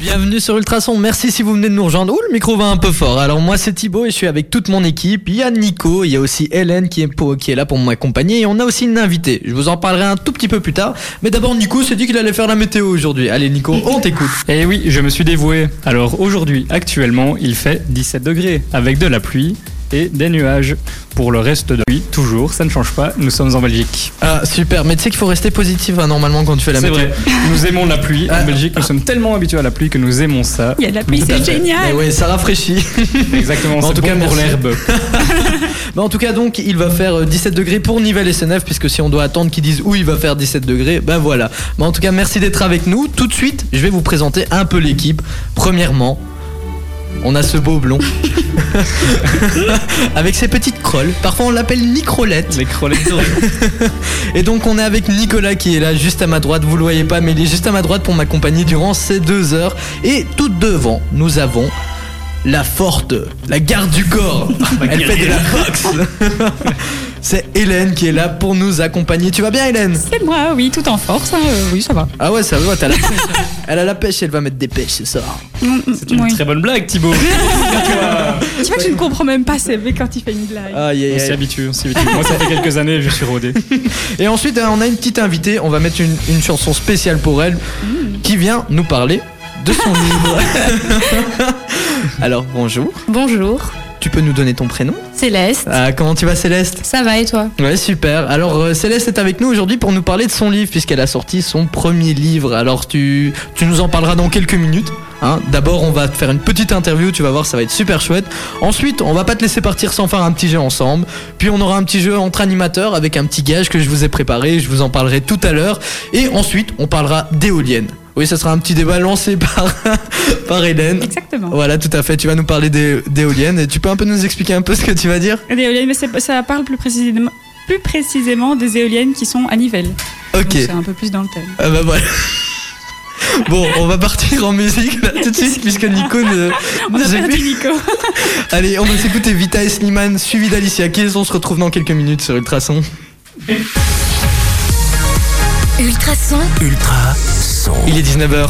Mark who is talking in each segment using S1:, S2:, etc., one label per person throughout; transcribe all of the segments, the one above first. S1: Bienvenue sur Ultrason. Merci si vous venez de nous rejoindre. Ouh, le micro va un peu fort. Alors moi c'est Thibaut et je suis avec toute mon équipe. Il y a Nico, il y a aussi Hélène qui est, pour- qui est là pour m'accompagner et on a aussi une invitée. Je vous en parlerai un tout petit peu plus tard. Mais d'abord Nico s'est dit qu'il allait faire la météo aujourd'hui. Allez Nico, on t'écoute.
S2: Eh oui, je me suis dévoué. Alors aujourd'hui, actuellement, il fait 17 degrés, avec de la pluie et des nuages. Pour le reste de la nuit, toujours, ça ne change pas, nous sommes en Belgique.
S1: Ah super, mais tu sais qu'il faut rester positif hein, normalement quand tu fais la
S2: C'est
S1: météo.
S2: vrai, nous aimons la pluie.
S1: Ah.
S2: En Belgique, nous sommes tellement habitués à la pluie que nous aimons ça.
S3: Il y a de la pluie,
S1: Tout à
S3: c'est
S1: fait. Mais
S3: génial.
S1: ouais, ça rafraîchit.
S2: Exactement,
S1: En
S2: c'est
S1: tout
S2: bon
S1: cas,
S2: pour
S1: merci.
S2: l'herbe.
S1: Bah en tout cas donc il va faire euh, 17 degrés pour Nivelles et Senef puisque si on doit attendre qu'ils disent où il va faire 17 degrés, ben voilà. Bah en tout cas merci d'être avec nous. Tout de suite je vais vous présenter un peu l'équipe. Premièrement, on a ce beau blond avec ses petites crolles. Parfois on l'appelle Nicrolette.
S2: Les crevettes dorées.
S1: Et donc on est avec Nicolas qui est là juste à ma droite, vous le voyez pas, mais il est juste à ma droite pour m'accompagner durant ces deux heures. Et tout devant, nous avons la forte, la garde du corps. Elle fait de la boxe. C'est Hélène qui est là pour nous accompagner. Tu vas bien Hélène
S3: C'est moi, oui, tout en force. hein, euh, oui, ça va.
S1: Ah ouais, ça va, t'as la pêche. Elle a la pêche, elle va mettre des pêches, c'est ça.
S2: C'est une
S3: Mm, Oui.
S2: très bonne blague, Thibaut.
S3: Tu vois que je ne comprends même pas Seb quand il fait une blague.
S1: Aïe, aïe, aïe.
S2: On s'y habitue, on s'y habitue. Moi, ça fait quelques années, je suis rodé.
S1: Et ensuite, euh, on a une petite invitée. On va mettre une, une chanson spéciale pour elle qui vient nous parler de son livre. Alors, bonjour.
S4: Bonjour,
S1: Tu peux nous donner ton prénom
S4: Céleste.
S1: Ah, Comment tu vas Céleste
S4: Ça va et toi
S1: Ouais super. Alors euh, Céleste est avec nous aujourd'hui pour nous parler de son livre puisqu'elle a sorti son premier livre. Alors tu, tu nous en parleras dans quelques minutes. hein. D'abord on va te faire une petite interview, tu vas voir ça va être super chouette. Ensuite on va pas te laisser partir sans faire un petit jeu ensemble. Puis on aura un petit jeu entre animateurs avec un petit gage que je vous ai préparé, je vous en parlerai tout à l'heure. Et ensuite on parlera d'éoliennes. Oui ça sera un petit débat lancé par, par Hélène.
S3: Exactement.
S1: Voilà tout à fait, tu vas nous parler des- d'éoliennes et tu peux un peu nous expliquer un peu ce que tu vas dire
S3: Des éoliennes, mais c'est- ça parle plus précisément, plus précisément des éoliennes qui sont à Nivelles.
S1: Ok.
S3: Donc C'est un peu plus dans le thème.
S1: Ah bah voilà. Bon, on va partir en musique là, tout de suite puisque Nico ne.
S3: On a
S1: J'ai
S3: perdu
S1: plus-
S3: Nico.
S1: Allez, on va s'écouter Vita et Slimane suivi d'Alicia Keys. On se retrouve dans quelques minutes sur Ultrason.
S5: Ultrason,
S6: Ultra son
S1: Il est 19h.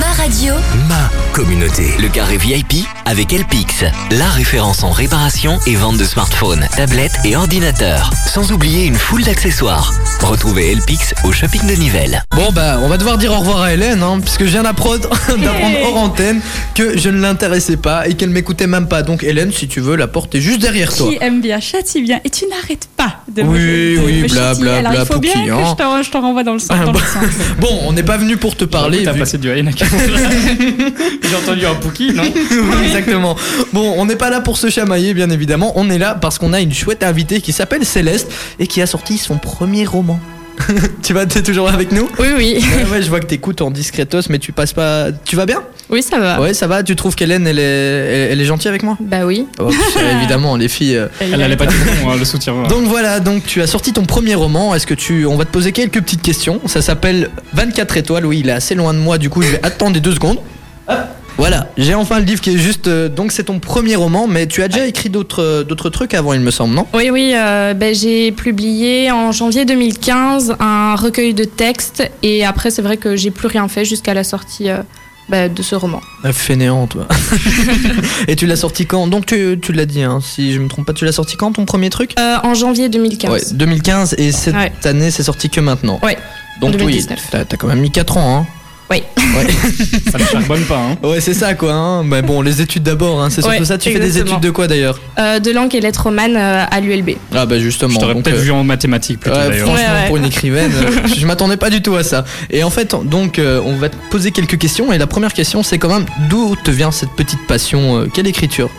S5: ma radio,
S6: ma communauté. Le carré VIP avec Elpix, la référence en réparation et vente de smartphones, tablettes et ordinateurs. Sans oublier une foule d'accessoires. Retrouvez Elpix au shopping de Nivelles.
S1: Bon bah, on va devoir dire au revoir à Hélène, hein, puisque je viens d'apprendre d'apprendre
S3: Hey.
S1: hors antenne que je ne l'intéressais pas et qu'elle m'écoutait même pas. Donc Hélène, si tu veux, la porte est juste derrière toi.
S3: Qui aime bien, châtie bien. Et tu n'arrêtes pas de me-
S1: Oui,
S3: de me
S1: oui,
S3: châtier.
S1: bla, bla,
S3: Alors,
S1: bla,
S3: il faut
S1: pour
S3: bien
S1: qui,
S3: que
S1: hein.
S3: je t'en- je t'en renvoie dans le sens.
S1: Ah,
S3: dans
S1: bah.
S3: le sens.
S1: Bon, on n'est pas venu pour te parler.
S2: T'as
S1: vu-
S2: passé du Heineken. J'ai entendu un Pookie, non
S1: Oui, Exactement. Bon, on n'est pas là pour se chamailler, bien évidemment. On est là parce qu'on a une chouette invitée qui s'appelle Céleste et qui a sorti son premier roman. tu vas, t'es toujours avec nous
S4: Oui, oui.
S1: ouais, ouais, je vois que t'écoutes en discretos, mais tu passes pas. Tu vas bien
S4: Oui, ça va.
S1: Ah. Ouais, ça va. Tu trouves qu'Hélène, elle est, elle, elle est gentille avec moi
S4: Bah oui.
S1: Oh, putain, Évidemment, les filles. euh.
S2: Elle n'allait pas du tout, hein, le soutien.
S1: Donc voilà, donc tu as sorti ton premier roman. Est-ce que tu, on va te poser quelques petites questions. Ça s'appelle 24 étoiles. Oui, il est assez loin de moi. Du coup, je vais attendre des deux secondes. Hop. Voilà, j'ai enfin le livre qui est juste. euh, donc c'est ton premier roman, mais tu as déjà écrit d'autres euh, d'autres trucs avant, il me semble, non
S4: Oui, oui. euh, ben, j'ai publié en janvier 2015 un recueil de textes et après, c'est vrai que j'ai plus rien fait jusqu'à la sortie euh, ben, de ce roman.
S1: Euh, Fainéant, toi. Et tu l'as sorti quand Donc tu, tu l'as dit, hein, si je me trompe pas, tu l'as sorti quand ton premier truc
S4: Euh, en janvier 2015.
S1: Ouais, 2015 et cette
S4: Ouais.
S1: année c'est sorti que maintenant.
S4: Ouais.
S1: Donc oui,
S4: 2019.
S1: t'as t'as quand même mis 4 ans. Hein.
S2: Ça ne charbonne pas, hein.
S1: Ouais, c'est ça quoi. Hein. Mais bon, les études d'abord, hein, c'est surtout
S4: Ouais,
S1: ça. Tu fais des
S4: exactement.
S1: études de quoi d'ailleurs
S4: Euh, de langue et lettres romanes euh, à l'ULB.
S1: Ah bah justement.
S2: Je t'aurais
S1: donc,
S2: peut-être
S1: euh,
S2: vu en mathématiques plutôt
S1: ouais,
S2: d'ailleurs.
S1: franchement,
S4: Ouais, ouais.
S1: pour une écrivaine, euh, je m'attendais pas du tout à ça. Et en fait, donc, euh, on va te poser quelques questions. Et la première question, c'est quand même d'où te vient cette petite passion euh, Quelle écriture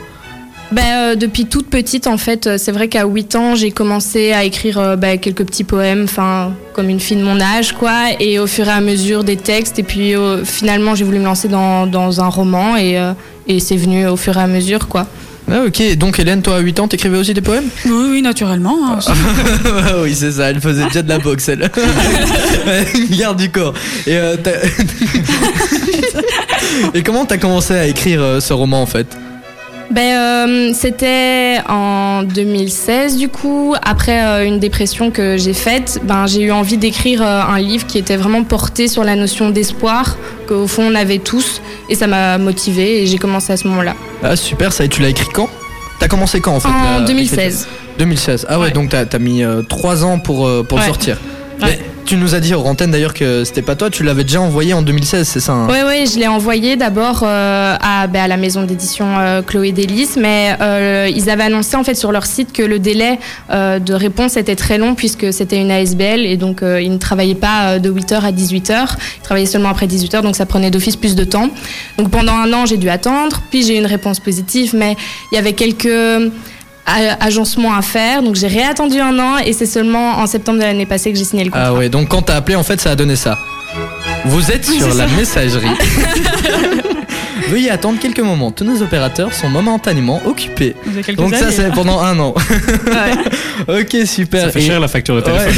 S4: Ben, euh, depuis toute petite, en fait, euh, c'est vrai qu'à 8 ans, j'ai commencé à écrire euh, ben, quelques petits poèmes, enfin, comme une fille de mon âge, quoi, et au fur et à mesure des textes. Et puis euh, finalement, j'ai voulu me lancer dans, dans un roman et, euh, et c'est venu au fur et à mesure, quoi.
S1: Ah ok, donc Hélène, toi à 8 ans, t'écrivais aussi des poèmes
S3: Oui, oui, naturellement.
S1: Ah.
S3: hein.
S1: Oui, c'est ça, elle faisait déjà de la boxe, elle. Garde du corps. Et, euh, t'as- et comment t'as commencé à écrire euh, ce roman en fait
S4: Ben, euh, c'était en 2016 du coup. Après euh, une dépression que j'ai faite, ben, j'ai eu envie d'écrire euh, un livre qui était vraiment porté sur la notion d'espoir qu'au fond on avait tous et ça m'a motivée et j'ai commencé à ce moment-là.
S1: Ah super, ça y est, tu l'as écrit quand T'as commencé quand en fait
S4: En
S1: la-
S4: 2016.
S1: 2016. Ah ouais,
S4: Ouais.
S1: donc t'as as mis 3 ans pour, euh, pour le
S4: Ouais.
S1: sortir.
S4: Ouais.
S1: Mais tu nous as dit hors antenne d'ailleurs que c'était pas toi, tu l'avais déjà envoyé en 2016, c'est ça hein
S4: Oui, oui, je l'ai envoyé d'abord euh, à, ben, à la maison d'édition euh, Chloé Delis, mais euh, ils avaient annoncé en fait sur leur site que le délai euh, de réponse était très long puisque c'était une ASBL et donc euh, ils ne travaillaient pas euh, de 8h à 18h, ils travaillaient seulement après 18h, donc ça prenait d'office plus de temps. Donc pendant un an, j'ai dû attendre, puis j'ai eu une réponse positive, mais il y avait quelques euh, agencements à faire, donc j'ai réattendu un an et c'est seulement en septembre de l'année passée que j'ai signé le contrat.
S1: Ah ouais, donc quand t'as appelé, en fait, ça a donné ça. Vous êtes sur la messagerie. Veuillez attendre quelques moments. Tous nos opérateurs sont momentanément occupés.
S3: Il y a quelques
S1: Donc ça,
S3: années,
S1: c'est
S3: hein.
S1: pendant un an. ok, super.
S2: Ça fait
S1: Et-
S2: cher la facture de téléphone.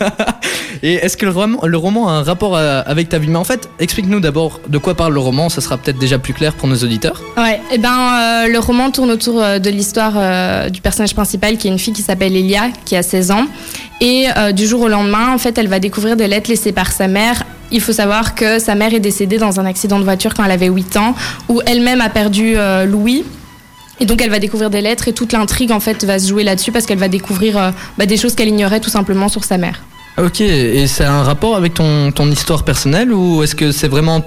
S1: Ouais. Et est-ce que le roman, le roman a un rapport à- avec ta vie Mais en fait, explique-nous d'abord de quoi parle le roman. Ça sera peut-être déjà plus clair pour nos auditeurs.
S4: Ouais, et ben euh, le roman tourne autour euh, de l'histoire euh, du personnage principal qui est une fille qui s'appelle Elia, qui a 16 ans. Et euh, du jour au lendemain, en fait, elle va découvrir des lettres laissées par sa mère. Il faut savoir que sa mère est décédée dans un accident de voiture quand elle avait 8 ans, où elle-même a perdu euh, Louis. Et donc elle va découvrir des lettres et toute l'intrigue en fait va se jouer là-dessus parce qu'elle va découvrir euh, bah, des choses qu'elle ignorait tout simplement sur sa mère.
S1: Ok, et ça a un rapport avec ton, ton histoire personnelle ou est-ce que c'est vraiment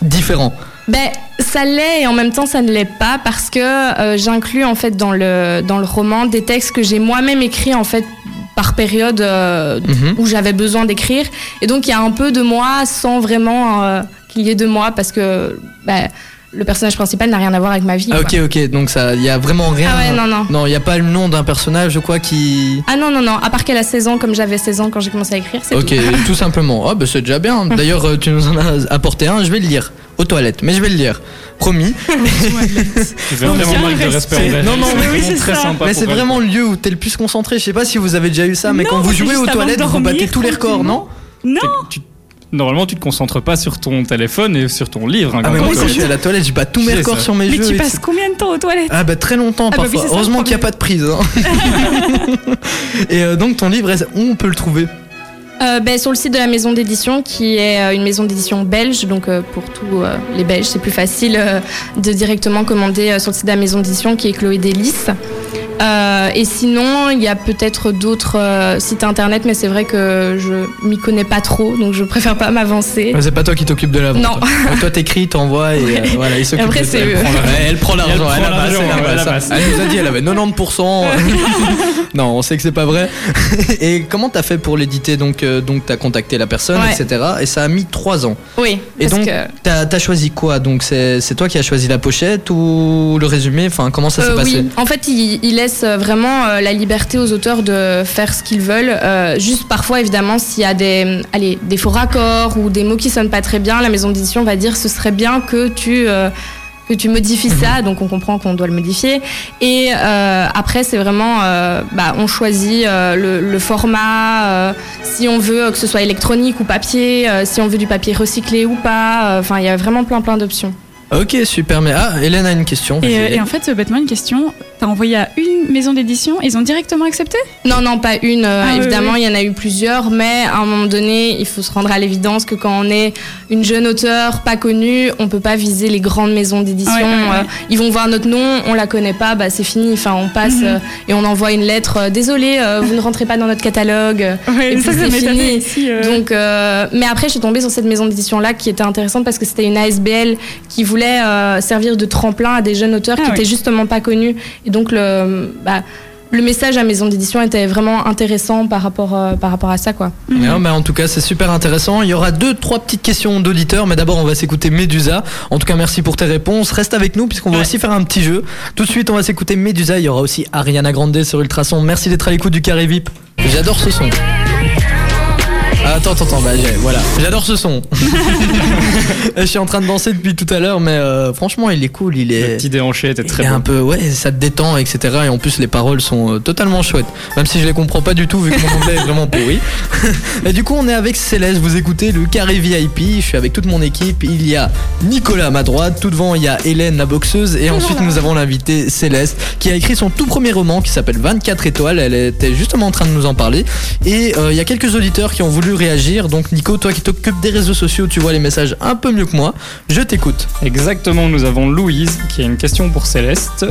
S1: différent
S4: Ben, ça l'est et en même temps ça ne l'est pas parce que euh, j'inclus en fait dans le, dans le roman des textes que j'ai moi-même écrits en fait par période euh,
S1: Mhm.
S4: où j'avais besoin d'écrire. Et donc il y a un peu de moi sans vraiment euh, qu'il y ait de moi parce que ben, le personnage principal n'a rien à voir avec ma vie.
S1: Ah,
S4: quoi.
S1: ok, ok, donc ça, il y a vraiment rien.
S4: Ah ouais, non, non.
S1: Non, il n'y a pas le nom d'un personnage ou quoi qui.
S4: Ah non, non, non, à part qu'elle a 16 ans comme j'avais 16 ans quand j'ai commencé à écrire, c'est
S1: Ok,
S4: tout.
S1: tout simplement. Ah bah c'est déjà bien. D'ailleurs, euh, tu nous en as apporté un, je vais le lire. Aux toilettes, mais je vais le lire. Promis.
S2: Tu fais
S3: Non, mais
S2: vraiment
S3: c'est
S2: manque de
S3: vrai,
S2: respect
S1: c'est-
S2: envers
S1: non,
S2: elle.
S1: non, mais
S2: vraiment
S3: oui, c'est
S2: très
S3: ça.
S2: sympa
S1: mais
S2: pour
S1: c'est
S2: elle.
S1: vraiment le lieu où t'es le plus concentré. Je sais pas si vous avez déjà eu ça, mais
S3: Non,
S1: quand vous
S3: c'est
S1: jouez
S3: juste
S1: aux
S3: avant de
S1: toilettes, vous
S3: dormir,
S1: battez tous les records, non
S3: Non,
S2: Tu- Normalement, tu te concentres pas sur ton téléphone et sur ton livre. hein,
S1: Ah
S2: quand
S1: mais
S2: t'es
S1: moi
S2: aux
S1: quand je suis
S2: toilettes.
S1: à la toilette, je bats tous
S2: C'est
S1: mes
S2: ça.
S1: records sur mes
S3: mais
S1: jeux.
S3: tu
S1: et
S3: passes
S1: c'est-
S3: combien de temps aux toilettes
S1: Ah bah très longtemps
S3: Ah bah oui,
S1: parfois.
S3: c'est ça le
S1: Heureusement qu'il n'y a pas de prise. hein. et euh, donc ton livre, est-ce- où on peut le trouver
S4: Euh, ben, sur le site de la maison d'édition, qui est euh, une maison d'édition belge, donc euh, pour tous euh, les Belges, c'est plus facile euh, de directement commander euh, sur le site de la maison d'édition, qui est Chloé Délis. Euh, et sinon, il y a peut-être d'autres euh, sites internet, mais c'est vrai que je m'y connais pas trop, donc je préfère pas m'avancer.
S1: Bah, C'est pas toi qui t'occupes de la vente.
S4: Non.
S1: Euh, Toi t'écris, t'envoies et euh, voilà, il s'occupe
S4: Après,
S1: de
S4: c'est
S1: ça.
S4: eux.
S1: Elle prend l'argent. Elle prend l'argent,
S2: Elle
S1: elle,
S2: prend
S1: amasse, elle
S2: l'argent,
S1: amasse.
S2: elle amasse.
S1: Elle nous a dit elle avait 90%. non, on sait que c'est pas vrai. Et comment t'as fait pour l'éditer Donc, euh, donc t'as contacté la personne,
S4: Ouais.
S1: etc. Et ça a mis 3 ans.
S4: Oui,
S1: Et
S4: parce
S1: donc,
S4: que-
S1: t'as as choisi quoi Donc, c'est c'est toi qui as choisi la pochette ou le résumé Enfin, comment ça s'est
S4: Euh,
S1: passé
S4: oui. En fait, ils il laissent vraiment euh, la liberté aux auteurs de faire ce qu'ils veulent. Euh, juste parfois, évidemment, s'il y a des, euh, allez, des faux raccords ou des mots qui sonnent pas très bien, la maison d'édition va dire ce serait bien que tu... euh, que tu modifies
S1: Mhm.
S4: ça, donc on comprend qu'on doit le modifier. Et euh, après, c'est vraiment, euh, bah, on choisit euh, le, le format, euh, si on veut euh, que ce soit électronique ou papier, euh, si on veut du papier recyclé ou pas. Euh, Enfin, il y a vraiment plein plein d'options.
S1: Ok, super. Mais ah, Hélène a une question.
S3: et, euh,
S1: Vas-y.
S3: et en fait, euh, bêtement, une question. T'as envoyé à une maison d'édition, ils ont directement accepté
S4: Non, non, pas une. euh,
S3: Ah, oui,
S4: évidemment, il y en a eu plusieurs, mais à un moment donné, il faut se rendre à l'évidence que quand on est une jeune auteure pas connue, on peut pas viser les grandes maisons d'édition.
S3: Ouais, ouais, ouais.
S4: Euh, ils vont voir notre nom, on la connaît pas, bah c'est fini. Enfin, on passe
S3: Mhm.
S4: euh, et on envoie une lettre. euh, Désolé, euh, vous ne rentrez pas dans notre catalogue. euh,
S3: Ouais,
S4: Et
S3: mais ça,
S4: puis
S3: ça
S4: c'est
S3: m'étonnait
S4: fini.
S3: aussi. euh,
S4: Donc, euh, mais après, je suis tombée sur cette maison d'édition-là qui était intéressante parce que c'était une ASBL qui voulait euh, servir de tremplin à des jeunes auteurs
S3: Ah
S4: qui
S3: oui.
S4: étaient justement pas connus. Et donc, le, bah, le message à maison d'édition était vraiment intéressant par rapport, euh, par rapport à ça, quoi.
S2: Mm.
S1: Non, mais en tout cas, c'est super intéressant. Il y aura deux, trois petites questions d'auditeurs, mais d'abord, on va s'écouter Medusa. En tout cas, merci pour tes réponses. Reste avec nous, puisqu'on va aussi faire un petit jeu. Tout de suite, on va s'écouter Medusa. Il y aura aussi Ariana Grande sur Ultrason. Merci d'être à l'écoute du Carré VIP. J'adore ce son. Attends, attends, attends, bah, j'ai- voilà. J'adore ce son. Je suis en train de danser depuis tout à l'heure, mais euh, franchement, il est cool. Il
S2: Le
S1: est,
S2: petit déhanché était
S1: il
S2: très
S1: est
S2: bon.
S1: un peu, ouais, ça te détend, etc. Et en plus, les paroles sont euh, totalement chouettes. Même si je les comprends pas du tout, vu que mon anglais est vraiment pourri. Et du coup, on est avec Céleste. Vous écoutez le carré VIP. Je suis avec toute mon équipe. Il y a Nicolas à ma droite. Tout devant, il y a Hélène, la boxeuse. Et ensuite, nous avons l'invité Céleste, qui a écrit son tout premier roman qui s'appelle 24 étoiles. Elle était justement en train de nous en parler. Et euh, il y a quelques auditeurs qui ont voulu réagir. Donc, Nico, toi qui t'occupes des réseaux sociaux, tu vois les messages un peu mieux que moi. Je t'écoute.
S2: Exactement, nous avons Louise qui a une question pour Céleste.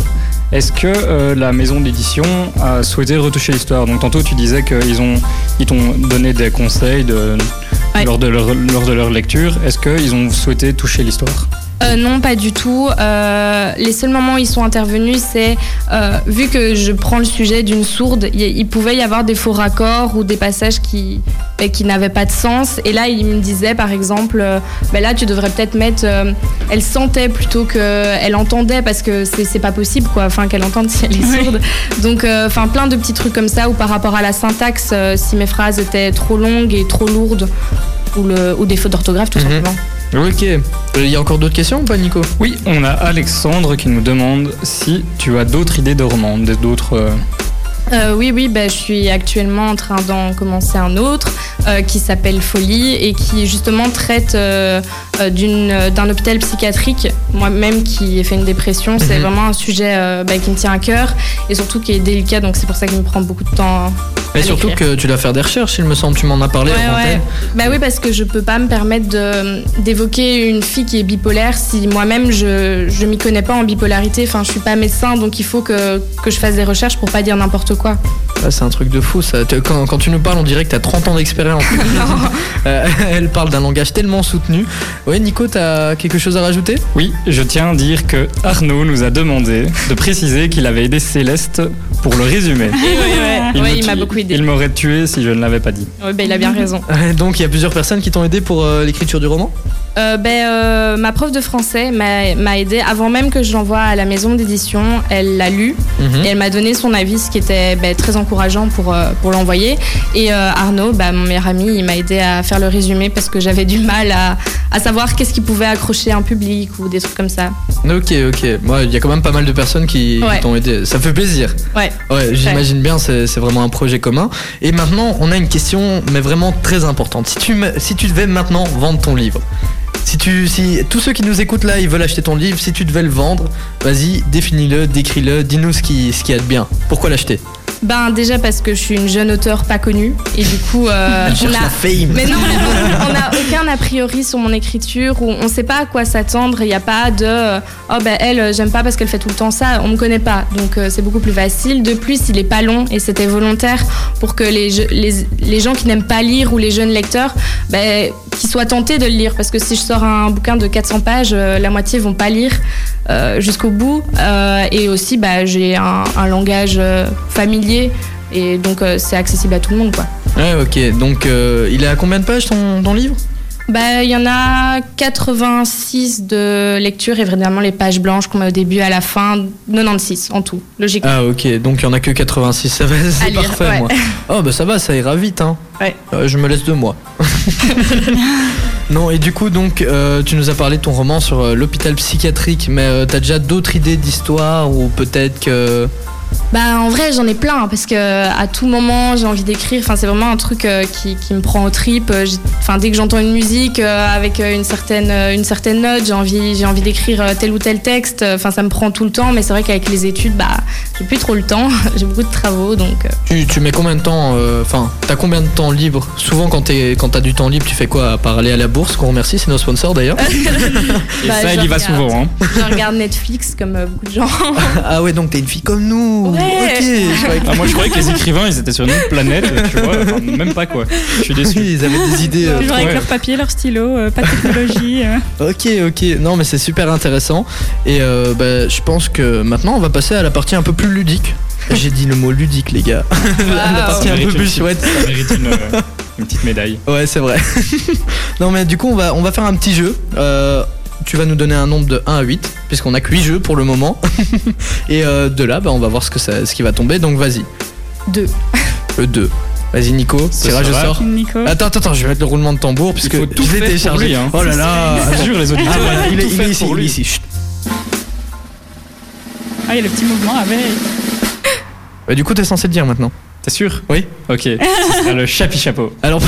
S2: Est-ce que euh, la maison d'édition a souhaité retoucher l'histoire Donc tantôt tu disais qu'ils ont ils t'ont donné des conseils de-
S4: Ouais.
S2: lors, de leur, lors de leur lecture. Est-ce qu'ils ont souhaité toucher l'histoire
S4: Euh, non, pas du tout. Euh, les seuls moments où ils sont intervenus, c'est euh, vu que je prends le sujet d'une sourde, il, il pouvait y avoir des faux raccords ou des passages qui, ben, qui n'avaient pas de sens. Et là, ils me disaient, par exemple, euh, ben là, tu devrais peut-être mettre euh, elle sentait plutôt qu'elle entendait parce que c'est c'est pas possible, quoi. Enfin, qu'elle entende si elle est
S3: Ouais.
S4: sourde. Donc, euh, enfin, plein de petits trucs comme ça ou par rapport à la syntaxe, euh, si mes phrases étaient trop longues et trop lourdes ou, le, ou des fautes d'orthographe, tout
S1: Mhm.
S4: simplement.
S1: Ok. Euh, Il y a encore d'autres questions ou pas, Nico
S2: Oui, on a Alexandre qui nous demande si tu as d'autres idées de romans, des- d'autres... euh,
S4: Euh, oui, oui, bah, je suis actuellement en train d'en commencer un autre euh, qui s'appelle Folie et qui justement traite euh, euh, d'une- euh, d'un hôpital psychiatrique, moi-même qui ai fait une dépression. C'est
S1: Mhm.
S4: vraiment un sujet euh, bah, qui me tient à cœur et surtout qui est délicat, donc c'est pour ça qu'il me prend beaucoup de temps.
S1: Mais
S4: À
S1: surtout que tu dois faire des recherches, il me semble, tu m'en as parlé.
S4: Ouais,
S1: en
S4: ouais.
S1: antenne.
S4: Bah oui, parce que je peux pas me permettre de- d'évoquer une fille qui est bipolaire si moi-même je, je m'y connais pas en bipolarité. Enfin, je suis pas médecin, donc il faut que, que je fasse des recherches pour pas dire n'importe quoi.
S1: Ah, c'est un truc de fou ça. Tu- Quand, quand tu nous parles, on dirait que t'as 30 ans d'expérience. Euh, elle parle d'un langage tellement soutenu. Ouais, Nico, t'as quelque chose à rajouter
S2: Oui, je tiens à dire que Arnaud nous a demandé de préciser qu'il avait aidé Céleste pour le résumé.
S4: Ouais,
S2: me
S4: il m'a
S2: tue-
S4: beaucoup aidé.
S2: Il m'aurait tué si je ne l'avais pas dit.
S4: Ouais, bah, il a bien raison.
S1: Euh, Donc, il y a plusieurs personnes qui t'ont aidé pour euh, l'écriture du roman
S4: Euh, ben, euh, ma prof de français m'a m'a aidée avant même que je l'envoie à la maison d'édition. Elle l'a lu
S1: Hum.
S4: et elle m'a donné son avis, ce qui était ben, très encourageant pour, euh, pour l'envoyer. Et euh, Arnaud, ben, mon meilleur ami, il m'a aidé à faire le résumé parce que j'avais du mal à, à savoir qu'est-ce qui pouvait accrocher un public ou des trucs comme ça.
S1: Ok, ok. Ouais, Il y a quand même pas mal de personnes qui, qui
S4: Ouais.
S1: t'ont aidé. Ça fait plaisir.
S4: Ouais.
S1: Ouais, j'imagine bien, c'est c'est vraiment un projet commun. Et maintenant, on a une question, mais vraiment très importante. Si tu, me- si tu devais maintenant vendre ton livre, si, tu, si tous ceux qui nous écoutent là, ils veulent acheter ton livre, si tu devais le vendre, vas-y, définis-le, décris-le, dis-nous ce qui, ce qui a de bien. Pourquoi l'acheter
S4: Ben déjà parce que je suis une jeune auteure pas connue et du coup euh, on a
S1: fame
S4: Mais non, on n'a aucun a priori sur mon écriture ou on ne sait pas à quoi s'attendre. Il n'y a pas de euh, oh ben elle euh, j'aime pas parce qu'elle fait tout le temps ça. On me connaît pas, donc euh, c'est beaucoup plus facile. De plus, il est pas long et c'était volontaire pour que les, je- les, les gens qui n'aiment pas lire ou les jeunes lecteurs, ben, qui soient tentés de le lire parce que si je sors un bouquin de 400 pages, euh, la moitié vont pas lire euh, jusqu'au bout. Euh, et aussi, bah j'ai un, un langage euh, familier et donc euh, c'est accessible à tout le monde quoi.
S1: Ouais, ok. Donc, euh, il est à combien de pages ton, ton livre
S4: Bah, il y en a 86 de lecture, évidemment les pages blanches qu'on met au début à la fin, 96 en tout, logique.
S1: Ah, ok. Donc, il y en a que 86. Ça va,
S4: À
S1: c'est
S4: lire,
S1: parfait,
S4: ouais.
S1: moi. Oh, bah ça va, ça ira vite, hein.
S4: Ouais.
S1: Euh, je me laisse deux mois. non, et du coup, donc, euh, tu nous as parlé de ton roman sur euh, l'hôpital psychiatrique, mais euh, t'as déjà d'autres idées d'histoire ou peut-être que.
S4: Bah, en vrai, j'en ai plein parce que euh, à tout moment, j'ai envie d'écrire. Enfin, c'est vraiment un truc euh, qui, qui me prend aux tripes. Euh, j'ai- Enfin, dès que j'entends une musique euh, avec euh, une certaine, euh, une certaine note, j'ai envie, j'ai envie d'écrire euh, tel ou tel texte. Enfin, ça me prend tout le temps, mais c'est vrai qu'avec les études, bah, j'ai plus trop le temps. j'ai beaucoup de travaux donc. euh,
S1: Tu, tu mets combien de temps. euh, Enfin, t'as combien de temps libre Souvent, quand t'es- quand t'as du temps libre, tu fais quoi À part aller à la bourse, qu'on remercie, c'est nos sponsors d'ailleurs.
S2: Et
S4: Bah,
S2: ça, il y
S4: je
S2: va
S4: regarde.
S2: souvent. hein.
S4: je regarde Netflix comme euh, beaucoup de gens.
S1: ah ouais, donc t'es une fille comme nous
S4: Ouais.
S1: Ok, je croyais que-
S2: Ah, moi, je croyais que les écrivains, ils étaient sur une autre planète, tu vois. Enfin, même pas, quoi. Je suis déçu.
S1: Ils avaient des idées. euh,
S3: Toujours
S2: ouais.
S3: avec leur papier, leur stylo, euh, pas de technologie. euh.
S1: Ok, ok. Non, mais c'est super intéressant. Et euh, bah, je pense que maintenant, on va passer à la partie un peu plus ludique. J'ai dit le mot ludique, les gars. la
S2: Ah,
S4: Waouh.
S1: partie un peu
S2: Mérite une
S1: plus
S2: petite-
S1: chouette.
S2: Ça mérite une, euh, une petite médaille.
S1: Ouais, c'est vrai. non, mais du coup, on va, on va faire un petit jeu. Euh, tu vas nous donner un nombre de 1 à 8, puisqu'on a que 8 jeux pour le moment. Et euh, de là, bah, on va voir ce, que ça, ce qui va tomber. Donc, vas-y.
S4: Deux.
S1: Le 2. Vas-y Nico,
S2: Ce
S1: tirage au
S2: sera-
S1: sort.
S3: Nico.
S1: Attends, attends, attends, je vais mettre le roulement de tambour puisque
S2: faut
S1: je
S2: tout
S1: l'ai
S2: faire pour
S1: téléchargé.
S2: lui, hein.
S1: Oh là là,
S2: Ah,
S1: attends.
S2: jure, les auditeurs.
S1: Ah voilà, il est,
S2: tout
S1: il est
S2: faire
S1: ici,
S2: pour
S1: il est
S2: lui.
S1: ici. Chut.
S3: Ah, il y a le petit mouvement avec.
S1: Bah, du coup, t'es censé le dire maintenant.
S2: T'es sûr
S1: Oui.
S2: Ok. Ce sera le chapi chapeau.
S1: Alors,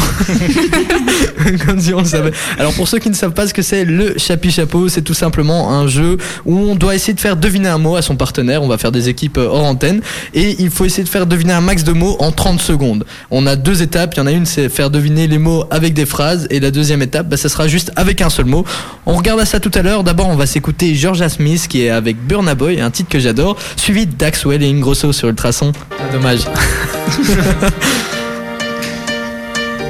S1: comme si on le savait. Alors, pour ceux qui ne savent pas ce que c'est le chapi chapeau, c'est tout simplement un jeu où on doit essayer de faire deviner un mot à son partenaire. On va faire des équipes euh, hors antenne et il faut essayer de faire deviner un max de mots en 30 secondes. On a deux étapes. Il y en a une, c'est faire deviner les mots avec des phrases et la deuxième étape, bah, ça sera juste avec un seul mot. On regarde à ça tout à l'heure. D'abord, on va s'écouter Georgia Smith qui est avec Burna Boy, un titre que j'adore, suivi d'Axwell et Ingrosso sur Ultrason. Ah, dommage.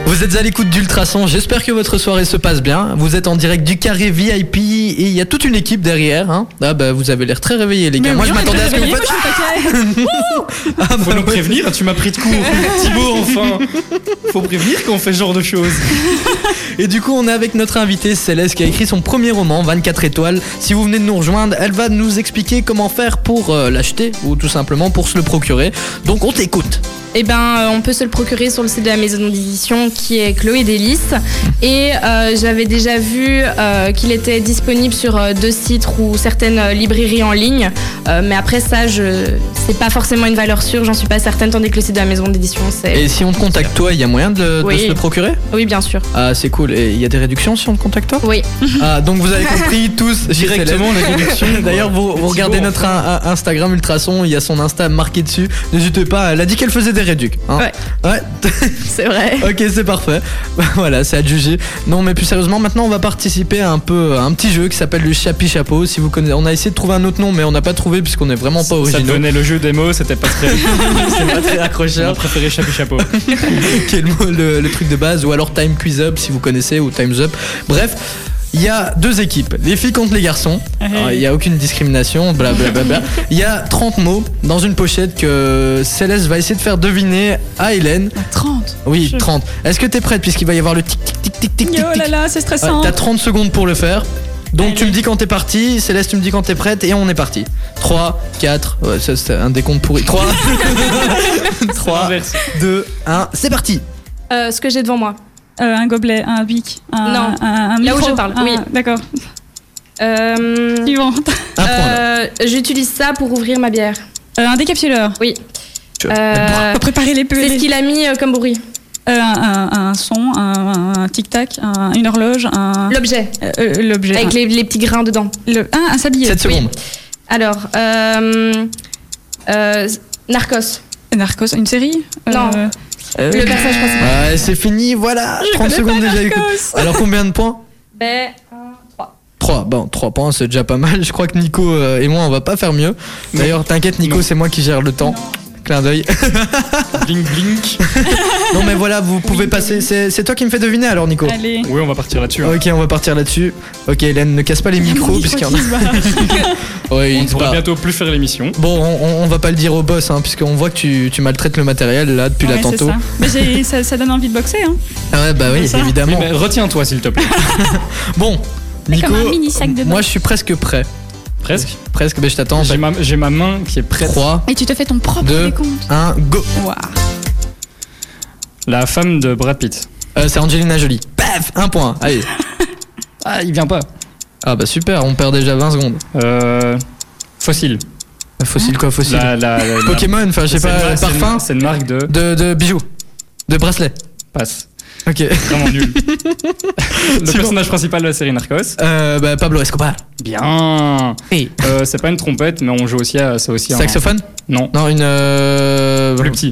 S1: Vous êtes à l'écoute d'Ultrason, j'espère que votre soirée se passe bien. Vous êtes en direct du carré VIP et il y a toute une équipe derrière. hein. Ah bah vous avez l'air très réveillés les gars. Moi je m'attendais à ce que vous fassiez- Ah, bah,
S2: Faut nous
S1: ouais.
S2: prévenir, tu m'as pris de court. Thibaut, enfin. Faut prévenir qu'on fait ce genre de choses.
S1: Et du coup on est avec notre invitée Céleste qui a écrit son premier roman 24 étoiles. Si vous venez de nous rejoindre, elle va nous expliquer comment faire pour euh, l'acheter ou tout simplement pour se le procurer. Donc on t'écoute.
S4: Eh ben, euh, on peut se le procurer sur le site de la maison d'édition qui est Chloé Délis. Et euh, j'avais déjà vu euh, qu'il était disponible sur euh, deux sites ou certaines euh, librairies en ligne. Euh, mais après ça, je... c'est pas forcément une valeur sûre, j'en suis pas certaine, tandis que le site de la maison d'édition, c'est.
S1: Et si on te contacte toi, il y a moyen de, de
S4: Oui.
S1: se le procurer
S4: Oui, bien sûr.
S1: Ah c'est cool. Et il y a des réductions si on te contacte toi
S4: Oui.
S1: Ah, donc vous avez compris tous chez
S2: Directement,
S1: Céleste.
S2: la connexion, quoi.
S1: D'ailleurs, vous, vous regardez
S2: Thibaut,
S1: notre in- in- Instagram Ultrason, il y a son Insta marqué dessus. N'hésitez pas, elle a dit qu'elle faisait des réducs. hein.
S4: Ouais.
S1: Ouais,
S4: C'est vrai.
S1: ok, c'est parfait. voilà, c'est à juger. Non, mais plus sérieusement, maintenant on va participer à un peu à un petit jeu qui s'appelle le Chapi Chapeau. Si vous connaissez, on a essayé de trouver un autre nom, mais on n'a pas trouvé puisqu'on est vraiment pas
S2: Ça
S1: originaux.
S2: devenait le jeu des mots, c'était pas très.
S1: C'est pas très
S2: On a
S1: accrocheur.
S2: préféré chapi chapeau.
S1: Ah. qui est le, mot- le- le truc de base, ou alors Time Quiz Up si vous connaissez, ou Time's Up. Bref. Il y a deux équipes, les filles contre les garçons.
S3: Ah,
S1: Alors, Il n'y a aucune discrimination, blablabla. Il y a 30 mots dans une pochette que Céleste va essayer de faire deviner à Hélène.
S3: À 30.
S1: Oui,
S3: Ah, Je-
S1: 30. Est-ce que t'es prête puisqu'il va y avoir le tic tic tic tic tic tic
S3: Oh là
S1: tic.
S3: là, c'est
S1: Ouais,
S3: stressant.
S1: T'as 30 secondes pour le faire. Donc tu me dis quand t'es parti, Céleste tu me dis quand t'es prête et on est parti. 3, 4, ouais, ça c'est un décompte pourri. 3, 3,
S2: Inverse.
S1: 2, 1, c'est parti
S4: Euh, ce que j'ai devant moi.
S3: Euh, un gobelet, un bic, un,
S4: Non.
S3: un, un
S4: Là où
S3: micro,
S4: je parle,
S3: un-
S4: oui.
S3: D'accord.
S4: Euh,
S3: Suivant.
S1: Un point là.
S4: euh, J'utilise ça pour ouvrir ma bière.
S3: Euh, un décapsuleur.
S1: Tu vois.
S4: Euh,
S3: Faut préparer les
S4: c'est ce
S3: pelés.
S4: qu'il a mis euh, comme bruit.
S3: Euh, un, un- un son, un, un tic-tac, un- une horloge, un.
S1: Ah.
S4: L'objet.
S3: euh, euh, L'objet.
S4: Avec les, les petits grains dedans.
S3: un- le- ah, un sablier.
S1: 7
S4: oui.
S1: secondes.
S4: Alors, euh, euh, Narcos.
S3: Narcos, une série
S4: Non.
S3: Euh, euh,
S4: Le personnage principal.
S1: Ouais, c'est fini, voilà. 30 secondes déjà. écoute.
S3: Narcos.
S1: Alors combien de points
S4: Ben,
S1: 3, bon, 3 points, c'est déjà pas mal. Je crois que Nico euh, et moi, on va pas faire mieux. D'ailleurs, t'inquiète, Nico,
S2: Non.
S1: c'est moi qui gère le temps. Clin d'œil.
S2: Blink blink.
S1: non, mais voilà, vous pouvez passer. C'est c'est toi qui me fais deviner alors, Nico.
S3: Allez.
S2: Oui, on va partir là-dessus. hein.
S1: Ok, on va partir là-dessus. Ok, Hélène, ne casse pas les micros, puisqu'il y en a. Ouais,
S2: On
S1: il
S2: ne
S1: se
S2: pourra
S1: barre.
S2: bientôt plus faire l'émission.
S1: Bon, on, on- on va pas le dire au boss, hein, puisqu'on voit que tu, tu maltraites le matériel là depuis
S3: Ouais,
S1: la
S3: c'est
S1: tantôt.
S3: ça. Mais j'ai- ça, ça donne envie de boxer. Hein.
S1: Ah ouais, bah oui,
S3: C'est ça.
S1: évidemment.
S2: Mais retiens-toi, s'il te plaît.
S1: Bon, Nico,
S3: comme un mini sac de bain.
S1: moi je suis presque prêt.
S2: Presque.
S1: Presque, mais je t'attends.
S2: J'ai ma, j'ai ma main qui est prête.
S1: 3,
S3: Et tu te fais ton propre
S1: Deux.
S3: décompte.
S1: 1, go.
S3: Waouh.
S2: La femme de Brad Pitt.
S1: Euh, c'est Angelina Jolie. Paf, un point. Allez.
S2: Ah, il vient pas.
S1: Ah bah super, on perd déjà 20 secondes. Euh,
S2: Euh, fossile.
S1: Fossile quoi, fossile.
S2: La, la, la- la-
S1: Pokémon, enfin je sais
S2: c'est une
S1: pas,
S2: marque- c'est une-
S1: parfum
S2: C'est une marque de
S1: de, de bijoux, de bracelets.
S2: passe.
S1: Ok.
S2: Vraiment nul. Le
S1: bon.
S2: personnage principal de la série Narcos.
S1: Euh, bah, Pablo Escobar.
S2: Bien.
S1: Hey.
S2: Euh, c'est pas une trompette, mais on joue aussi à ça aussi. un-
S1: Saxophone
S2: Non.
S1: Non, une. euh,
S2: Plus petit.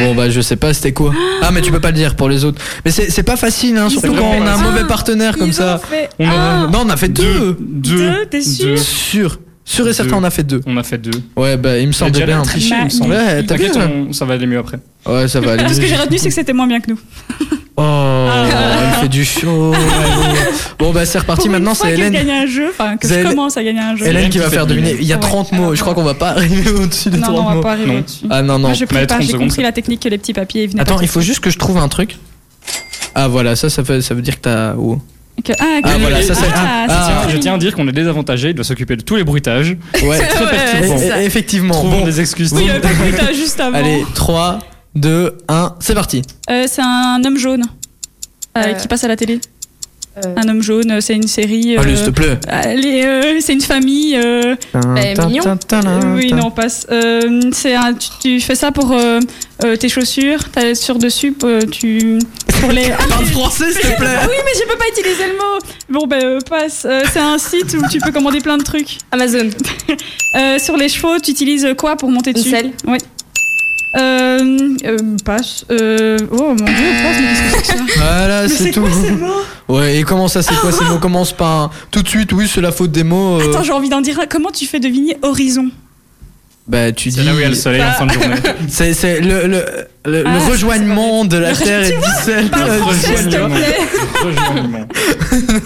S1: Bon bah je sais pas c'était quoi. Ah mais tu peux pas le dire pour les autres. Mais c'est c'est pas facile hein, surtout
S2: ont
S1: quand
S2: fait
S1: on a un
S2: un,
S1: mauvais partenaire comme
S3: Ils ont
S1: ça.
S3: fait
S2: On
S3: un.
S1: Non on a fait deux.
S2: Deux.
S3: Deux, t'es sûr
S2: Deux.
S1: Sûr. Sûr et
S2: Deux.
S1: certain on a fait deux.
S2: On a fait deux.
S1: Ouais bah il me
S2: J'ai
S1: semblait
S2: déjà
S1: bien.
S2: l'air triché,
S3: Bah,
S2: il me semble.
S1: Ouais t'as vu
S2: T'inquiète, on- ça va aller mieux après.
S1: hein. Ouais ça va aller.
S3: Ah, ce que
S1: mieux.
S3: j'ai retenu, c'est que c'était moins bien que nous.
S1: Oh il fait du chaud. Bon bah c'est reparti
S3: Pour une
S1: maintenant
S3: fois
S1: c'est
S3: que je
S1: Hélène.
S3: gagne un jeu, enfin que
S1: C'est
S3: je
S1: Hélène-
S3: commence à gagner un jeu.
S1: Hélène qui va
S2: fait
S1: faire deviner.
S2: deviner.
S1: Il y a
S3: Ouais.
S1: 30 mots. Je crois qu'on va pas arriver au-dessus des
S3: Non,
S1: 30
S3: non, on va
S1: mots.
S3: pas arriver
S2: Non.
S3: là-dessus.
S1: Ah non, non.
S3: Moi, je
S2: Mais
S3: prépare,
S2: 30
S3: j'ai
S2: secondes,
S3: compris la technique que les petits papiers venaient.
S1: Attends, il faut juste que je trouve un truc. Ah voilà, ça, ça, fait, ça veut dire que t'as. oh.
S3: Que... Ah, que-
S1: Ah voilà, ça, ça- ah,
S3: Ah, c'est
S2: Tiens,
S3: ça.
S2: je tiens à dire qu'on est désavantagé, il doit s'occuper de tous les bruitages.
S1: Ouais,
S2: Très perturbant.
S1: Et- et- effectivement.
S2: Trouvons
S1: Bon,
S2: des excuses.
S3: Oui, il y avait pas le bruitage juste avant.
S1: allez, 3, 2, 1, c'est parti.
S3: Euh, c'est un homme jaune euh,
S4: Euh.
S3: qui passe à la télé.
S4: Euh.
S3: Un homme jaune, euh, c'est une série. euh,
S1: Allez, s'il te plaît.
S3: allez, euh, c'est une famille. euh,
S4: Bah, mignon.
S1: Tintintin.
S3: oui, non, passe. Euh, c'est un, tu, tu fais ça pour euh, euh, tes chaussures, ta sur dessus, euh, tu pour les. Ah
S1: Parle français, s'il te plaît.
S3: oui, mais je peux pas utiliser le mot. Bon, ben euh, passe. Euh, c'est un site où tu peux commander plein de trucs.
S4: Amazon.
S3: Euh, sur les chevaux, tu utilises quoi pour monter
S4: Une
S3: dessus
S4: selle.
S3: Oui. Euh, euh, passe. Euh, oh mon dieu, passe, mais qu'est-ce que c'est que ça
S1: Voilà,
S3: Mais
S1: Ah, c'est
S3: c'est
S1: tout.
S3: quoi ces mots Ah,
S1: Ouais, et comment ça, c'est quoi ces mots Commence par un- tout de suite, oui, c'est la faute des mots. euh,
S3: Attends, j'ai envie d'en dire. Comment tu fais deviner horizon
S1: bah, tu dis.
S2: C'est là où il y a le soleil en fin de journée.
S1: C'est c'est le, le, le, le
S3: Ah,
S1: rejoignement de la
S3: Le-
S1: Terre et
S3: tu
S1: du sel.
S3: parle
S1: Euh, du
S3: français,
S1: ciel,
S3: s'il
S1: tu vois.
S3: te plaît.
S2: Rejoignement.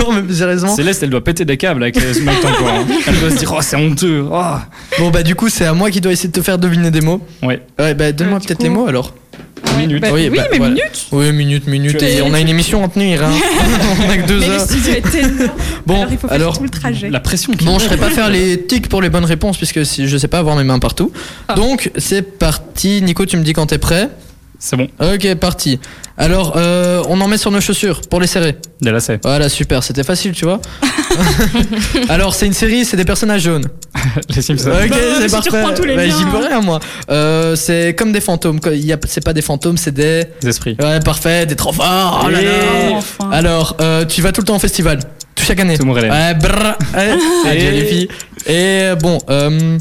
S1: Non, mais sérieusement.
S2: Céleste, elle doit péter des câbles avec ce mec tempo. hein. Elle doit se dire, oh, c'est honteux. oh.
S1: Bon, bah, du coup, c'est à moi qui dois essayer de te faire deviner des mots.
S2: Ouais,
S1: Ouais, bah, donne-moi
S3: Euh, du
S1: peut-être
S3: coup-
S1: les mots alors.
S2: minute.
S3: Bah,
S1: Oui,
S3: oui,
S1: bah,
S3: mais
S1: voilà.
S3: minute.
S1: Oui, minute, minute.
S2: Tu-
S1: Et on a une émission à tenir, hein. on a que deux
S3: Mais le
S1: heures.
S3: studio est énorme.
S1: Bon,
S3: alors il faut faire
S1: alors.
S3: tout le trajet.
S2: La pression qui
S1: Bon, je ne pas faire les tics pour les bonnes réponses puisque si, je sais pas avoir mes mains partout.
S3: Ah.
S1: Donc, c'est parti. Nico, tu me dis quand t'es prêt.
S2: C'est bon,
S1: Ok, parti. Alors, euh, on en met sur nos chaussures pour les serrer.
S2: là, là c'est.
S1: Voilà, super, c'était facile, tu vois. Alors, c'est une série, c'est des personnages jaunes.
S2: Les Simpsons.
S1: Ok,
S3: Bah,
S1: c'est
S3: si tu
S1: parfait.
S3: reprends tous les
S1: Bah,
S3: liens,
S1: J'y peux
S3: hein.
S1: rien, moi. Euh, c'est comme des fantômes. quoi. Il y a- C'est pas des fantômes, c'est des.
S2: Les esprits.
S1: Ouais, parfait, des trop forts. Oh là
S2: Et-
S1: là.
S3: Ah, Enfin.
S1: Alors, euh, tu vas tout le temps en festival. Tout chaque année.
S2: Tout mon relais.
S1: Ouais, brrr. Ouais, c'est
S2: Et-
S1: bien, les filles. Et euh, bon, euh,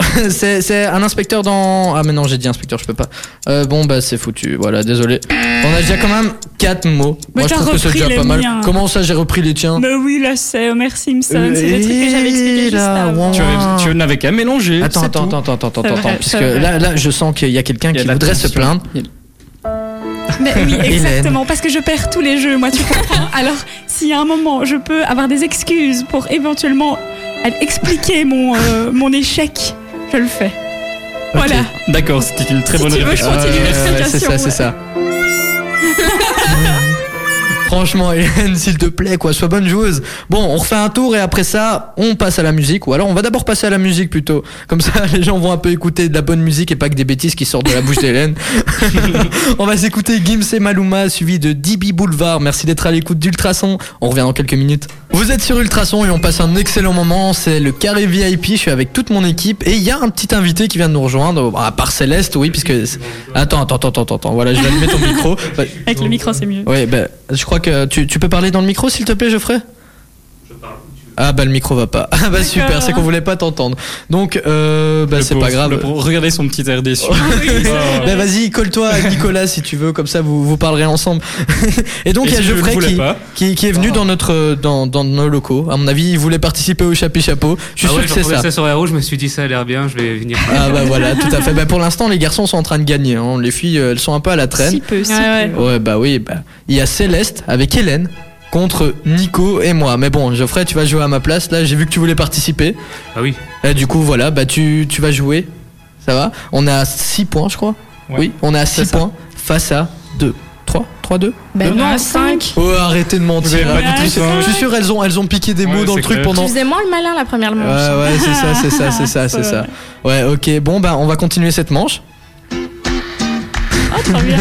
S1: c'est c'est un inspecteur dans. Ah, mais non, j'ai dit inspecteur, je peux pas. Euh, bon, bah, c'est foutu, voilà, désolé. On a déjà quand même 4 mots.
S3: Mais
S1: Moi, je
S3: t'as
S1: trouve que c'est
S3: repris
S1: déjà
S3: les
S1: pas mal.
S3: miens.
S1: Comment ça, j'ai repris les tiens
S3: Mais oui, là, c'est Homer Simpson. C'est
S1: Euh,
S3: le truc que j'avais expliqué juste
S1: là,
S3: avant.
S1: ouais.
S2: Tu, avais- tu n'avais qu'à mélanger.
S1: Attends,
S2: c'est
S1: attends,
S2: tout.
S1: attends, attends, attends,
S3: C'est
S1: attends,
S3: vrai,
S1: puisque
S3: c'est vrai.
S1: là, là, je sens qu'il y a quelqu'un
S2: Il y a
S1: qui
S2: de la
S1: voudrait se
S2: tension.
S1: plaindre.
S3: Mais oui,
S1: Hélène.
S3: exactement. Parce que je perds tous les jeux, moi, tu comprends. Alors, s'il y a un moment, je peux avoir des excuses pour éventuellement aller expliquer mon, euh, mon échec, je le fais. Voilà.
S2: D'accord, c'était une très
S3: Si
S2: bonne
S3: tu veux, je
S2: réponse.
S3: continue
S1: Ouais, ouais,
S3: l'explication,
S1: Euh, C'est ça, c'est
S3: ouais.
S1: ça. Franchement, Hélène, s'il te plaît, quoi, sois bonne joueuse. Bon, on refait un tour et après ça, on passe à la musique. Ou alors, on va d'abord passer à la musique plutôt. Comme ça, les gens vont un peu écouter de la bonne musique et pas que des bêtises qui sortent de la bouche d'Hélène. on va s'écouter Gims et Maluma, suivi de DB Boulevard. Merci d'être à l'écoute d'Ultrason. On revient dans quelques minutes. Vous êtes sur Ultrason et on passe un excellent moment. C'est le carré VIP. Je suis avec toute mon équipe et il y a un petit invité qui vient de nous rejoindre. Bah, À part Céleste, oui, puisque. Attends, attends, attends, attends, attends. Voilà, je vais allumer ton micro. Bah,
S3: Avec le micro, c'est mieux.
S1: Ouais, bah, je crois que tu, tu peux parler dans le micro, s'il te plaît, Geoffrey Je parle. Ah bah le micro va pas. Ah bah super, c'est qu'on voulait pas t'entendre. Donc euh, bah
S2: Le
S1: c'est
S2: pauvre,
S1: pas grave.
S2: le pauvre. Regardez son petit air déçu.
S3: Ah
S2: Oh.
S1: Bah vas-y, colle-toi à Nicolas si tu veux, comme ça vous, vous parlerez ensemble. Et donc
S2: Et
S1: il y a
S2: si je ne
S1: Geoffrey
S2: voulais
S1: qui,
S2: pas
S1: qui, qui est venu dans, notre, dans, dans nos locaux. À mon avis, il voulait participer au chapeau chapeau. Je suis
S7: ah
S1: sûr
S7: ouais,
S1: que c'est
S7: j'entendais
S1: ça.
S7: sur la rouge, je me suis dit ça a l'air bien, je vais venir.
S1: Ah bah voilà, tout à fait. Bah pour l'instant, les garçons sont en train de gagner. hein. Les filles, euh, elles sont un peu à la traîne.
S3: Si peu, si
S4: Ouais, ouais.
S3: peu.
S1: Ouais bah oui, bah. il y a Céleste avec Hélène contre Nico et moi. Mais bon, Geoffrey, tu vas jouer à ma place. Là, j'ai vu que tu voulais participer.
S7: Ah oui.
S1: Et du coup, voilà, bah tu, tu vas jouer. Ça va On est à 6 points, je crois.
S2: Ouais.
S1: Oui, on est à 6
S2: C'est ça.
S1: points face à 2. 3 3 2
S4: Ben
S3: Non,
S4: non,
S3: cinq.
S4: 5.
S1: Oh, arrêtez de mentir. Ah,
S2: Vous avez pas
S3: du tout ça.
S1: Je suis sûr, elles ont, elles ont piqué des
S2: Ouais,
S1: mots dans le
S2: c'est
S1: truc
S2: clair.
S4: Tu
S1: pendant.
S4: faisais moins le malin la première
S1: Ouais,
S4: manche.
S1: ouais, c'est ça, c'est ça, c'est ça, c'est ça. Ouais, ok, bon, bah, on va continuer cette manche.
S3: Oh, trop bien.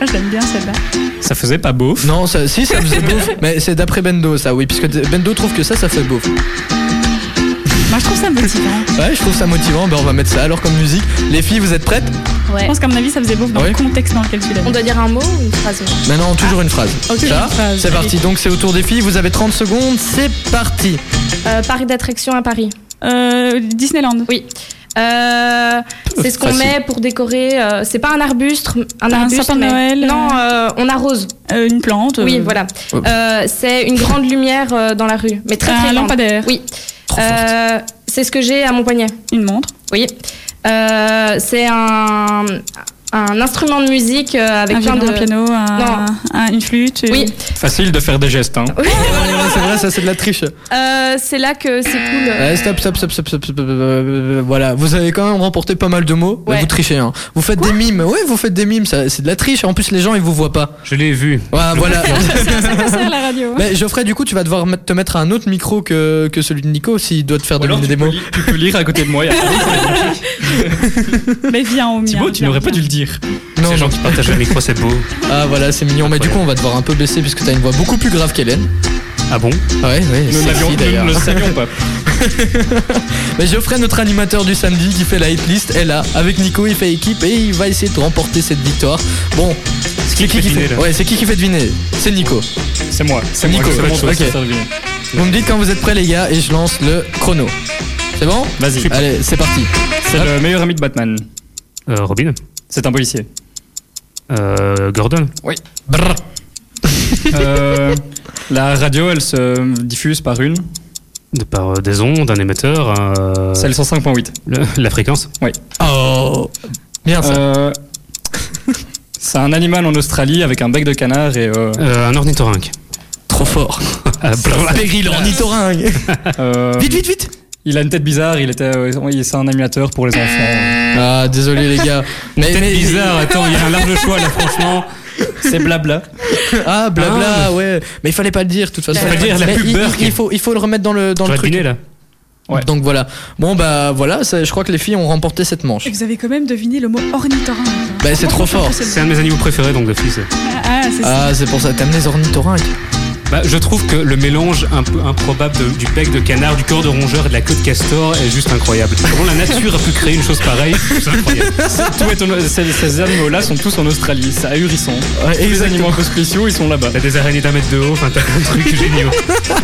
S3: Ah, je l'aime bien celle-là.
S2: Ça faisait pas beau.
S1: Non, ça, si, ça faisait beauf, mais c'est d'après Bendo, ça, oui, puisque Bendo trouve que ça, ça fait beauf.
S3: Moi, je trouve ça motivant.
S1: Ouais, je trouve ça motivant, bah, on va mettre ça alors comme musique. Les filles, vous êtes prêtes
S3: Je
S4: Ouais.
S3: pense qu'à mon avis, ça faisait beau dans
S1: Ah Ouais.
S3: le contexte dans lequel tu l'as
S4: On doit dire un mot ou une phrase
S1: Maintenant, toujours une phrase.
S3: Ah, ok,
S1: Ça,
S3: une phrase.
S1: C'est parti, donc c'est au tour des filles, vous avez 30 secondes, c'est parti.
S4: Euh, Parc d'attraction à Paris.
S3: Euh, Disneyland.
S4: Oui. Euh, c'est ce qu'on
S1: Facile.
S4: met pour décorer. euh, c'est pas un arbuste, un
S3: Un
S4: arbuste.
S3: sapin de
S4: mais-
S3: Noël,
S4: Non, euh, on arrose.
S3: Euh, une plante.
S4: Oui,
S3: euh,
S4: voilà.
S1: ouais.
S4: Euh, c'est une grande lumière euh, dans la rue, mais très très
S3: un
S4: grande.
S3: lampadaire.
S4: Oui.
S1: Trop forte.
S4: Euh, c'est ce que j'ai à mon poignet.
S3: Une montre.
S4: Oui. Euh, c'est un, un instrument de musique euh, avec
S3: un
S4: plein
S3: violon,
S4: de.
S3: un piano, un-
S4: Non.
S3: un- une flûte.
S4: Oui.
S2: Facile de faire des gestes, hein.
S1: Ouais, c'est vrai, ça, c'est de la triche.
S4: Euh, c'est là que c'est cool.
S3: Ah.
S1: Ouais, stop, stop, stop, stop, stop, stop, stop, euh, voilà, vous avez quand même remporté pas mal de mots, mais
S4: Ouais.
S1: vous trichez. Hein. Vous faites des mimes, oui, vous faites des mimes, ça- c'est de la triche. En plus, les gens ils vous voient pas.
S7: Je l'ai vu.
S1: Ouais, voilà.
S3: Ça sert la radio.
S1: mais Geoffrey, du coup, tu vas devoir met- te mettre à un autre micro que, que celui de Nico s'il doit te faire
S2: Ou alors,
S1: deviner
S2: tu,
S1: des
S2: peux
S1: mots.
S2: li- tu peux lire à côté de moi. il y a-
S3: Mais viens au mien.
S2: Thibaut, tu
S3: viens,
S2: n'aurais pas
S3: viens.
S2: dû le dire. dire.
S1: Non,
S7: Ces gens
S1: non.
S7: qui partagent le micro, c'est beau.
S1: Ah voilà, c'est mignon. Mais du coup, on va devoir un peu baisser puisque t'as une voix beaucoup plus grave qu'Hélène.
S7: Ah bon
S1: Ouais, ouais,
S2: Nous
S1: sexy,
S2: n'avions- nous
S1: d'ailleurs.
S2: ne le savions pas.
S1: Mais Geoffrey, notre animateur du samedi qui fait la hit list, est là. Avec Nico, il fait équipe et il va essayer de remporter cette victoire. Bon,
S7: C'est qui qui fait deviner, là
S1: Ouais, c'est qui qui fait deviner C'est Nico.
S2: C'est moi. C'est
S1: Nico,
S2: moi. C'est mon
S1: ok.
S2: truc, c'est ça, deviner.
S1: Vous me dites quand vous êtes prêts, les gars, et je lance le chrono. C'est bon
S2: Vas-y.
S1: Allez, c'est parti.
S2: C'est le meilleur ami de Batman.
S7: Euh, Robin
S2: C'est un policier.
S7: euh, Gordon
S1: Brrr.
S2: Euh, la radio, elle se diffuse par une.
S7: De par euh, des ondes, un émetteur, euh,
S2: C'est le 105.8.
S7: le- la fréquence.
S1: Oh Bien ça.
S2: Euh, c'est un animal en Australie avec un bec de canard et euh,
S7: Euh, un ornithorynque.
S1: Trop fort.
S7: Ah, blablabla.
S1: Péril ornithorynque.
S2: euh,
S1: vite, vite, vite
S2: il a une tête bizarre. Il était, euh, oui, c'est un animateur pour les enfants.
S1: Ah, désolé les gars. Mais,
S7: Peut-être
S1: mais-
S7: bizarre, attends, il y a un large choix là, franchement.
S2: C'est blabla.
S1: Ah, blabla, ouais. Mais il fallait pas le dire, de toute façon.
S7: Il fallait
S1: Mais
S7: dire, la
S1: il-
S7: pub
S1: il,
S7: Burke.
S1: il faut, il faut le remettre dans le, dans
S7: Tu
S1: le
S7: vas
S1: truc.
S7: deviner là
S2: Ouais.
S1: Donc voilà. Bon, bah voilà, ça- je crois que les filles ont remporté cette manche.
S3: Et vous avez quand même deviné le mot ornithorynque. hein.
S1: Bah, c'est trop fort.
S7: C'est un de mes animaux préférés donc d'office.
S3: Ah, ah, c'est ça.
S1: Ah, c'est pour ça, t'aimes les ornithorynques.
S7: Bah, je trouve que le mélange un peu improbable de- du bec de canard, du corps de rongeur et de la queue de castor est juste incroyable. Comment la nature a pu créer une chose pareille C'est incroyable.
S2: Tout est en- ces, ces animaux-là sont tous en Australie. C'est ahurissant.
S1: et
S2: Tous les animaux un peu spéciaux, ils sont là-bas.
S7: T'as des araignées d'un mètre de haut, enfin t'as un truc génial.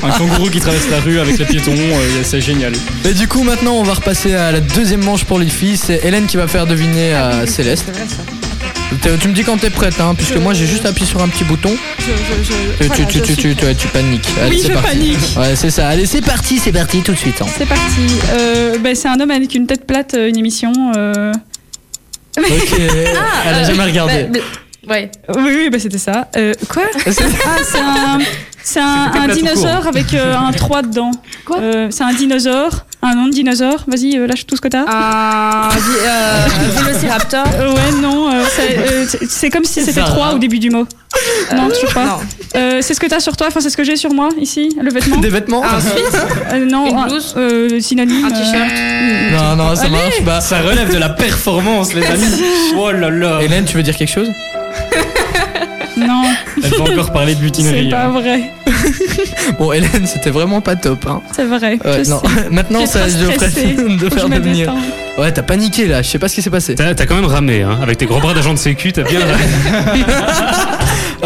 S2: Un kangourou qui traverse la rue avec les piétons, euh, c'est génial.
S1: Et du coup, maintenant, on va repasser à la deuxième manche pour les filles. C'est Hélène qui va faire deviner à Céleste.
S3: Ah, C'est vrai, ça.
S1: T'es- Tu me dis quand t'es prête, hein, puisque
S3: Je-
S1: moi j'ai juste appuyé sur un petit bouton.
S3: Je, je, je,
S1: Ah. Tu,
S3: voilà,
S1: tu,
S3: je
S1: tu,
S3: suis
S1: tu,
S3: prête.
S1: tu, tu paniques. Allez,
S3: Oui,
S1: c'est
S3: je
S1: parti.
S3: panique.
S1: Ouais, c'est ça. Allez, c'est parti, c'est parti, tout de suite. hein.
S3: C'est parti. Euh, bah, c'est un homme avec une tête plate, euh, une émission. euh,
S1: Ok,
S3: Ah,
S1: elle a jamais regardé.
S4: Bah, bl- ouais.
S3: Oui, oui, bah, c'était ça. Euh, quoi Ah, c'est un, c'est un,
S7: C'était
S3: un
S7: plate tout
S3: dinosaure avec euh, un 3 dedans. Quoi C'est un dinosaure, un nom de dinosaure. Vas-y, euh, lâche tout ce que t'as.
S4: Un vi- euh, vélociraptor.
S3: Euh, ouais, non, euh, c'est, euh, c'est- c'est comme si
S1: ça,
S3: c'était 3
S1: hein.
S3: au début du mot. non,
S4: Euh,
S3: je sais pas.
S4: non.
S3: Euh, c'est ce que t'as sur toi, enfin, c'est ce que j'ai sur moi, ici, le vêtement.
S1: Des vêtements
S3: Euh, non,
S4: Une
S3: un-
S4: blouse
S3: euh, synonyme. euh,
S4: Un t-shirt.
S1: Non, non, ça
S3: Allez.
S1: marche Bah, pas.
S2: Ça relève de la performance, les amis. Oh là là.
S1: Hélène, tu veux dire quelque chose
S3: Non,
S2: Elle va encore parler de
S3: c'est
S2: mutinerie.
S3: pas
S2: hein.
S3: vrai.
S1: Bon, Hélène, c'était vraiment pas top. Hein.
S3: C'est vrai.
S1: Ouais,
S3: je
S1: non.
S3: sais.
S1: Maintenant,
S3: J'étais
S1: ça, je
S3: trop
S1: ferais
S3: stressée.
S1: de
S3: Faut que
S1: faire
S3: je me
S1: devenir.
S3: détende.
S1: Ouais, t'as paniqué là. Je sais pas ce qui s'est passé.
S7: T'as t'as quand même ramé, hein. Avec tes gros bras d'agent de sécu, t'as bien ramé.
S1: Ah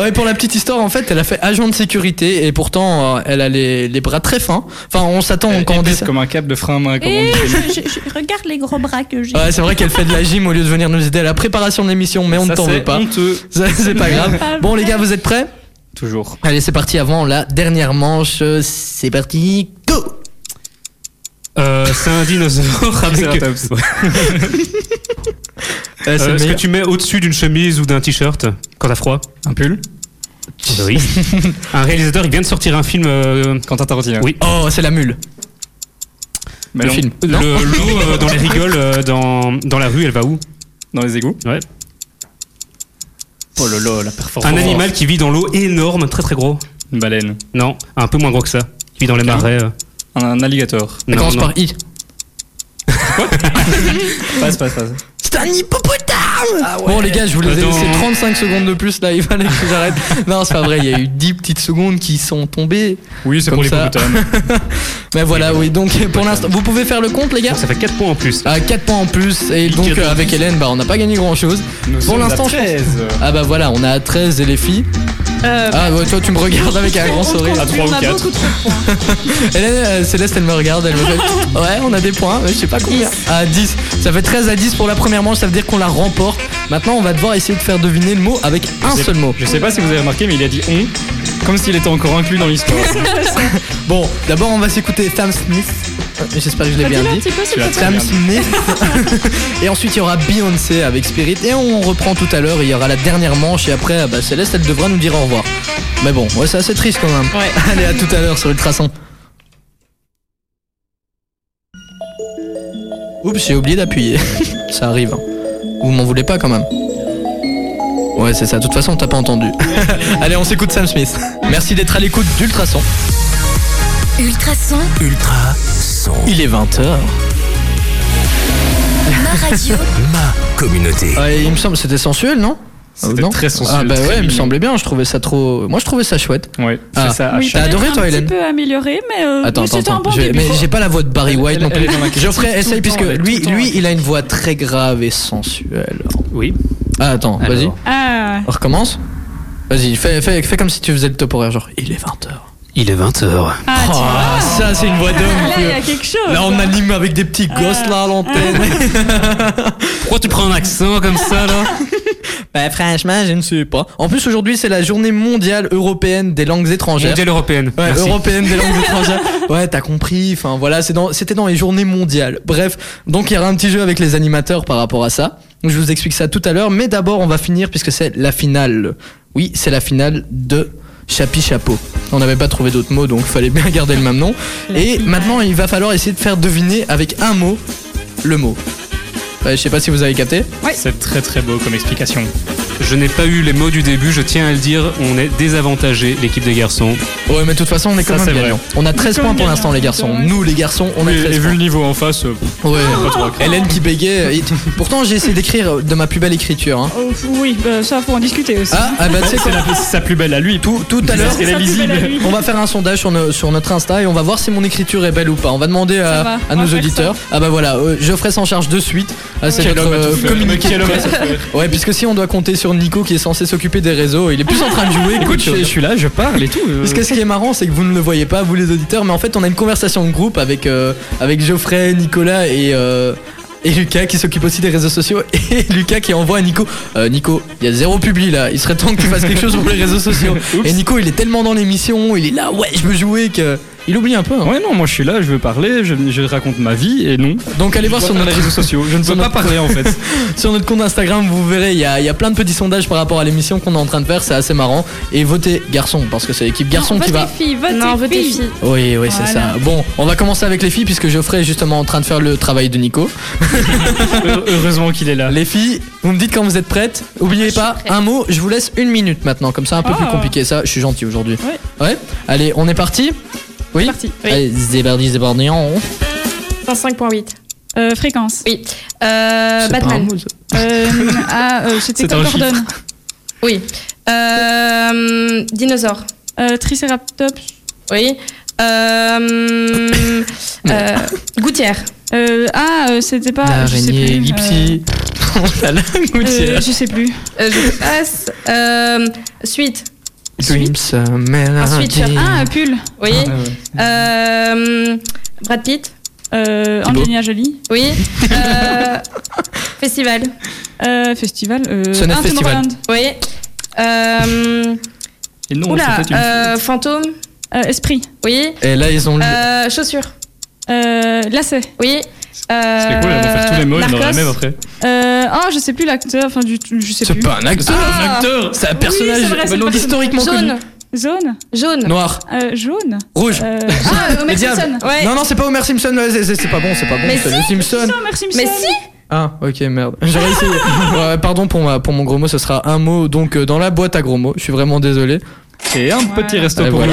S1: Ouais, pour la petite histoire, en fait, elle a fait agent de sécurité et pourtant, euh, elle a les, les bras très fins. Enfin, on s'attend
S2: Elle
S1: quand on dit
S2: épaisse
S1: ça.
S2: comme un câble de frein à main, comme on
S3: Et
S2: dit.
S3: je, je- je- regarde les gros bras que j'ai.
S1: Ouais, c'est vrai qu'elle fait de la gym au lieu de venir nous aider à la préparation de l'émission, mais on ne
S2: Ça,
S1: t'en
S2: c'est
S1: veut pas.
S2: honteux.
S1: Ça, C'est pas grave.
S3: Pas
S1: Bon,
S3: vrai.
S1: les gars, vous êtes prêts
S2: Toujours.
S1: Allez, c'est parti avant la dernière manche. euh, C'est parti, go
S7: Euh, c'est un dinosaure
S2: C'est un
S7: avec.
S2: tops.
S7: Ouais.
S1: Euh, c'est
S7: Euh, Est-ce que
S1: meilleur.
S7: tu mets au-dessus d'une chemise ou d'un t-shirt quand t'as froid Bah
S2: Un pull
S7: Oui. un réalisateur, il vient de sortir un film. euh,
S2: Quentin Tarantino.
S7: Oui.
S1: Oh, c'est la mule,
S2: Mais
S1: le
S2: non,
S1: film.
S7: le-
S1: Non
S7: L'eau euh, dans les rigoles, euh, dans, dans la rue, elle va où
S2: Dans les égouts.
S7: Ouais.
S2: Oh là là, la performance.
S7: Un animal qui vit dans l'eau énorme, très très gros.
S2: Une baleine.
S7: Non, un peu moins gros que ça. Qui vit dans les marais. euh.
S2: Un, un alligator.
S1: Elle
S7: Non,
S1: commence
S7: non.
S1: par I.
S2: Passe, passe, passe.
S1: C'est un hippopotame Bon les gars, je vous les ai
S7: Attends.
S1: laissé 35 secondes de plus là, il fallait que j'arrête. non, c'est pas vrai, il y a eu 10 petites secondes qui sont tombées.
S2: Oui, c'est
S1: Comme
S2: pour les
S1: ça.
S2: hippopotames.
S1: Mais voilà, oui, donc euh, pour l'instant, vous pouvez faire le compte les gars
S7: Ça fait 4 points en plus.
S1: à 4 points en plus et donc euh, avec Hélène bah on n'a pas gagné grand chose.
S2: Nous sommes
S1: l'instant,
S2: à
S1: je pense-
S2: 13.
S1: Ah bah voilà on a à 13 et les filles.
S3: Euh,
S1: Ah ouais toi tu me regardes avec un grand sourire.
S2: À 3 ou 4.
S1: Hélène euh, Céleste elle me regarde, elle me fait Ouais on a des points, mais je sais pas combien. À 10. Ça fait 13 à 10 pour la première manche, ça veut dire qu'on la remporte. Maintenant on va devoir essayer de faire deviner le mot avec un seul mot.
S2: Je sais pas si vous avez remarqué, mais il a dit on, comme s'il était encore inclus dans l'histoire.
S1: Bon, d'abord on va s'écouter Sam Smith. Euh, J'espère que je l'ai bien
S3: dis-le un
S1: dit.
S3: petit peu,
S2: Tu
S3: s'il te
S2: l'as
S3: plaît.
S2: très
S1: Sam
S2: bien.
S1: Smith. et ensuite il y aura Beyoncé avec Spirit. Et on reprend tout à l'heure, il y aura la dernière manche et après bah, Céleste elle devra nous dire au revoir. Mais bon, ouais, c'est assez triste quand même. Allez, à tout à l'heure sur Ultrason. Oups, j'ai oublié d'appuyer. ça arrive. hein. Vous m'en voulez pas quand même. Ouais, c'est ça. De toute façon, t'as pas entendu. Allez, on s'écoute Sam Smith. Merci d'être à l'écoute d'Ultrason.
S5: Ultrason.
S6: Ultra son.
S1: Il est 20h.
S5: ma radio,
S6: Ma communauté.
S1: Ouais, Ah, il me semble c'était sensuel, non
S2: C'était
S1: non
S2: très sensuel.
S1: Ah bah
S2: très
S1: ouais, il me
S2: mignon.
S1: semblait bien. Je trouvais ça trop. Moi, je trouvais ça chouette.
S2: Ouais,
S1: Ah.
S2: c'est ça. à
S3: Oui,
S2: chaque-
S1: T'as adoré,
S3: peut-être
S1: toi,
S3: un
S1: Hélène
S3: petit peu amélioré, mais, euh,
S1: Attends,
S3: mais
S1: attends,
S3: c'était un
S1: attends.
S3: bon
S1: Je-
S3: début.
S1: mais j'ai pas la voix de Barry White
S2: Elle-
S1: non
S2: elle
S1: plus.
S2: est dans ma critique tout
S1: Geoffrey,
S2: le
S1: essaye
S2: temps,
S1: puisque
S2: elle est
S1: lui,
S2: tout le temps,
S1: lui,
S2: elle est
S1: il a une voix très grave et sensuelle.
S7: Oui.
S1: Ah, attends,
S7: Alors.
S1: vas-y.
S3: Ah,
S1: On recommence. Vas-y, fais, fais, fais comme si tu faisais le top horaire, genre il est 20h.
S7: Il est 20h.
S3: ah, tu vois,
S1: Ah, ça c'est une voix
S3: là, il y
S1: d'homme.
S3: a quelque chose. Ah.
S1: Là on anime avec des petits gosses là à l'antenne.
S7: Pourquoi tu prends un accent comme ça là
S1: bah franchement, je ne sais pas. En plus aujourd'hui c'est la journée mondiale européenne des langues étrangères.
S7: Mondiale européenne.
S1: Ouais,
S7: Merci.
S1: européenne des langues étrangères. Ouais, t'as compris. Enfin, voilà, c'est dans- c'était dans les journées mondiales. Bref, donc il y aura un petit jeu avec les animateurs par rapport à ça. Donc, je vous explique ça tout à l'heure, mais d'abord on va finir puisque c'est la finale. Oui, c'est la finale de Chapi Chapeau. On n'avait pas trouvé d'autres mots, donc fallait bien garder le même nom. Et maintenant, il va falloir essayer de faire deviner avec un mot le mot. Ouais, je sais pas si vous avez capté.
S2: C'est très très beau comme explication.
S7: Je n'ai pas eu les mots du début, je tiens à le dire, on est désavantagé, l'équipe des garçons.
S1: Ouais, mais de toute façon, on est
S2: Ça,
S1: quand même
S2: c'est vrai.
S1: gagnants. On a 13 points pour l'instant, les garçons. Nous, les garçons, on a
S2: Et,
S1: 13
S2: et
S1: points.
S2: vu le niveau en face, euh,
S1: Ouais.
S3: Ah.
S1: Hélène qui bégait. et- Pourtant, j'ai essayé d'écrire de ma plus belle écriture. hein.
S3: Oh, oui, bah, ça, faut en discuter aussi.
S1: Ah, ah bah tu sais
S2: c'est
S1: quoi
S2: la- c'est sa plus belle à lui.
S1: tout, tout à l'heure,
S2: Parce qu'elle est
S3: Ça, tu fais la
S2: visible.
S3: nuit.
S1: on va faire un sondage sur, nos- sur notre Insta et on va voir si mon écriture est belle ou pas. On va demander à,
S3: Ça va,
S1: à
S3: on va
S1: nos
S3: faire
S1: auditeurs. Ah bah voilà, euh, Geoffrey s'en charge de suite. Ah, c'est
S2: Quel
S1: notre,
S2: homme à tout
S1: euh,
S2: faire.
S1: communiqué.
S2: Quel homme à tout faire.
S1: Ouais, puisque si on doit compter sur Nico qui est censé s'occuper des réseaux, il est plus en train de jouer.
S2: Écoute, je, je suis là, je parle et tout. euh.
S1: Parce que ce qui est marrant, c'est que vous ne le voyez pas, vous les auditeurs, mais en fait, on a une conversation de groupe avec, euh, avec Geoffrey, Nicolas et, euh, et Lucas qui s'occupe aussi des réseaux sociaux. Et Lucas qui envoie à Nico Euh, Nico, il y a zéro publi là, il serait temps que tu fasses quelque chose pour les réseaux sociaux.
S2: Oups.
S1: Et Nico, il est tellement dans l'émission, il est là, ouais, je veux jouer que. Il oublie un peu. hein.
S2: Ouais, non, moi je suis là, je veux parler, je, je raconte ma vie et non.
S1: Donc allez voir
S2: Je
S1: sur
S2: dois faire
S1: notre,
S2: les réseaux sociaux. Je ne
S1: sur
S2: peux pas
S1: notre-
S2: parler en fait.
S1: sur notre compte Instagram, vous verrez, il y a, il y a plein de petits sondages par rapport à l'émission qu'on est en train de faire, c'est assez marrant. Et votez garçon, parce que c'est l'équipe garçon qui va.
S3: Filles, vote
S4: Non,
S3: tes
S4: votez
S3: filles.
S4: filles.
S1: Oui, oui, c'est
S3: Voilà.
S1: ça. Bon, on va commencer avec les filles puisque Geoffrey est justement en train de faire le travail de Nico.
S2: Heu- Heureusement qu'il est là.
S1: Les filles, vous me dites quand vous êtes prêtes. Oubliez pas, un mot, je vous laisse une minute maintenant, comme ça un peu
S3: Ah.
S1: plus compliqué. Ça, je suis gentil aujourd'hui.
S3: Ouais.
S1: Ouais. Allez, on est parti Oui
S4: Parti. Oui.
S1: Allez, zébardi, zébardi, on-
S4: 25.8.
S3: Euh, fréquence.
S4: Oui. Euh,
S1: C'est pas un
S4: Batman.
S1: mot, ça.
S3: Euh, ah, euh, c'était
S2: C'est
S3: Tom
S2: un
S3: Gordon.
S4: Oui. Euh, dinosaure.
S3: Euh, Triceratops.
S4: Oui. Euh, euh, gouttière.
S3: Euh, ah, euh, c'était pas. je sais
S1: L'araignée,
S3: plus.
S1: gypsy. La langue
S3: Euh, euh,
S1: gouttière.
S3: je sais plus.
S4: Euh, je passe. Euh, suite.
S1: Swims, euh,
S4: Ensuite,
S1: mélodie.
S3: Ah, un pull.
S4: Oui. Euh, Brad Pitt.
S3: Euh,
S1: Thibaut.
S3: Angelina Jolie.
S4: Oui. Euh, festival.
S3: Euh, festival. Euh,
S1: Sonnet
S3: ah,
S1: Festival.
S3: Tomorrowland.
S4: Oui. Euh,
S2: Et non,
S4: oula.
S2: c'est Oh, fait une-
S4: euh, fantôme.
S3: Euh, esprit.
S4: Oui.
S1: Et là, ils ont le.
S4: Euh, chaussures.
S3: Euh, lacet.
S4: Oui. Euh,
S2: C'est cool, on va faire tous les mots, il y en aura la
S4: Narcos.
S2: même après.
S3: Euh, ah, je sais plus l'acteur. Enfin, du, je sais
S1: C'est
S3: plus.
S1: pas un acteur.
S4: Ah.
S1: C'est un personnage
S4: c'est vrai, c'est
S1: bah,
S4: le
S1: non,
S4: personnage.
S1: historiquement
S4: Jaune.
S3: Zone.
S4: Jaune.
S1: connu. Noir,
S3: Euh, jaune.
S1: rouge.
S3: Euh,
S4: Ah, Homer
S1: Le diable.
S4: Simpson. Ouais.
S1: Non, non, c'est pas Homer Simpson, ouais, c'est c'est- c'est pas bon, c'est pas bon.
S4: Mais
S1: c'est le Simpson.
S3: non, merci,
S4: Mais
S3: Michel.
S4: si.
S1: Ah, ok, merde. J'aurais essayé. Ouais, pardon pour, ma- pour mon gros mot, ce sera un mot donc euh, dans la boîte à gros mots. Je suis vraiment désolé.
S2: C'est un petit resto
S1: Ouais,
S2: pour
S1: voilà.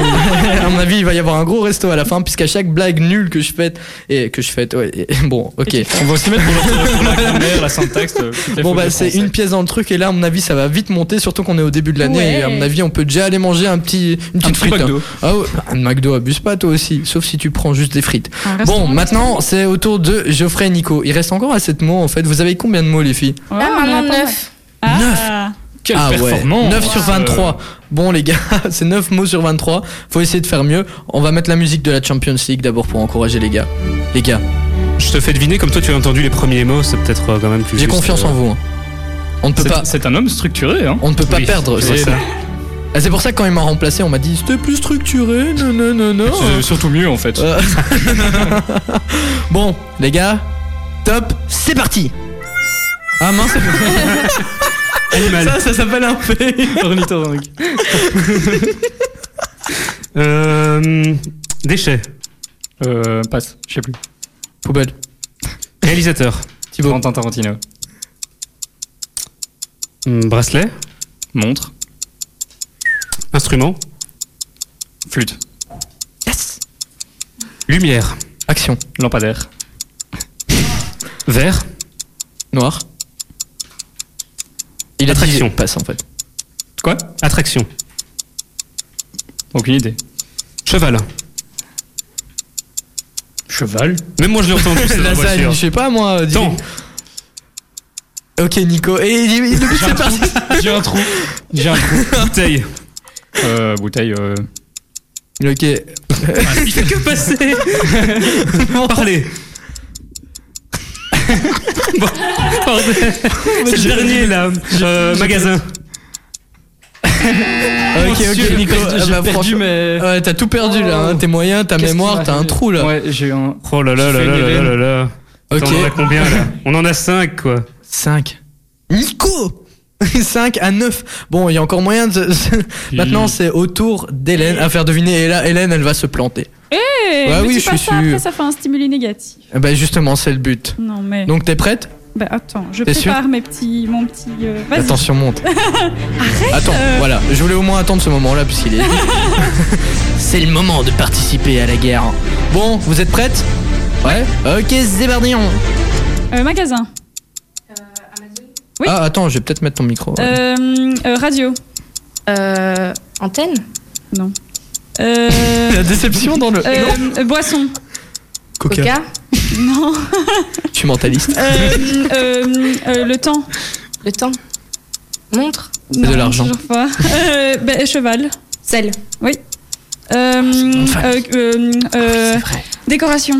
S2: nous.
S1: à mon avis, il va y avoir un gros resto à la fin, puisqu'à chaque blague nulle que je fais, et que je fais, ouais, et- bon, ok.
S2: On va aussi mettre pour la, pour la grammaire, la syntaxe. euh, toutes les
S1: Bon
S2: fautes
S1: bah
S2: de
S1: c'est
S2: français.
S1: une pièce dans le truc et là à mon avis ça va vite monter surtout qu'on est au début de l'année
S4: Ouais.
S1: et à mon avis on peut déjà aller manger un petit une
S2: Un
S1: petite
S2: petit
S1: frite.
S2: McDo.
S1: hein. Ah ouais, un McDo abuse pas toi aussi sauf si tu prends juste des frites.
S3: Un
S1: Bon
S3: restaurant.
S1: maintenant c'est au tour de Geoffrey et Nico. Il reste encore assez de mots en fait. Vous avez combien de mots les filles
S3: Ouais,
S4: Ah,
S3: on
S4: maintenant
S3: en a pas mal.
S4: 9.
S3: Ah,
S2: Quelle
S1: ah ouais,
S2: performance
S1: 9 sur 23. Bon les gars, c'est 9 mots sur 23. Faut essayer de faire mieux. On va mettre la musique de la Champions League d'abord pour encourager les gars. Les gars,
S7: Je te fais deviner, comme toi tu as entendu les premiers mots, c'est peut-être euh, quand même plus
S1: j'ai confiance en vous. hein. On ne peut
S2: C'est-
S1: pas
S2: C'est un homme structuré, hein.
S1: on ne peut pas perdre.
S7: C'est
S1: c'est-
S7: ça.
S1: Ah, C'est pour ça que quand il m'a remplacé, on m'a dit c'était plus structuré, non non non non.
S2: C'est surtout mieux en fait.
S1: Euh. bon, les gars, top, c'est parti. Ah mince,
S7: Animal.
S1: ça, ça s'appelle un fait.
S2: Ornithorynque.
S7: Euh, déchets.
S2: Euh, passe, je sais plus.
S1: Poubelle.
S7: Réalisateur.
S1: Thibaut.
S2: Quentin Tarantino.
S7: Hum, Bracelet.
S2: Montre.
S7: Instrument.
S2: Flûte.
S1: Yes.
S7: Lumière.
S1: Action.
S2: Lampadaire.
S7: Verre.
S1: Noir. Il a dit
S7: Attraction.
S1: passe en fait.
S7: Quoi Attraction.
S2: Aucune idée.
S7: Cheval.
S2: Cheval
S7: Même moi, je l'ai entendu, c'est dans la
S1: Lasagne,
S7: voiture.
S1: je sais pas moi. dis-
S7: Temps.
S1: Ok Nico. Et il- il- il- c'est parti.
S7: J'ai un trou. J'ai un trou. Bouteille.
S2: euh, Bouteille. euh,
S1: Ok.
S7: Ah, Il fait que passer. Parler. Bon, pardon. c'est le dernier là. Euh, magasin.
S1: Ok ok
S2: Monsieur,
S1: Nico.
S2: j'ai
S1: Ah
S2: perdu-
S1: bah,
S2: J'ai perdu,
S1: franchement-
S2: mais.
S1: Ouais, t'as tout perdu là, hein. tes moyens, ta
S2: Qu'est-ce qui
S1: mémoire,
S2: m'est
S1: t'as un
S2: arrivé
S1: trou là.
S2: Ouais, j'ai eu un.
S7: Oh là là
S2: Je
S7: là
S2: fais
S7: là
S2: une
S7: là là
S2: hélène.
S7: là là.
S1: Ok.
S7: Attends, On en a combien là On en a 5 quoi.
S1: 5. Nico 5 à 9. Bon, il y a encore moyen de. Maintenant, c'est au tour d'Hélène à faire deviner. Et là, Hélène, elle va se planter.
S3: Eh,
S1: Bah
S3: me
S1: oui,
S3: dis
S1: je
S3: pas
S1: suis sûr.
S3: ça, Après, ça fait un stimuli négatif.
S1: Eh Ben justement, c'est le but.
S3: Non, mais.
S1: Donc, t'es prête
S3: Bah attends, je
S1: T'es sûr
S3: prépare mes petits, mon petit. euh, Vas-y.
S1: Attention, monte. Attends, voilà. Je voulais au moins attendre ce moment-là, puisqu'il est. c'est le moment de participer à la guerre. Bon, vous êtes prête Ouais Ok, c'est parti. on-
S3: Euh, magasin. Oui.
S1: Ah, attends, je vais peut-être mettre ton micro.
S3: Euh, euh, radio.
S4: Euh, antenne
S3: Euh,
S1: La déception dans le.
S3: euh, euh, boisson.
S1: Coca.
S4: Coca
S3: Non.
S1: Je suis mentaliste.
S3: Euh, euh, euh, le temps.
S4: Le temps Montre
S1: de
S3: Non,
S1: l'argent.
S3: Toujours pas. Euh, bah, cheval.
S4: Sel
S3: Euh, euh, euh, euh, décoration.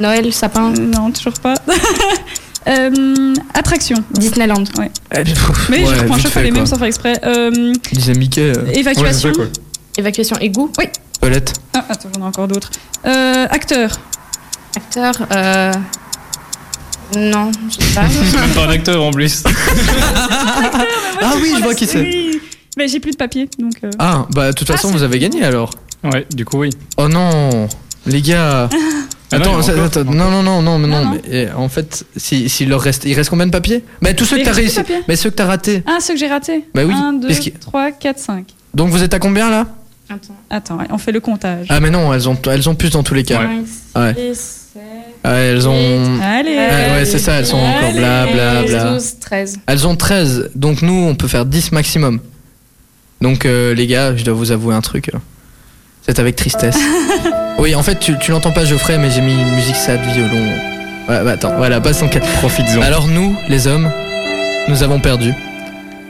S4: Noël Sapin
S3: Non, toujours pas. Euh, attraction.
S4: Disneyland
S1: euh,
S3: Mais
S1: Ouais,
S3: je
S1: vite
S3: reprends chaque
S1: fait,
S3: fois les
S1: quoi.
S3: mêmes sans faire exprès. Euh,
S1: Disait Mickey. euh,
S3: évacuation.
S4: Évacuation égout
S1: Paulette.
S3: Ah, attends, j'en ai encore d'autres. Euh, acteur.
S4: Acteur euh... Non, je sais pas.
S2: C'est même pas un acteur en plus.
S1: Ah oui, je vois qui c'est.
S3: Oh Oui. Mais j'ai plus de papier, donc. euh,
S1: Ah, bah de toute façon, vous avez gagné alors.
S2: Ouais, du coup, oui.
S1: Oh non, les gars.
S2: Ah non,
S1: Attends,
S2: il y en a
S1: ça-
S2: encore.
S1: attends, non, non, non, non, mais non,
S3: Non,
S1: mais, eh, en fait, si, si leur reste, il reste combien de papiers Bah tous ceux
S3: Il
S1: que t'as
S3: reste plus
S1: réussi,
S3: de papier.
S1: mais ceux que t'as raté.
S3: Ah, ceux que j'ai ratés
S1: Bah oui,
S3: 1, 2,
S1: parce que-
S3: 3, 4, 5.
S1: Donc vous êtes à combien là
S4: Attends.
S3: Attends, ouais, on fait le comptage.
S1: Ah mais non, elles ont, elles ont plus dans tous les cas.
S4: Cinq,
S1: Ouais.
S4: six, sept,
S1: Ah, elles ont,
S3: Allez
S4: Ah,
S1: ouais, ouais, c'est ça, elles sont encore bla, bla,
S4: treize,
S1: bla.
S4: douze, treize.
S1: elles ont 13. Donc nous, on peut faire 10 maximum. Donc euh, les gars, je dois vous avouer un truc. euh, C'est avec tristesse. oui, en fait, tu, tu l'entends pas Geoffrey, mais j'ai mis une musique sad violon. Ouais, bah attends, voilà, passe en 4.
S2: Profites-en.
S1: Alors nous, les hommes, nous avons perdu.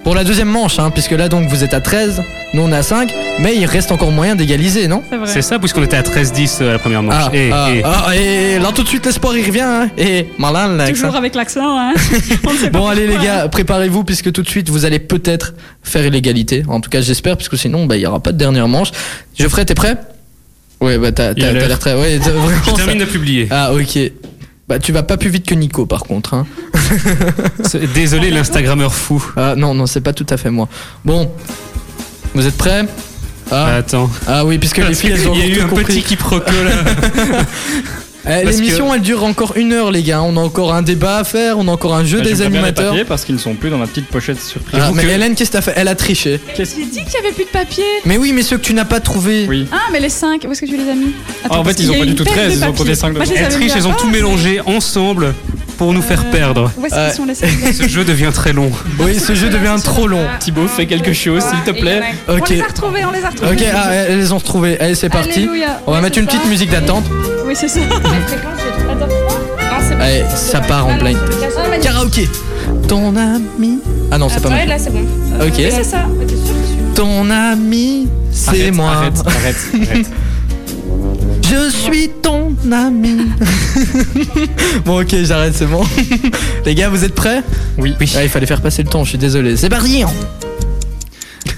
S1: Pour la deuxième manche, hein, puisque là donc vous êtes à 13, nous on est à 5, mais il reste encore moyen d'égaliser, non
S3: C'est vrai.
S7: C'est ça, puisqu'on était à 13-10
S2: euh,
S7: à la première manche.
S1: ah,
S7: Eh,
S1: ah,
S7: eh.
S1: ah, et là tout de suite l'espoir il revient, hein. et malin là, avec ça.
S3: Toujours avec l'accent, hein. On ne sait pas
S1: Bon allez les
S3: pourquoi.
S1: gars, préparez-vous puisque tout de suite vous allez peut-être faire l'égalité, en tout cas j'espère, puisque sinon bah, il n'y aura pas de dernière manche. Geoffrey, t'es prêt Ouais, bah t'as
S2: Il a
S1: t'as- t'as
S2: l'air.
S1: l'air très... Ouais, t'as vraiment
S7: Je
S1: ça.
S7: termine de publier.
S1: Ah ok. Bah tu vas pas plus vite que Nico par contre. Hein.
S7: C'est- Désolé, l'Instagrammeur fou.
S1: Ah non, non, c'est pas tout à fait moi. Bon, vous êtes prêts ah,
S7: Attends.
S1: Ah oui, puisque les
S7: Parce
S1: filles, elles ont
S7: Il y a
S1: tout
S7: eu un
S1: compris.
S7: petit quiproquo là.
S1: Eh,
S7: parce
S1: L'émission, elle dure encore une heure, les gars. On a encore un débat à faire, on a encore un jeu
S2: Bah, je
S1: des
S2: préfère les
S1: animateurs.
S2: papiers parce qu'ils ne sont plus dans ma petite pochette surprise.
S1: Ah, mais
S2: que-
S1: Hélène, qu'est-ce que t'as fait Elle a triché.
S3: J'ai dit qu'il y avait plus de papier.
S1: Mais oui, mais ceux que tu n'as pas trouvé.
S2: Oui.
S3: Ah, mais les 5, où est-ce que tu les as mis
S2: Ah, en fait,
S3: parce
S2: ils
S3: qu'il
S2: ont
S3: y a
S2: pas
S3: eu
S2: du
S3: une
S2: tout
S3: paire
S2: 13,
S3: de
S2: ils ont
S3: papiers.
S2: compté cinq
S3: Moi,
S2: dedans.
S3: je les Ah.
S7: Elles
S3: avais
S7: trichent,
S3: mis à
S7: elles ont
S3: part.
S7: tout mélangé ensemble pour nous faire
S3: Euh,
S7: perdre.
S3: Où est-ce
S1: Ouais.
S3: qu'ils sont les cinq
S7: Ce jeu devient très long.
S1: Oui, ce jeu devient trop long.
S2: Thibaut, fais quelque chose, s'il te plaît.
S3: On
S1: Ok.
S3: les a retrouvés, on les a retrouvés.
S1: Ok, ah, elles les ont retrouvées. Allez, c'est parti.
S3: Alléluia.
S1: On va
S3: Ouais,
S1: mettre
S3: c'est
S1: une
S3: ça.
S1: petite musique d'attente.
S3: Oui, c'est ça.
S1: Allez, ça part en blind. Karaoké. Ton ami. Ah non, c'est pas moi.
S4: là c'est bon.
S1: Ok.
S3: Oui, c'est ça.
S1: Ton ami, c'est
S7: Arrête,
S1: moi.
S7: Arrête, arrête, arrête.
S1: Je suis ton ami. bon, ok, j'arrête, c'est bon. Les gars, vous êtes prêts
S2: Oui.
S1: Ah, il fallait faire passer le temps, je suis désolé. C'est parti hein.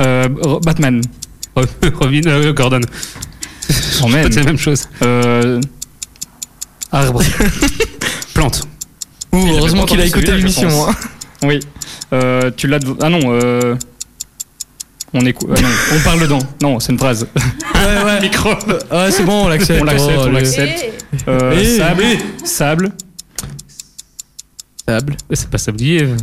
S2: Euh, Ro- Batman.
S7: Robin, euh, Gordon. Je
S2: Quand
S7: sais pas,
S2: même.
S7: C'est la même chose.
S2: Euh,
S7: Arbre. Plante.
S1: Ouh,
S2: avait
S1: Heureusement
S2: pas
S1: qu'il a
S2: entendu
S1: écouté
S2: celui-là, je
S1: l'émission.
S2: pense.
S1: hein.
S2: oui. Euh, tu l'as. dev- Ah non. Euh... On écoute. euh, non, on parle dedans. Non, c'est une phrase.
S1: hein. Ouais, ouais.
S2: Micro.
S1: Euh, ouais, c'est bon, on l'accepte.
S2: On l'accepte,
S1: Oh,
S2: on
S1: le-
S2: l'accepte. Euh,
S1: Eh,
S2: sable. Sable.
S1: Sable.
S7: C'est pas sablier. euh.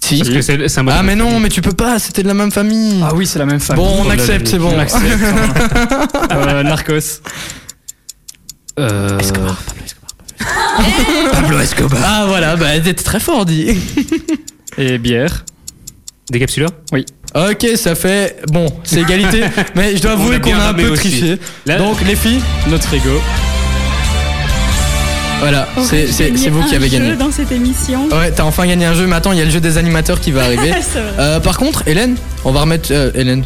S1: Si.
S7: Parce que c'est c'est un mode-
S1: Ah, mais non, mais tu peux pas, c'était de la même famille.
S2: Ah oui, c'est la même famille.
S1: Bon, on
S7: l'a
S1: accepte,
S7: vu.
S1: c'est bon.
S2: On l'accepte. hein. Euh, Narcos.
S7: Euh,
S1: Pablo Escobar. Ah voilà, bah t'es très fort dit.
S2: Et bière.
S7: Des capsuleurs
S1: Ok, ça fait bon, c'est égalité, mais je dois
S7: On a
S1: avouer qu'on
S7: bien
S1: a un
S7: ramé
S1: peu
S7: aussi.
S1: triché.
S7: Là-
S1: Donc les filles,
S2: Notre frigo.
S1: voilà,
S3: Aurais-je
S1: c'est- c'est
S3: gagné
S1: c'est vous qui
S3: un
S1: avez gagné. Oh.
S3: jeu dans cette émission.
S1: Ouais, t'as enfin gagné un jeu, mais attends, il y a le jeu des animateurs qui va arriver.
S3: C'est vrai.
S1: Euh, par contre, Hélène, on va remettre euh, Hélène.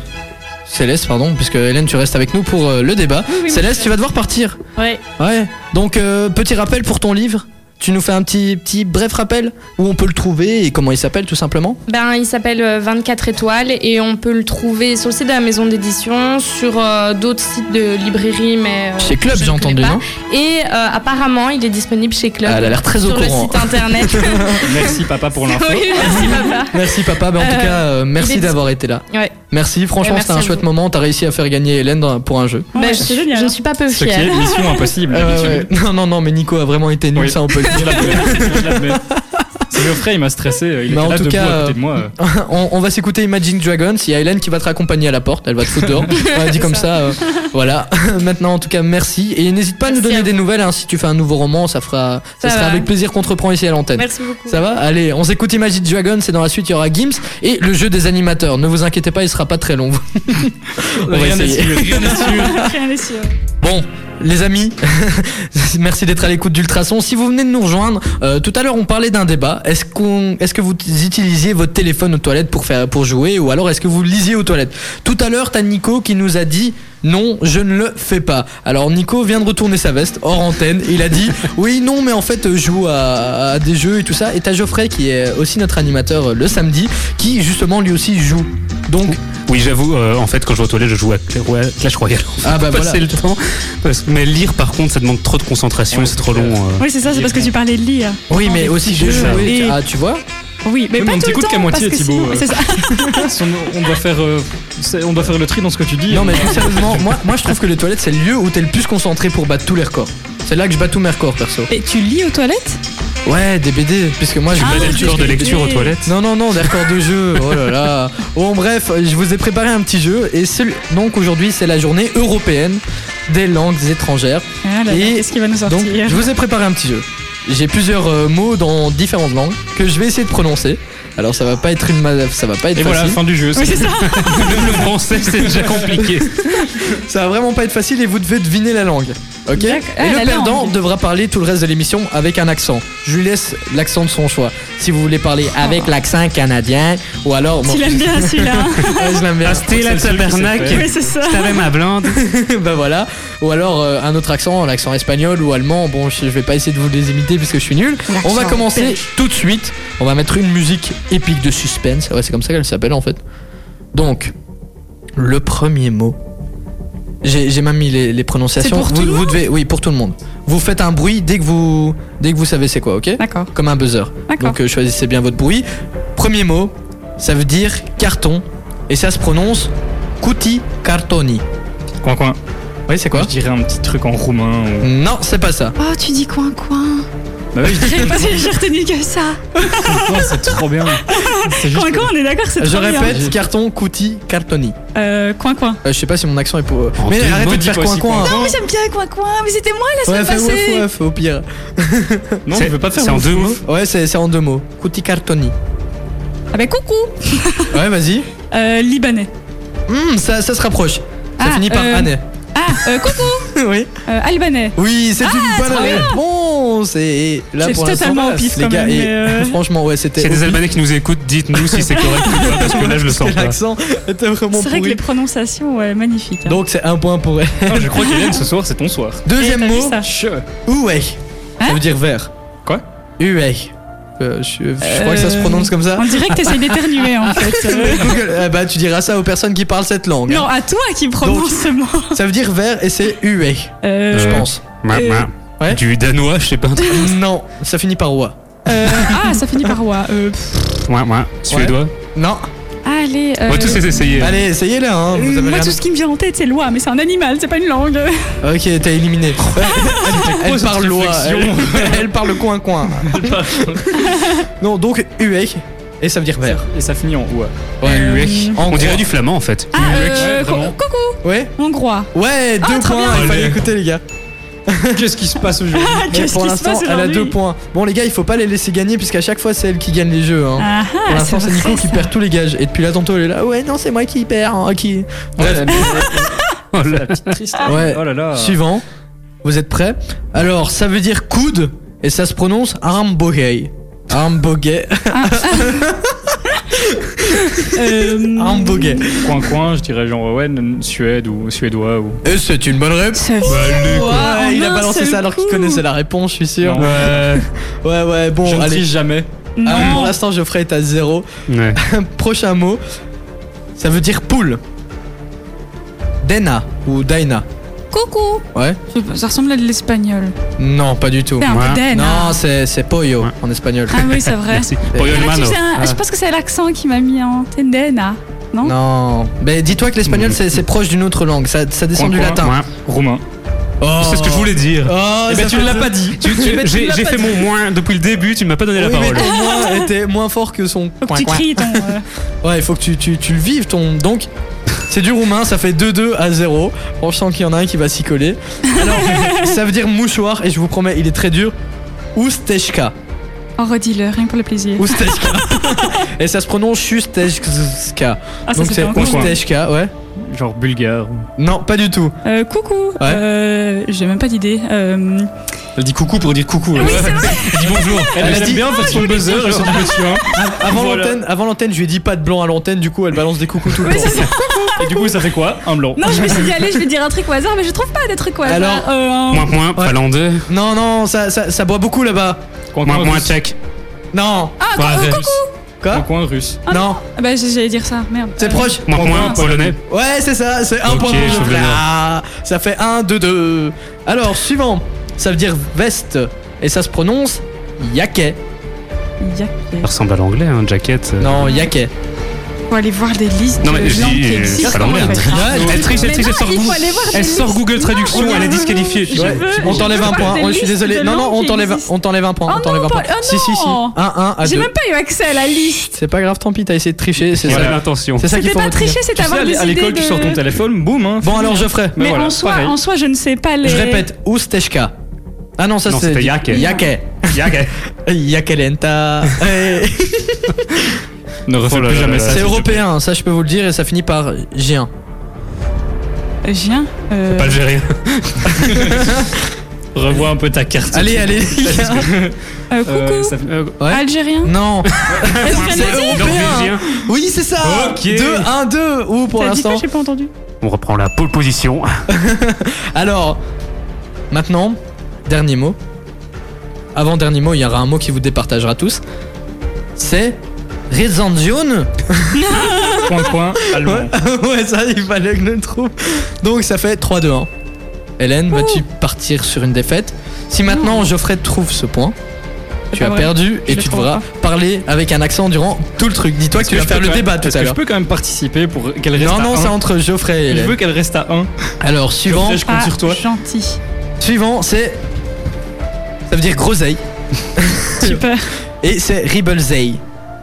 S1: Céleste, pardon, puisque Hélène, tu restes avec nous pour euh, le débat.
S3: oui,
S1: Céleste, tu vas devoir partir.
S8: Ouais.
S1: Ouais. Donc, euh, petit rappel pour ton livre. Tu nous fais un petit, petit bref rappel où on peut le trouver et comment il s'appelle tout simplement.
S4: Ben, il s'appelle euh, 24 étoiles et on peut le trouver sur le site de la maison d'édition, sur euh, d'autres sites de librairie, mais. euh,
S1: Chez Club,
S4: je
S1: j'ai
S4: ne
S1: entendu,
S4: connais pas.
S1: non
S4: Et euh, apparemment, il est disponible chez Club.
S1: Ah, Elle a l'air très au
S4: sur le
S1: courant. Ah,
S4: site internet.
S2: Merci papa pour l'info.
S4: oui, merci papa.
S1: Merci papa, Ben, en tout
S4: Euh,
S1: cas euh, merci
S4: il est
S1: d'avoir été là.
S4: Ouais.
S1: Merci, franchement
S4: Ouais,
S1: c'était
S4: merci
S1: un
S4: à
S1: chouette
S4: vous.
S1: moment, t'as réussi à faire gagner Hélène dans- pour un jeu.
S4: Ben,
S3: Ouais,
S4: je,
S3: Ah, c'est génial. hein.
S4: je ne suis pas peu
S2: Ce qui est
S4: fière.
S2: mission impossible.
S1: Euh,
S2: d'habitude.
S1: ouais. Non non non mais Nico a vraiment été nul
S2: Oui.
S1: ça on peut le
S2: Je
S1: dire.
S2: l'admets, je l'admets. C'est Geoffrey, il m'a stressé. euh, Il
S1: Mais
S2: était
S1: en
S2: là
S1: tout
S2: debout
S1: cas,
S2: à côté de moi. euh,
S1: on, on va s'écouter Imagine Dragons, il y a Hélène qui va te raccompagner à la porte, elle va te foutre dehors. On a dit comme ça, euh, voilà. Maintenant en tout cas merci et n'hésite pas à nous
S8: Merci
S1: donner
S8: à
S1: des nouvelles hein, si tu fais un nouveau roman, ça fera ça,
S8: Ça
S1: sera
S8: va.
S1: avec plaisir qu'on te reprend ici à l'antenne.
S8: Merci beaucoup.
S1: Ça va Allez, on s'écoute Imagine Dragons et dans la suite il y aura Gims et le jeu des animateurs. Ne vous inquiétez pas, il sera pas très long. on va
S2: Rien n'est
S1: essayer.
S2: sûr, rien n'est sûr.
S3: Rien n'est sûr.
S1: Bon, les amis, merci d'être à l'écoute d'Ultrason. Si vous venez de nous rejoindre, euh, tout à l'heure on parlait d'un débat. Est-ce qu'on, est-ce que vous utilisiez votre téléphone aux toilettes pour faire, pour jouer, ou alors est-ce que vous lisiez aux toilettes Tout à l'heure, t'as Nico qui nous a dit. Non, je ne le fais pas. Alors Nico vient de retourner sa veste hors antenne. Il a dit oui, non, mais en fait je joue à, à des jeux et tout ça. Et t'as Geoffrey qui est aussi notre animateur euh, le samedi, qui justement lui aussi joue. Donc
S7: Oui, j'avoue, euh, en fait, quand je vais aux toilettes, je joue à Cla- Roy- Clash Royale.
S1: ah bah voilà.
S7: Passer le temps. Parce que- Mais lire, par contre, ça demande trop de concentration,
S2: Ouais,
S7: c'est trop
S2: c'est
S7: long.
S2: clair.
S7: euh.
S3: Oui, c'est Ah, ça, c'est parce que tu parlais de lire.
S1: Oui, mais aussi de
S7: jeux,
S1: jouer.
S3: oui.
S1: Ah tu vois.
S3: Oui, mais
S2: Oui, mais
S3: pas
S2: on
S3: tout le
S2: t'écoute
S3: temps.
S2: qu'à moitié,
S3: parce que
S2: Thibaut,
S3: sinon-
S2: euh.
S3: c'est ça.
S2: On, on doit faire, euh, c'est- on doit faire le tri dans ce que tu dis.
S1: Non mais plus sérieusement, moi, moi je trouve que les toilettes c'est le lieu où t'es le plus concentré pour battre tous les records. C'est là que je bats tous mes records perso.
S3: Et tu lis aux toilettes
S1: Ouais, des BD, puisque moi je
S3: Ah,
S1: bats des
S7: Pas des
S1: records
S7: tueurs de lecture aux
S3: oui.
S7: toilettes.
S1: Non non non, des records de jeu. Oh là là. Bon bref, je vous ai préparé un petit jeu et celui- donc aujourd'hui c'est la journée européenne des langues étrangères.
S3: Ah là là,
S1: Et
S3: Qu'est-ce qui va nous sortir
S1: Donc je vous ai préparé un petit jeu. J'ai plusieurs euh, mots dans différentes langues que je vais essayer de prononcer. Alors ça va pas être une ma- ça va pas être
S2: Et
S1: facile.
S2: voilà, fin du jeu.
S3: Oui, c'est ça.
S7: Même le français, c'est déjà compliqué.
S1: Ça va vraiment pas être facile et vous devez deviner la langue. Ok Et
S3: D'accord. Ah,
S1: le
S3: la
S1: perdant
S3: langue.
S1: devra parler tout le reste de l'émission avec un accent. Je lui laisse l'accent de son choix. Si vous voulez parler
S3: Ah.
S1: avec l'accent canadien ou alors. bon,
S3: Tu l'aimes bien celui-là.
S1: ouais, je l'aime bien.
S7: C'était la tabernacle.
S3: Oui, c'est ça.
S7: T'avais ma blinde.
S1: bah voilà. Ou alors euh, un autre accent, l'accent espagnol ou allemand. Bon, je, je vais pas essayer de vous les imiter puisque je suis nul. On va commencer tout de suite. On va mettre une musique épique de suspense. Ouais, c'est comme ça qu'elle s'appelle en fait. Donc, le premier mot. J'ai j'ai même mis les, les prononciations.
S3: C'est pour
S1: vous,
S3: tout le
S1: vous devez, oui, pour tout le monde. Vous faites un bruit dès que vous, dès que vous savez c'est quoi, ok
S3: D'accord.
S1: Comme un buzzer.
S3: D'accord.
S1: Donc euh, choisissez bien votre bruit. Premier mot, ça veut dire carton et ça se prononce cuti cartoni.
S2: Coin, coin.
S1: Oui, c'est quoi
S2: Je dirais un petit truc en roumain. Ou...
S1: Non, c'est pas ça.
S3: Oh, tu dis coin coin.
S2: Bah oui, je dis
S3: J'avais pas j'ai retenu que ça.
S2: coin, c'est trop bien. C'est juste
S3: Coin
S2: pour-
S3: coin, on est d'accord, c'est
S1: Je
S3: trop bien.
S1: répète, carton, cuti, cartoni.
S3: Euh, coin coin.
S1: Euh, je sais pas si mon accent est pour.
S7: En
S1: Mais
S7: deux
S1: arrêtez
S7: mots,
S1: de
S7: dis
S1: faire
S7: pas aussi
S1: coin-coin. hein.
S3: Oh, j'aime bien coin coin, mais c'était moi la
S1: Ouais,
S3: semaine
S1: fais
S3: passée.
S1: ouf, ouf, au pire.
S2: Non,
S7: C'est-
S2: tu veux pas faire
S7: c'est en
S2: ouf,
S7: deux
S2: ouf.
S7: mots
S1: Ouais, c'est c'est en deux mots. Cuti cartoni.
S3: Ah bah coucou.
S1: Ouais, vas-y.
S3: Euh, Libanais.
S1: Hum, ça, ça se rapproche. Ça
S3: Ah,
S1: finit par
S3: euh,
S1: année.
S3: Ah, euh, coucou.
S1: oui.
S3: Euh, Albanais.
S1: Oui,
S3: Ah,
S1: c'est une bonne réponse. Et là,
S3: C'est
S1: pour l'instant,
S3: totalement au pif
S1: les
S3: quand
S1: gars,
S3: même,
S1: et
S3: mais, euh,
S1: franchement, ouais, c'était.
S7: S'il y a
S1: au
S7: des
S1: pif,
S7: Albanais qui nous écoutent, dites-nous si c'est correct ou pas, parce que là, je le sens pas.
S1: L'accent était vraiment
S3: C'est vrai que les
S1: pourri.
S3: prononciations, ouais, magnifiques. hein.
S1: Donc, c'est un point pour elle.
S2: Ah, je crois qu'Hélène, ce soir, c'est ton soir.
S1: Deuxième
S3: Eh, t'as vu
S1: mot,
S3: ça
S2: Che.
S1: Uwei. Ça
S3: Hein
S1: veut dire vert.
S2: Quoi
S1: Uwei. Euh, je, je crois que ça se
S3: Euh,
S1: prononce comme ça.
S3: On dirait que t'essayes d'éternuer en fait. Euh,
S1: Google, euh, bah, tu diras ça aux personnes qui parlent cette langue. hein.
S3: Non, à toi qui prononce ce mot.
S1: Ça veut dire vert et c'est hué,
S3: Euh,
S1: je
S7: Euh,
S1: pense.
S7: Ma- ma-
S1: Ouais.
S7: Du danois, je sais pas. un truc.
S1: non, ça finit par oua.
S3: euh, ah, ça finit par oua. Euh, pff,
S7: Ouais, ouais. Suédois.
S1: Non.
S3: allez.
S7: On
S3: euh,
S7: va tous les essayer.
S1: Allez, essayez là, hein. Vous
S3: euh,
S1: avez
S3: moi,
S1: rien
S3: tout ce qui me vient en tête, c'est loi, mais c'est un animal, c'est pas une langue.
S1: Ok, t'es éliminé.
S3: Ah,
S1: elle, elle
S2: grosse
S1: parle oua. Elle,
S2: réflexion.
S1: elle parle coin coin. non, donc hué et ça veut dire vert.
S2: Et ça finit en ouah.
S3: Euh.
S1: Ouais,
S3: hué.
S1: En
S7: On
S1: gros.
S7: dirait du flamand, en fait.
S3: Ah, euh,
S2: vraiment.
S3: co- coucou,
S1: Ouais.
S3: hongrois.
S1: Ouais, deux
S3: Ah, trop
S1: points.
S3: bien.
S1: Il fallait
S7: Allez.
S1: écouter les gars.
S2: Qu'est-ce qui se passe aujourd'hui
S1: Mais
S3: Qu'est-ce
S1: pour
S3: qui se
S1: l'instant,
S3: passe
S1: elle a
S3: aujourd'hui
S1: deux points. Bon, les gars, il faut pas les laisser gagner puisqu'à chaque fois, c'est elle qui gagne les jeux. hein.
S3: Ah, ah,
S1: pour l'instant, c'est
S3: vrai,
S1: Nico qui
S3: ça.
S1: perd tous les gages. Et depuis là, tantôt, elle est là. Ouais, non, c'est moi qui perds. hein, qui- Bref.
S7: Oh là.
S2: Triste.
S1: Ouais.
S2: Oh là là.
S1: Suivant. Vous êtes prêts Alors, ça veut dire coude et ça se prononce Armboguey. Armboguey.
S3: Ah. Euh,
S1: Armboguey.
S2: Coin coin, je dirais genre ouais, n- Suède ou suédois ou.
S1: Et c'est une bonne réponse.
S3: ça-
S1: Ouais,
S3: en
S1: il a
S3: un
S1: balancé
S3: seul
S1: ça alors qu'il
S3: coup.
S1: connaissait la réponse, je suis sûr.
S2: Non.
S7: Ouais.
S1: Ouais, ouais, bon,
S2: je ne
S1: allez.
S2: triche jamais.
S1: Ah, pour
S3: Non.
S1: l'instant, Geoffrey est à zéro.
S7: Ouais.
S1: Prochain mot, ça veut dire poule. Dena ou Daina.
S3: Coucou.
S1: Ouais
S3: Je sais pas, Ça ressemble à de l'espagnol.
S1: Non, pas du tout.
S3: C'est un
S7: Ouais.
S3: peu den, hein.
S1: Non, c'est c'est pollo
S7: Ouais.
S1: en espagnol.
S3: Ah oui, c'est vrai.
S7: Merci.
S1: Ouais.
S7: Pour
S3: Ah, tu
S7: Yolmano.
S3: sais, c'est un- Je pense que c'est l'accent qui m'a mis en hein. tendena. Non.
S1: Non, mais dis-toi que l'espagnol c'est c'est proche d'une autre langue, ça, ça descend du
S2: Coin-coin,
S1: latin.
S7: Ouais. Roumain. C'est ce que je voulais dire.
S1: Oh,
S7: Eh ben, tu ne l'as pas dit. Tu- tu-
S1: Mais tu
S7: J'ai
S1: l'as
S7: j'ai
S1: pas
S7: fait
S1: dit.
S7: mon moins depuis le début, tu ne m'as pas donné la
S1: Oui, mais
S7: parole.
S1: ton moins était moins fort que son.
S3: Faut que tu
S1: coin-coin.
S3: cries ton. euh,
S1: Ouais, il faut que tu, tu, tu le vives ton. Donc, c'est du roumain, ça fait 2-2 à 0. Bon, je sens qu'il y en a un qui va s'y coller. Alors, ça veut dire mouchoir, et je vous promets, il est très dur. Usteshka.
S3: En redis-le, rien que pour le plaisir.
S1: Usteshka. et ça se prononce Usteshka.
S3: Ah, ça
S1: Donc,
S3: c'était
S1: c'est
S3: en coin.
S2: coin-coin.
S1: Usteshka, ouais.
S2: Genre bulgare. ou-
S1: Non, pas du tout.
S3: Euh, coucou. Euh, J'ai même pas d'idée. Euh,
S7: Elle dit coucou pour dire coucou.
S3: Oui, c'est vrai.
S7: Elle dit bonjour. Elle,
S1: Elle
S7: aime
S1: dit-
S7: bien faire son buzzer. Elle se dit monsieur. hein.
S1: Avant
S7: Voilà.
S1: l'antenne, avant l'antenne, je lui ai dit pas de blanc à l'antenne, du coup, elle balance des coucous tout le
S3: Oui,
S1: temps.
S3: c'est ça.
S2: Et du coup, ça fait quoi Un blanc.
S3: Non, je me suis dit, allez, je vais dire un truc au hasard, mais je trouve pas des trucs au hasard.
S1: Alors,
S3: Euh, un-
S7: Moins point,
S1: Ouais.
S7: finlandais.
S1: Non, non, ça, ça, ça boit beaucoup là-bas.
S2: Coin
S7: Moins
S2: coin
S7: moins
S2: russe.
S7: tchèque.
S1: Non.
S3: Ah, attends, euh, coucou.
S2: Coin
S1: Quoi
S2: coin russe.
S3: Ah,
S1: Non,
S3: Bah, j- j'allais dire ça, merde.
S1: c'est
S3: Euh,
S1: proche.
S7: Moins moins polonais.
S1: Ouais, c'est ça, c'est un
S7: Ok,
S1: point pour
S7: je
S1: Geoffrey.
S7: suis vénère.
S1: Ah, ça fait 1, 2, 2. Alors, suivant, ça veut dire veste et ça se prononce yaquet.
S3: Yac.
S7: Ça ressemble à l'anglais, hein, jacket. euh.
S1: Non, yaquet.
S3: Faut aller voir des listes
S7: Non, mais
S3: de
S7: je
S3: gens
S7: dis,
S3: qui
S7: euh, ça
S3: existent. comment
S7: l'emmerde.
S3: on fait.
S7: Elle triche, elle
S3: Ah. Mais
S7: triche, elle
S3: non,
S7: sort
S3: il faut
S7: Google.
S3: aller voir des
S7: Elle sort
S3: listes.
S7: Google Traduction,
S3: Non,
S7: elle est
S3: non, non,
S7: disqualifiée.
S3: non, Je
S1: Ouais,
S3: veux-
S1: on
S3: je
S1: t'enlève
S3: veux
S1: un
S3: voir
S1: point.
S3: des
S1: Ouais, je suis
S3: listes
S1: désolé.
S3: de
S1: Non, non,
S3: langues
S1: on
S3: qui
S1: t'enlève,
S3: existent.
S1: on t'enlève un point.
S3: Oh
S1: on t'enlève
S3: non,
S1: un point.
S3: Paul, oh
S1: si, si, si. 1,
S3: non.
S1: 1 à
S3: Ah, J'ai
S1: 2.
S3: même pas eu accès à la liste.
S1: C'est pas grave, tant pis, t'as essayé de tricher. C'est
S7: C'est
S1: ça,
S7: l'intention.
S1: c'est ça qu'il
S3: C'était
S1: faut
S3: pas
S1: retenir.
S3: tricher, c'était
S2: Tu sais,
S3: avoir
S2: à
S3: des
S2: l- à l'école,
S3: idées
S2: tu sors ton
S3: de-
S2: téléphone, boum. Hein,
S1: Bon, alors, Geoffrey,
S3: Mais
S2: voilà,
S3: en, soi,
S2: pareil.
S3: en soi, je ne sais pas les.
S1: je répète, Usteshka. Ah non, ça
S7: Non,
S1: c'est.
S7: c'était yaquet.
S1: Yaquet.
S7: Yaguet.
S1: Yakelenta. Eh,
S2: ne refais
S7: Oh là
S2: plus
S7: là
S2: jamais
S7: là
S2: ça.
S7: là.
S1: C'est
S7: s'il te
S1: européen, ça je peux vous le dire, et ça finit par gien.
S3: Gien. euh,
S7: Pas algérien.
S2: Revois un peu ta carte.
S1: Allez, allez, les gars.
S3: euh,
S2: Euh,
S3: coucou.
S2: ça fait- euh,
S1: Ouais.
S3: Algérien.
S1: Non. C'est européen.
S7: Norvégien.
S1: Oui, c'est ça.
S7: Ok.
S1: 2-1-2. Ou pour
S3: T'as dit quoi
S1: l'instant.
S3: J'ai pas entendu.
S7: On reprend la pole position.
S1: Alors, maintenant, dernier mot. Avant dernier mot, il y aura un mot qui vous départagera tous. C'est Rezandion.
S2: Coin coin allemand.
S1: ouais, ça, il fallait que je le trouve. Donc, ça fait 3-2-1. Hélène, vas-tu partir sur une défaite Si maintenant Geoffrey trouve ce point,
S3: Eh
S1: tu
S3: pas
S1: as
S3: vrai.
S1: perdu et
S3: ben le
S1: tu
S3: trouve
S1: devras parler avec un accent durant tout le truc. Dis-toi que
S2: Est-ce
S1: tu vas
S2: je
S1: faire
S2: peux
S1: le
S2: quand même-
S1: débat tout
S2: est-ce
S1: à
S2: que Je
S1: l'heure.
S2: peux quand même participer pour qu'elle reste
S1: Non,
S2: à
S1: non, c'est
S2: un.
S1: entre Geoffrey et
S2: Je
S1: Hélène.
S2: veux qu'elle reste à 1.
S1: Alors, suivant.
S2: Je compte sur toi.
S3: Ah, Gentil.
S1: Suivant, c'est. Ça veut dire groseille.
S3: Super.
S1: Et c'est Ribblesay.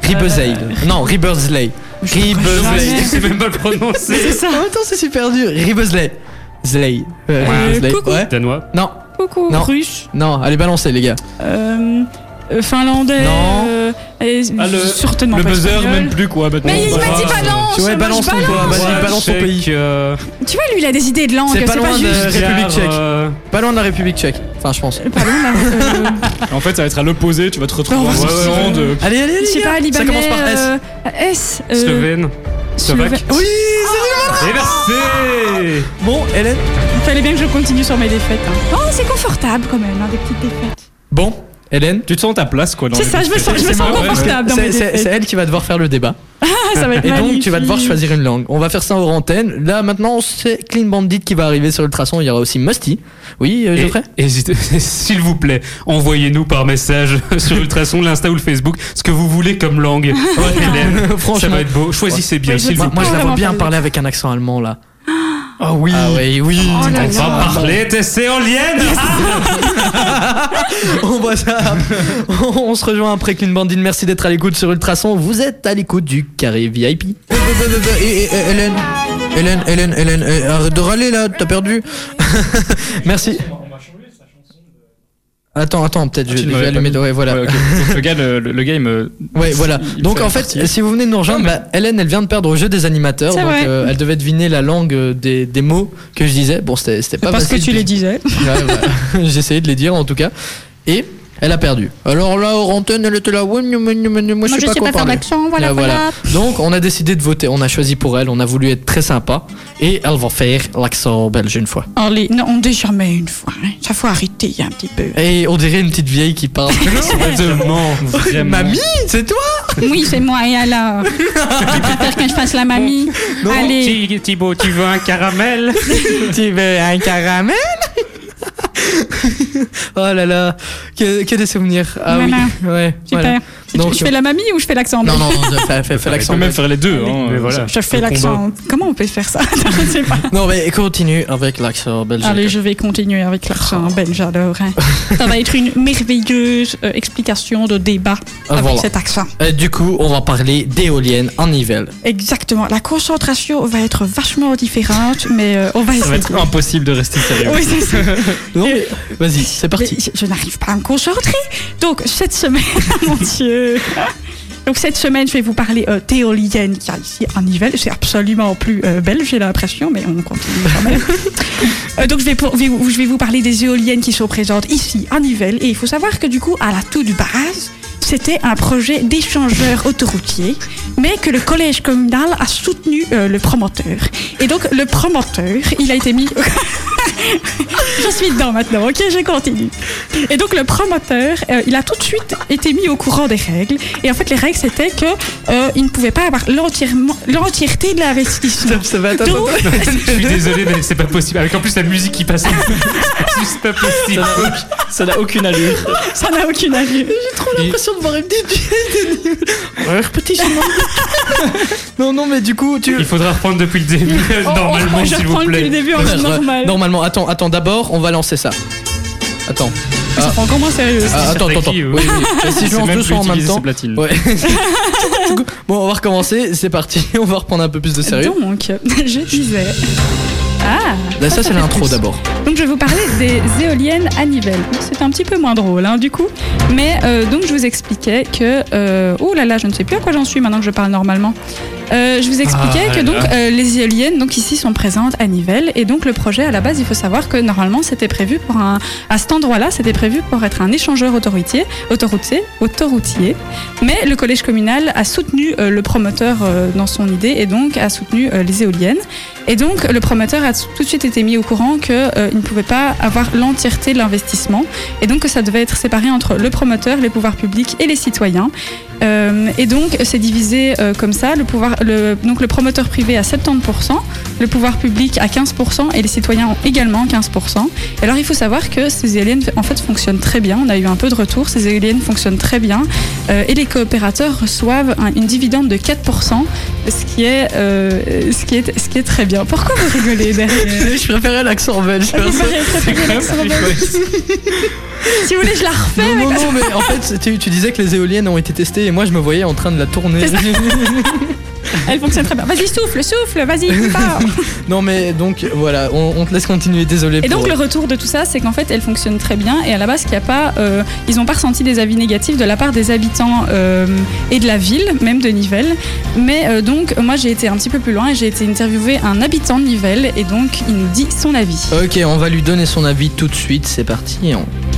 S3: Euh,
S1: Ribblesay. Non, Ribblesay. Ribblesay.
S3: jamais.
S7: C'est même pas le prononcer.
S3: C'est ça.
S1: En même temps, c'est super dur. Ribblesay. Zlay. Euh,
S7: Ouais.
S1: Ribblesay.
S3: Coucou.
S1: Ouais.
S7: Danois.
S1: Non,
S3: Coucou.
S1: Non.
S3: Russe.
S1: non, allez balancer, les gars.
S3: euh, euh, Finlandais.
S1: Non.
S3: euh, et
S2: Ah, le-
S3: certainement
S2: Le
S3: pas
S2: buzzer,
S3: espagnol.
S2: même Bah, plus quoi. maintenant.
S3: Mais il m'a dit pas non.
S1: Tu vois,
S3: moi,
S1: balance
S3: je
S1: ton
S3: balance.
S1: doigt, vas-y, balance ton
S7: Tchèque,
S1: pays.
S7: euh,
S3: Tu vois, lui, il a des idées de langue.
S1: C'est
S3: C'est
S1: pas loin
S3: pas
S1: de-
S3: juste.
S1: Euh, République
S7: Bulgare,
S1: tchèque.
S7: euh,
S1: Pas loin de la République tchèque. Enfin, je pense.
S3: Pas loin, là. euh,
S2: En fait, ça va être à l'opposé. Tu vas te retrouver
S3: Non,
S2: en
S3: on va se-
S2: Hollande. euh,
S1: Allez, allez,
S3: Je
S1: les
S3: sais
S1: gars.
S3: pas,
S1: Ça
S3: libanais.
S1: commence par S.
S3: euh, S. euh,
S7: Slovène. Slovaque.
S3: Slovène.
S1: Oui,
S3: Ah.
S7: Reversé.
S1: c'est bon, Hélène.
S3: Fallait bien que je continue sur mes défaites. hein. Oh, c'est confortable quand même, hein, des petites défaites.
S1: Bon, Hélène.
S2: Tu te sens à ta place quoi. dans
S3: C'est
S2: les
S3: ça, je me
S2: discussions.
S3: sens, je me
S2: C'est
S3: sens
S2: marrant, ouais.
S3: confortable dans
S1: C'est
S3: mes
S1: c'est- c'est
S3: défaites.
S1: elle qui va devoir faire le débat.
S3: Ah, ça va être
S1: Et donc,
S3: magnifique.
S1: tu vas devoir choisir une langue. On va faire ça en antenne. Là, maintenant, c'est Clean Bandit qui va arriver sur Ultrason. Il y aura aussi Musty. Oui, euh,
S7: Et-
S1: Geoffrey
S7: et j'hésite- S'il vous plaît, envoyez-nous par message sur Ultrason, l'Insta ou le Facebook ce que vous voulez comme langue. Hélène, ça
S1: Franchement.
S7: va être beau. Choisissez bien,
S3: Ouais, je
S7: s'il
S3: sais
S1: Moi,
S7: vous plaît.
S1: moi, je la vois
S3: Vraiment
S1: bien
S3: pas
S1: parler avec un accent allemand là.
S7: Ah oui.
S1: Ah oui, oui.
S3: Oh là
S7: On
S3: là.
S7: va parler des Céoliennes.
S1: On voit ça. On se rejoint après Clean Bandit. Merci d'être à l'écoute sur Ultrason. Vous êtes à l'écoute du carré VIP. Hélène, Hélène, Hélène, Hélène, arrête de râler là, t'as perdu. Merci. Attends, attends, peut-être je,
S2: tu
S1: je
S2: ne
S1: vais
S2: m'avais pas
S1: allumer.
S2: dit.
S1: Ouais, voilà.
S2: Ouais, ok. Donc, le gars, le, le- euh, le gars, il me.
S1: Ouais, voilà.
S2: il
S1: Donc
S2: fait
S1: en fait,
S2: partie.
S1: si vous venez de nous rejoindre, bah, Hélène, elle vient de perdre au jeu des animateurs.
S3: C'est
S1: Donc,
S3: vrai.
S1: euh, elle devait deviner la langue euh, des, des mots que je disais. Bon, c'était c'était pas
S8: Parce que
S1: facile.
S8: tu les disais.
S1: Ouais, bah, J'ai essayé de les dire en tout cas. Et elle a perdu. Alors là, hors antenne, elle était là. Ouais, gnou, gnou, gnou, gnou, Moi, je sais pas, quoi parler.
S3: d'action,
S1: Là, voilà. Donc on a décidé de voter. On a choisi pour elle. On a voulu être très sympa. Et elle va faire l'accent belge une fois.
S3: Allez, Oh, non, on dit jamais une fois. hein. Ça faut arrêter un petit peu.
S1: Et on dirait une petite vieille qui parle.
S2: Vraiment, vraiment.
S1: Mamie, c'est toi
S3: Oui, c'est moi, et alors Tu préfères que je fasse la mamie Allez,
S7: Thibaut, tu veux un caramel
S1: Tu veux un caramel Oh là là, que, que des souvenirs. Ah
S3: Voilà.
S1: oui, ouais. voilà.
S3: super. Si tu-
S1: Donc,
S3: je fais la mamie ou je fais l'accent
S1: Non, non, non, fais, fais- fais
S2: Elle
S1: l'accent.
S2: peut même faire les deux. hein,
S7: Mais
S2: euh,
S7: voilà.
S3: Je fais
S7: Le combat.
S3: l'accent. Comment on peut faire ça Je sais pas.
S1: Non, mais continue avec l'accent belge.
S3: Allez, je vais continuer avec l'accent belge alors. hein. Ça va être une merveilleuse euh, explication de débat
S1: Ah,
S3: avec
S1: voilà.
S3: cet accent.
S1: Euh, du coup, on va parler d'éoliennes en hiver.
S3: Exactement. La concentration va être vachement différente, mais euh, on va
S2: Ça va
S3: essayer.
S2: être impossible de rester sérieux.
S3: Oui, c'est ça.
S1: Non, mais vas-y, c'est parti.
S3: Mais je, je n'arrive pas à me concentrer. Donc cette semaine, mon Dieu. Donc cette semaine, je vais vous parler euh, d'éoliennes qui a ici en Nivelles. C'est absolument plus euh, belge, j'ai l'impression, mais on continue quand même. Euh, donc je vais, pour- je vais vous- je vais vous parler des éoliennes qui sont présentes ici en Nivelles. Et il faut savoir que du coup, à la toute base, c'était un projet d'échangeur autoroutier, mais que le collège communal a soutenu euh, le promoteur. Et donc le promoteur, il a été mis je suis dedans maintenant, ok, je continue. Et donc le promoteur, euh, il a tout de suite été mis au courant des règles. Et en fait, les règles, c'était que euh, il ne pouvait pas avoir l'entièrement- l'entièreté de l'investissement.
S1: Ça va, attends,
S3: Donc,
S7: Je suis désolé, mais c'est pas possible. Avec en plus la musique qui passe. C'est pas possible.
S2: Ça n'a aucune allure.
S3: ça n'a aucune allure.
S1: J'ai l'impression de voir une petite vieille de Petit chemin. Non, non, mais du coup, tu.
S7: Il faudra reprendre depuis le début,
S3: Oh,
S7: normalement,
S3: oh, je
S7: s'il vous
S3: reprends depuis le
S7: plaît.
S3: début en mode normal.
S1: Normalement, attends, attends, d'abord, on va lancer ça. Attends.
S3: Ça prend encore moins sérieux.
S1: Ah, attends, attends, attends.
S7: qui,
S1: Oui,
S7: euh,
S1: oui. Si je
S2: C'est
S1: lance
S2: même
S1: deux
S2: plus
S1: sons en même
S2: utilisé, c'est
S1: temps.
S2: platine.
S1: Ouais. bon, on va recommencer, c'est parti, on va reprendre un peu plus de sérieux.
S3: Donc, je disais. Ah
S1: Là, ça, c'est
S3: fait
S1: l'intro
S3: plus.
S1: d'abord.
S3: Donc je vais vous parler des éoliennes à Nivelles. C'est un petit peu moins drôle hein, du coup, mais euh, donc je vous expliquais que euh, oh là là, je ne sais plus à quoi j'en suis maintenant que je parle normalement. Euh, je vous expliquais
S7: Ah
S3: que
S7: là
S3: donc
S7: là.
S3: euh, les éoliennes donc ici sont présentes à Nivelles et donc le projet à la base il faut savoir que normalement c'était prévu pour un à cet endroit-là c'était prévu pour être un échangeur autoroutier autoroutier autoroutier mais le collège communal a soutenu euh, le promoteur euh, dans son idée et donc a soutenu euh, les éoliennes et donc, le promoteur a tout de suite été mis au courant qu'il ne pouvait pas avoir l'entièreté de l'investissement et donc que ça devait être séparé entre le promoteur, les pouvoirs publics et les citoyens. Euh, et donc, c'est divisé euh, comme ça. Le pouvoir, le, donc, le promoteur privé à 70%, le pouvoir public à 15% et les citoyens ont également 15%. Et alors, il faut savoir que ces éoliennes, en fait, fonctionnent très bien. On a eu un peu de retour. Ces éoliennes fonctionnent très bien euh, et les coopérateurs reçoivent un- une dividende de 4% ce qui est, euh, ce qui est, ce qui est très bien. Pourquoi vous rigolez derrière
S1: Je préférais l'accent belge.
S3: Vous m'avez préféré l'accent belge. Si vous voulez, je la refais.
S1: Non,
S3: avec-
S1: non, non, mais en fait, tu, tu disais que les éoliennes ont été testées et moi je me voyais en train de la tourner.
S3: Elle fonctionne très bien. Vas-y, souffle, souffle, vas-y, plus fort.
S1: non, mais donc voilà, on, on te laisse continuer, désolé.
S3: Et
S1: pour-
S3: donc le retour de tout ça, c'est qu'en fait, elle fonctionne très bien. Et à la base, qu'il y a pas, euh, ils n'ont pas ressenti des avis négatifs de la part des habitants euh, et de la ville, même de Nivelles. Mais euh, donc, moi, j'ai été un petit peu plus loin et j'ai été interviewer un habitant de Nivelles. Et donc, il nous dit son avis.
S1: Ok, on va lui donner son avis tout de suite, c'est parti. hein. on-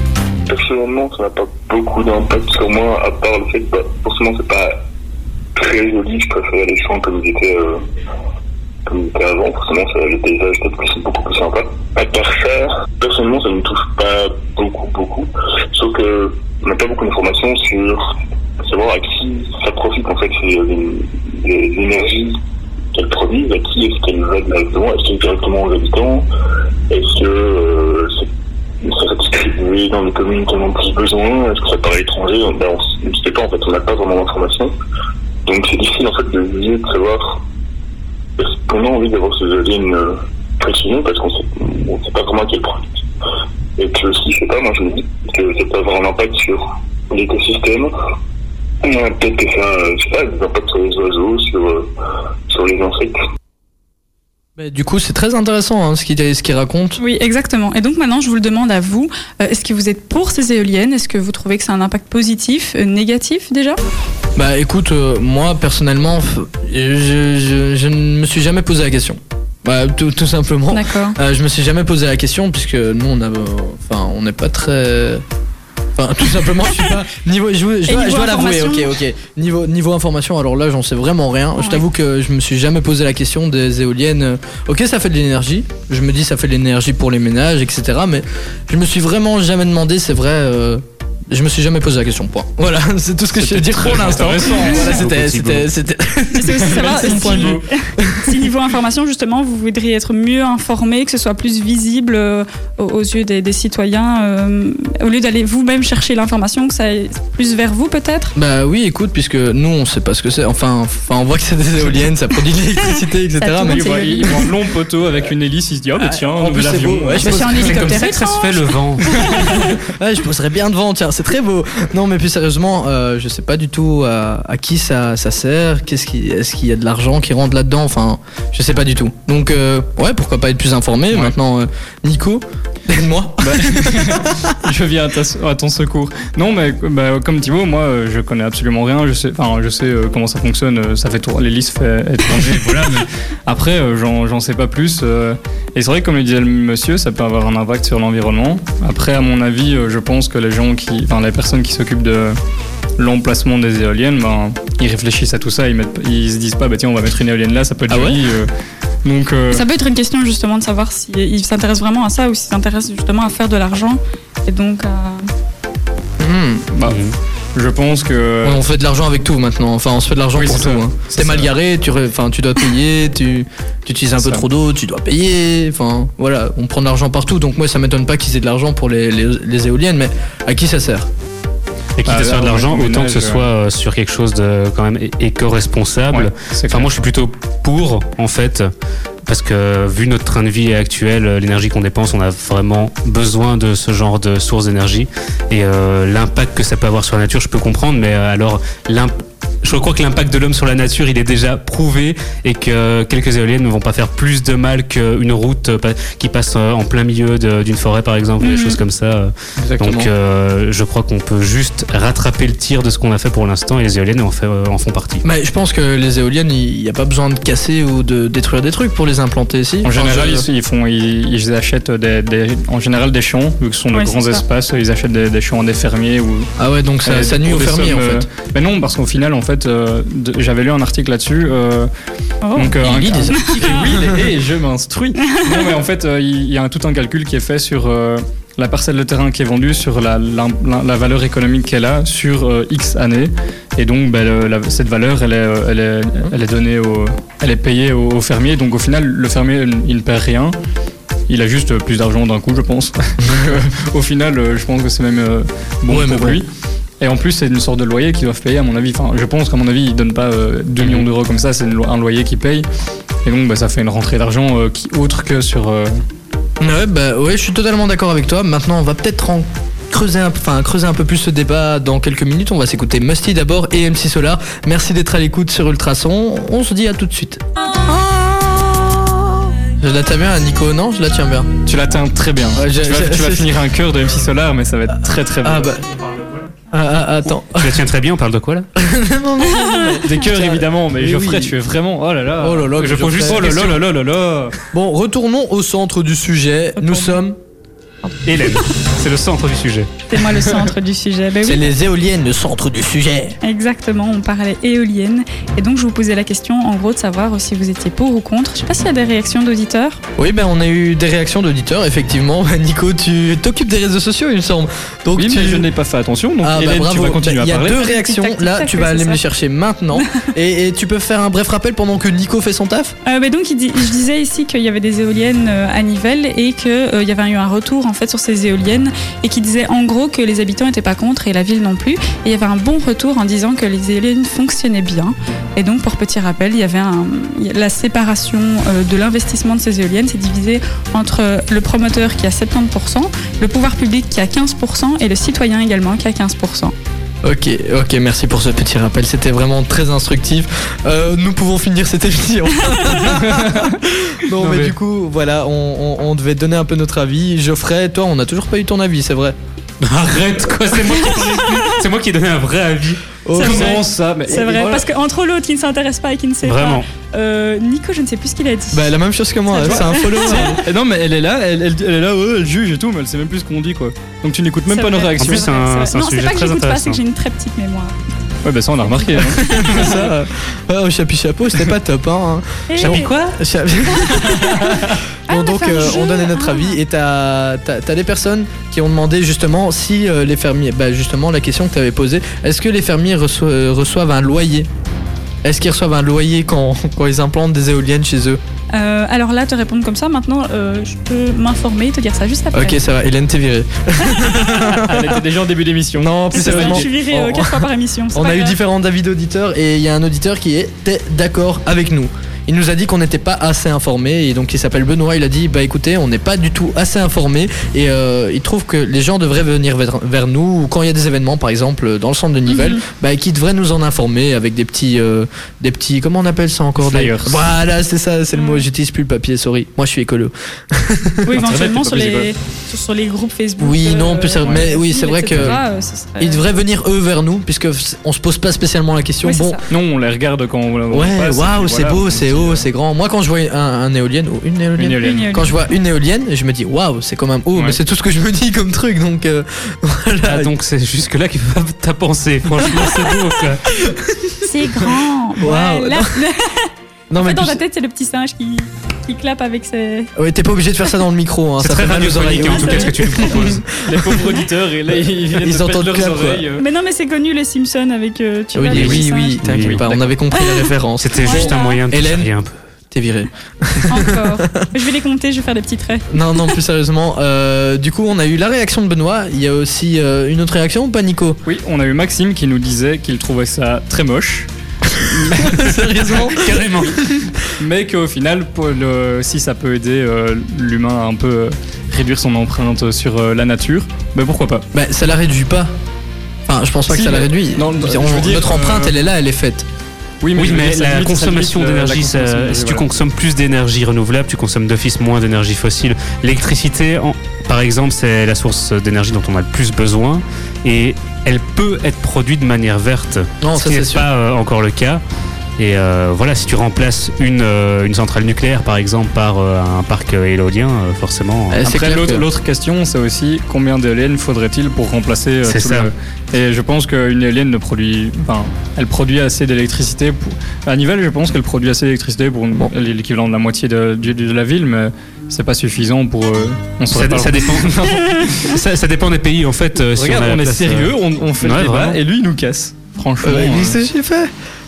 S9: Personnellement, ça n'a pas beaucoup d'impact sur moi, à part le fait que, bah, forcément, c'est pas très joli. Je préférais les champs comme ils étaient, euh, comme ils étaient avant. Forcément, ça, le paysage était plus, beaucoup plus sympa. À part ça, personnellement, ça ne me touche pas beaucoup, beaucoup. Sauf que, on n'a pas beaucoup d'informations sur savoir à qui ça profite, en fait, c'est, euh, les- les- l'énergie qu'elles produisent, à qui est-ce qu'elles va directement, est-ce que directement aux habitants, est-ce que euh, c'est ça va distribuer dans les communes qui en ont le plus besoin Est-ce que ça part à l'étranger Ben, On ne sait pas, en fait, on n'a pas vraiment d'informations. Donc c'est difficile, en fait, de viser, de savoir est-ce qu'on a envie d'avoir ces éoliennes euh, précisions, parce qu'on ne sait pas vraiment à quel point. Et puis aussi, je sais pas, moi je me dis que ça peut avoir un impact sur l'écosystème. Euh, Peut-être que ça, euh, je sais pas, des impacts sur les oiseaux, sur, euh, sur les insectes.
S1: Mais Bah, du coup, c'est très intéressant hein, ce qu'il ce qu'il raconte.
S3: Oui, exactement. Et donc maintenant, je vous le demande à vous. Euh, Est-ce que vous êtes pour ces éoliennes Est-ce que vous trouvez que ça a un impact positif, euh, négatif déjà
S1: Bah écoute, euh, moi personnellement, f- je, je- je ne me suis jamais posé la question. Bah, tout, tout simplement.
S3: D'accord.
S1: Euh, je me suis jamais posé la question puisque nous on a, euh, enfin on n'est pas très, enfin tout simplement je suis pas niveau, je, je dois,
S3: niveau
S1: je dois l'avouer, ok
S3: information
S1: ok niveau niveau information alors là j'en sais vraiment rien. Je
S3: Ouais.
S1: t'avoue que je me suis jamais posé la question des éoliennes. Euh, Ok ça fait de l'énergie, je me dis ça fait de l'énergie pour les ménages etc. Mais je me suis vraiment jamais demandé, c'est vrai. euh, je me suis jamais posé la question, point. Voilà, c'est tout ce que je peux dire pour l'instant. Voilà, c'était- c'était- c'était-
S3: Mais C'est aussi savoir
S1: Merci, mon point de vue.
S3: si, si niveau information, justement, vous voudriez être mieux informé, que ce soit plus visible euh, aux, aux yeux des, des citoyens, euh, au lieu d'aller vous-même chercher l'information, que ça aille plus vers vous peut-être
S1: Bah oui, écoute, puisque nous on sait pas ce que c'est. Enfin, enfin, on voit que c'est des éoliennes, ça produit de l'électricité, etc.
S3: Ça tourne.
S1: mais-
S2: Il voit, il voit un long poteau avec une hélice, il se dit oh bah tiens,
S1: Ah, en plus, c'est
S2: l'avion.
S1: beau, ouais, je
S3: Bah,
S1: pense-
S3: C'est un
S7: C'est comme
S3: hélicoptère
S7: ça que ça se
S3: étrange.
S7: fait le vent.
S1: Ouais, je poserais bien devant, tiens, c'est très beau. Non, mais plus sérieusement, euh, je sais pas du tout euh, à, à qui ça, ça sert. Qu'est-ce qui, est-ce qu'il y a de l'argent qui rentre là-dedans Enfin, je sais pas du tout. Donc, euh, ouais, pourquoi pas être plus informé
S2: Ouais.
S1: maintenant, euh, Nico Aide-moi.
S2: je viens à, ta- à ton secours. Non, mais bah, comme Thibaut, moi, euh, je connais absolument rien. Je sais, enfin, je sais euh, comment ça fonctionne. euh, ça fait tour, l'hélice fait être tournée, voilà. mais après, euh, j'en, j'en sais pas plus. euh. et c'est vrai, que, comme le disait le monsieur, ça peut avoir un impact sur l'environnement. Après, à mon avis, euh, je pense que les gens qui, enfin, les personnes qui s'occupent de l'emplacement des éoliennes, ben, ils réfléchissent à tout ça. Ils, mettent, ils se disent pas, bah tiens, on va mettre une éolienne là, ça peut être
S1: Ah ouais
S2: joli, euh. donc, euh,
S3: Ça peut être une question justement de savoir s'ils s'intéressent vraiment à ça ou s'ils s'intéressent justement à faire de l'argent. Et donc, euh,
S1: Hmm.
S2: bah, je pense que.
S1: On fait de l'argent avec tout maintenant. Enfin, on se fait de l'argent
S2: Euh, Oui,
S1: pour
S2: c'est
S1: tout.
S2: ça.
S1: hein.
S2: C'est
S1: T'es
S2: ça.
S1: mal garé, tu, re- enfin, tu dois payer, tu, tu utilises un
S2: C'est
S1: peu
S2: ça.
S1: trop d'eau, tu dois payer. Enfin, voilà, on prend de l'argent partout. Donc moi, ça m'étonne pas qu'ils aient de l'argent pour les, les- les éoliennes, mais à qui ça sert
S7: Et quitte
S2: Ah,
S7: à se faire de
S2: là,
S7: l'argent,
S2: ouais,
S7: autant que ce
S2: ménage,
S7: soit euh, sur quelque chose de quand même é- éco-responsable.
S2: Ouais, c'est
S7: Enfin,
S2: clair.
S7: moi, je suis plutôt pour, en fait, parce que vu notre train de vie actuel, euh, l'énergie qu'on dépense, on a vraiment besoin de ce genre de source d'énergie. Et euh, l'impact que ça peut avoir sur la nature, je peux comprendre, mais euh, alors, l'imp- je crois que l'impact de l'homme sur la nature, il est déjà prouvé et que quelques éoliennes ne vont pas faire plus de mal qu'une route euh, pa- qui passe euh, en plein milieu de- d'une forêt, par exemple, ou des
S3: Mhm.
S7: choses comme ça. euh, donc euh, je crois qu'on peut juste rattraper le tir de ce qu'on a fait pour l'instant et les éoliennes en, fait- euh, en font partie.
S1: Mais je pense que les éoliennes, il n'y a pas besoin de casser ou de détruire des trucs pour les implanter, si
S2: En
S1: Enfin,
S2: général,
S1: je-
S2: ils, ils font, ils, ils achètent des, des- en général des champs, vu que ce sont de
S3: Ouais,
S2: grands
S3: c'est ça.
S2: espaces, ils achètent des, des champs à des fermiers ou.
S1: Ah ouais, donc ça,
S2: euh,
S1: ça
S2: pour
S1: nuit aux
S2: des
S1: fermiers, en
S2: sommes, euh,
S1: fait.
S2: Mais non, parce qu'au final, en fait, euh, de- j'avais lu un article là-dessus. euh,
S3: oh.
S2: donc, euh, un-
S1: Il lit des articles.
S2: Et oui, les- et je m'instruis. non, mais en fait, euh, il il y a un- tout un calcul qui est fait sur euh, la parcelle de terrain qui est vendue, sur la, la- la- la valeur économique qu'elle a sur euh, X années. Et donc, ben, le- la- cette valeur, elle est, euh, elle est, elle est donnée au, elle est payée au, au fermier. Donc, au final, le fermier, il ne perd rien. Il a juste euh, plus d'argent d'un coup, je pense. Donc, euh, au final, euh, je pense que c'est même euh, bon
S1: Ouais, mais
S2: pour
S1: bon.
S2: lui. Et en plus, c'est une sorte de loyer qu'ils doivent payer, à mon avis. Enfin, je pense qu'à mon avis, ils donnent pas euh,
S1: Mm-hmm.
S2: 2 millions d'euros comme ça, c'est une lo- un loyer qu'ils payent. Et donc, bah, ça fait une rentrée d'argent euh, qui autre que sur. euh,
S1: Ouais, bah ouais, je suis totalement d'accord avec toi. Maintenant, on va peut-être en creuser un, enfin, creuser un peu plus ce débat dans quelques minutes. On va s'écouter Musty d'abord et MC Solar. Merci d'être à l'écoute sur Ultrason. On se dit à tout de suite. Je la tiens bien, hein, Nico, non Je la tiens bien.
S2: Tu l'atteins très bien.
S1: Ouais, j'ai-
S2: tu vas,
S1: j'ai-
S2: tu vas
S1: c'est-
S2: finir un cœur de MC Solar, mais ça va être très très bien.
S1: Ah bah. Ah, ah, attends.
S7: Tu la tiens très bien, on parle de quoi là
S1: Non, non, non, non.
S2: Des cœurs
S1: Tiens,
S2: évidemment, mais
S1: mais
S2: Geoffrey,
S1: oui.
S2: tu es vraiment. Oh là là.
S1: Oh là là, que
S2: je pose
S1: Geoffrey.
S2: juste. Oh là là là là là là.
S1: Bon, retournons au centre du sujet. Nous sommes.
S7: Hélène, c'est le centre du sujet.
S3: c'est moi le centre du sujet. Ben oui.
S1: C'est les éoliennes, le centre du sujet.
S3: Exactement, on parlait éolienne. Et donc, je vous posais la question, en gros, de savoir si vous étiez pour ou contre. Je sais pas s'il y a des réactions d'auditeurs.
S1: Oui, ben on a eu des réactions d'auditeurs, effectivement. Nico, tu t'occupes des réseaux sociaux, il me semble. Donc
S2: Oui,
S1: tu...
S2: mais je n'ai pas fait attention, donc
S1: Ah bah
S2: Hélène, tu
S1: bravo.
S2: vas continuer à
S1: Il y a
S2: parler.
S1: deux réactions.
S3: Tic-tac,
S1: Là,
S3: tic-tac,
S1: tu vas
S3: oui,
S1: aller
S3: c'est
S1: me les
S3: ça.
S1: chercher maintenant. et, et tu peux faire un bref rappel pendant que Nico fait son taf
S3: Euh, ben donc, il dit, je disais ici qu'il y avait des éoliennes euh, à Nivelles et qu'il y avait eu un retour en fait sur ces éoliennes et qui disait en gros que les habitants n'étaient pas contre et la ville non plus. Et il y avait un bon retour en disant que les éoliennes fonctionnaient bien. Et donc, pour petit rappel, il y avait un- il y a- la séparation euh, de l'investissement de ces éoliennes, c'est divisé entre le promoteur qui a 70%, le pouvoir public qui a 15% et le citoyen également qui a 15%.
S1: Ok, ok, merci pour ce petit rappel. C'était vraiment très instructif. Euh, nous pouvons finir cette émission. non,
S2: Non,
S1: mais,
S2: mais-
S1: du coup, voilà, on, on- on devait donner un peu notre avis. Geoffrey, toi, on n'a toujours pas eu ton avis, c'est vrai.
S7: Arrête quoi, c'est moi qui parlais plus. C'est moi qui ai donné un vrai avis.
S1: Oh,
S3: C'est vrai.
S2: Comment ça mais-
S3: C'est vrai,
S2: Voilà.
S3: parce qu'entre l'autre qui ne s'intéresse pas et qui ne sait
S7: Vraiment.
S3: pas. euh, Nico, je ne sais plus ce qu'il a dit.
S1: Bah, la même chose que moi,
S3: Ça
S1: c'est un follower.
S2: Eh Non mais elle est là, elle, elle- elle est là, ouais, elle juge et tout, mais elle sait même plus ce qu'on dit quoi. Donc tu n'écoutes même
S3: C'est
S2: pas nos
S3: vrai,
S2: réactions.
S7: En plus, c'est un-
S3: vrai.
S7: c'est un
S3: Non, c'est
S7: sujet
S3: pas que
S7: très
S3: j'écoute pas, c'est
S7: intéressant.
S3: que j'ai une très petite mémoire.
S2: Ouais bah ça on a remarqué. hein.
S1: C'est ça. euh, ouais, au chapeau chapeau, c'était pas top. Hein.
S3: Et-
S1: quoi
S3: Ah,
S1: Bon,
S3: on a
S1: donc
S3: fait un
S1: euh,
S3: jeu,
S1: on donnait notre
S3: ah.
S1: avis et t'as t'as- t'as des personnes qui ont demandé justement si euh, les fermiers, bah justement la question que t'avais posée, est-ce que les fermiers reço- euh, reçoivent un loyer Est-ce qu'ils reçoivent un loyer quand, quand ils implantent des éoliennes chez eux
S3: Euh, alors là, te répondre comme ça, maintenant, euh, je peux m'informer et te dire ça juste après.
S1: Ok, ça va, Hélène t'es virée.
S2: Elle était déjà en début d'émission.
S1: Non, plus
S3: C'est vrai,
S1: sérieusement. Oh,
S3: je suis virée euh,
S1: on-
S3: quatre fois par émission. c'est
S1: On
S3: pas
S1: a eu
S3: grave.
S1: différents avis d'auditeurs et il y a un auditeur qui était d'accord avec nous. Il nous a dit qu'on n'était pas assez informés et donc il s'appelle Benoît. Il a dit bah écoutez, on n'est pas du tout assez informés et euh, il trouve que les gens devraient venir vers, vers nous ou quand il y a des événements par exemple dans le centre de
S3: Mhm.
S1: Nivelles, bah qui devraient nous en informer avec des petits euh, des petits comment on appelle ça encore des-
S2: Flyers.
S1: Voilà, c'est ça, c'est le mot.
S3: Ouais.
S1: J'utilise plus le papier, sorry. Moi je suis écolo.
S3: Oui, éventuellement
S2: t'es
S3: sur
S2: pas
S3: les, sur, sur les groupes Facebook. euh,
S1: Oui, non, plus sérieux-
S3: sérieux
S1: mais oui, c'est vrai que- Ils devraient venir eux vers nous puisque on se pose pas spécialement la question.
S3: Oui, c'est
S1: bon,
S3: ça.
S2: Non on les regarde quand on, on
S1: Ouais,
S2: passe, et
S1: waouh,
S2: puis
S1: c'est
S2: voilà, on
S1: beau,
S2: dit,
S1: c'est
S2: euh,
S1: haut, c'est grand. Moi, quand je vois un, un éolienne ou une éolienne,
S2: une éolienne.
S1: quand je vois une éolienne, je me dis waouh, c'est quand même haut, mais
S2: Ouais.
S1: c'est tout ce que je me dis comme truc. Donc euh, voilà.
S7: Ah, donc c'est jusque là qu'il faut t'as pensé. Franchement, c'est beau quoi.
S3: C'est grand.
S1: Waouh.
S3: Voilà.
S1: non
S3: En fait,
S1: mais
S3: dans
S1: tu-
S3: ta tête, c'est le petit singe qui, qui clappe avec ses.
S1: ouais, t'es pas obligé de faire ça dans le micro. Hein,
S7: C'est
S1: ça
S7: très
S1: fait mal aux oreilles.
S7: radiophonique en tout cas ce que tu nous proposes.
S2: Les pauvres auditeurs et là ils viennent
S1: Ils
S2: de
S1: entendent
S2: perdre leurs
S1: clap, quoi.
S2: oreilles. euh.
S3: Mais non, mais c'est connu les Simpsons avec. euh, tu
S1: Oui,
S3: vois,
S1: oui,
S3: le petit
S1: oui,
S3: singe.
S1: t'inquiète
S7: Oui,
S1: pas, on
S2: d'accord.
S1: avait compris la référence.
S7: C'était juste un moyen de
S1: Hélène.
S7: charrier un peu.
S1: T'es viré.
S3: Encore. Je vais les compter, je vais faire des petits traits.
S1: Non, non, plus sérieusement. euh, du coup, on a eu la réaction de Benoît. Il y a aussi euh, une autre réaction ou pas, Nico
S2: Oui on a eu Maxime qui nous disait qu'il trouvait ça très moche.
S1: Sérieusement
S7: Carrément.
S2: mais qu'au final, pour le- si ça peut aider euh, l'humain à un peu euh, réduire son empreinte sur euh, la nature, ben pourquoi pas
S1: Bah, ça la réduit pas. Enfin, je pense pas
S2: Si,
S1: que ça la
S2: mais-
S1: réduit.
S2: non,
S1: On-
S2: je veux dire,
S1: notre empreinte,
S2: euh,
S1: elle est là, elle est faite.
S7: Oui,
S2: je veux
S7: mais
S2: dire, ça
S7: la
S2: limite- ça
S7: consommation
S2: limite le- la
S7: d'énergie, ça-
S2: consommation
S7: si tu
S2: d'énergie,
S7: consommes plus d'énergie renouvelable, tu consommes d'office moins d'énergie fossile. L'électricité, en- par exemple, c'est la source d'énergie dont on a le plus besoin et elle peut être produite de manière verte.
S1: Non,
S7: ce
S1: ça
S7: qui
S1: c'est
S7: n'est
S1: sûr.
S7: pas euh, encore le cas. Et euh, voilà, si tu remplaces une, euh, une centrale nucléaire, par exemple, par euh, un parc euh, éolien, euh, forcément. euh,
S1: Eh, c'est
S2: Après,
S1: clair
S2: l'autre
S1: que-
S2: l'autre question, c'est aussi combien d'éoliennes faudrait-il pour remplacer euh,
S7: C'est
S2: tout
S7: ça.
S2: le- Et je pense qu'une éolienne ne produit. Enfin, elle produit assez d'électricité. Pour... À Nivelles, je pense qu'elle produit assez d'électricité pour une- elle est l'équivalent de la moitié de, de- de la ville, mais c'est pas suffisant pour. euh, on saurait
S7: ça,
S2: pas le
S7: ça dépend. ça, ça dépend des pays, en fait. euh, si
S2: Regarde,
S7: on, a la
S2: on, est
S7: place, euh,
S2: sérieux, on, on fait
S7: Ouais,
S2: le débat
S7: vraiment.
S2: et lui il nous casse. Franchement. euh,
S1: Bah, fait.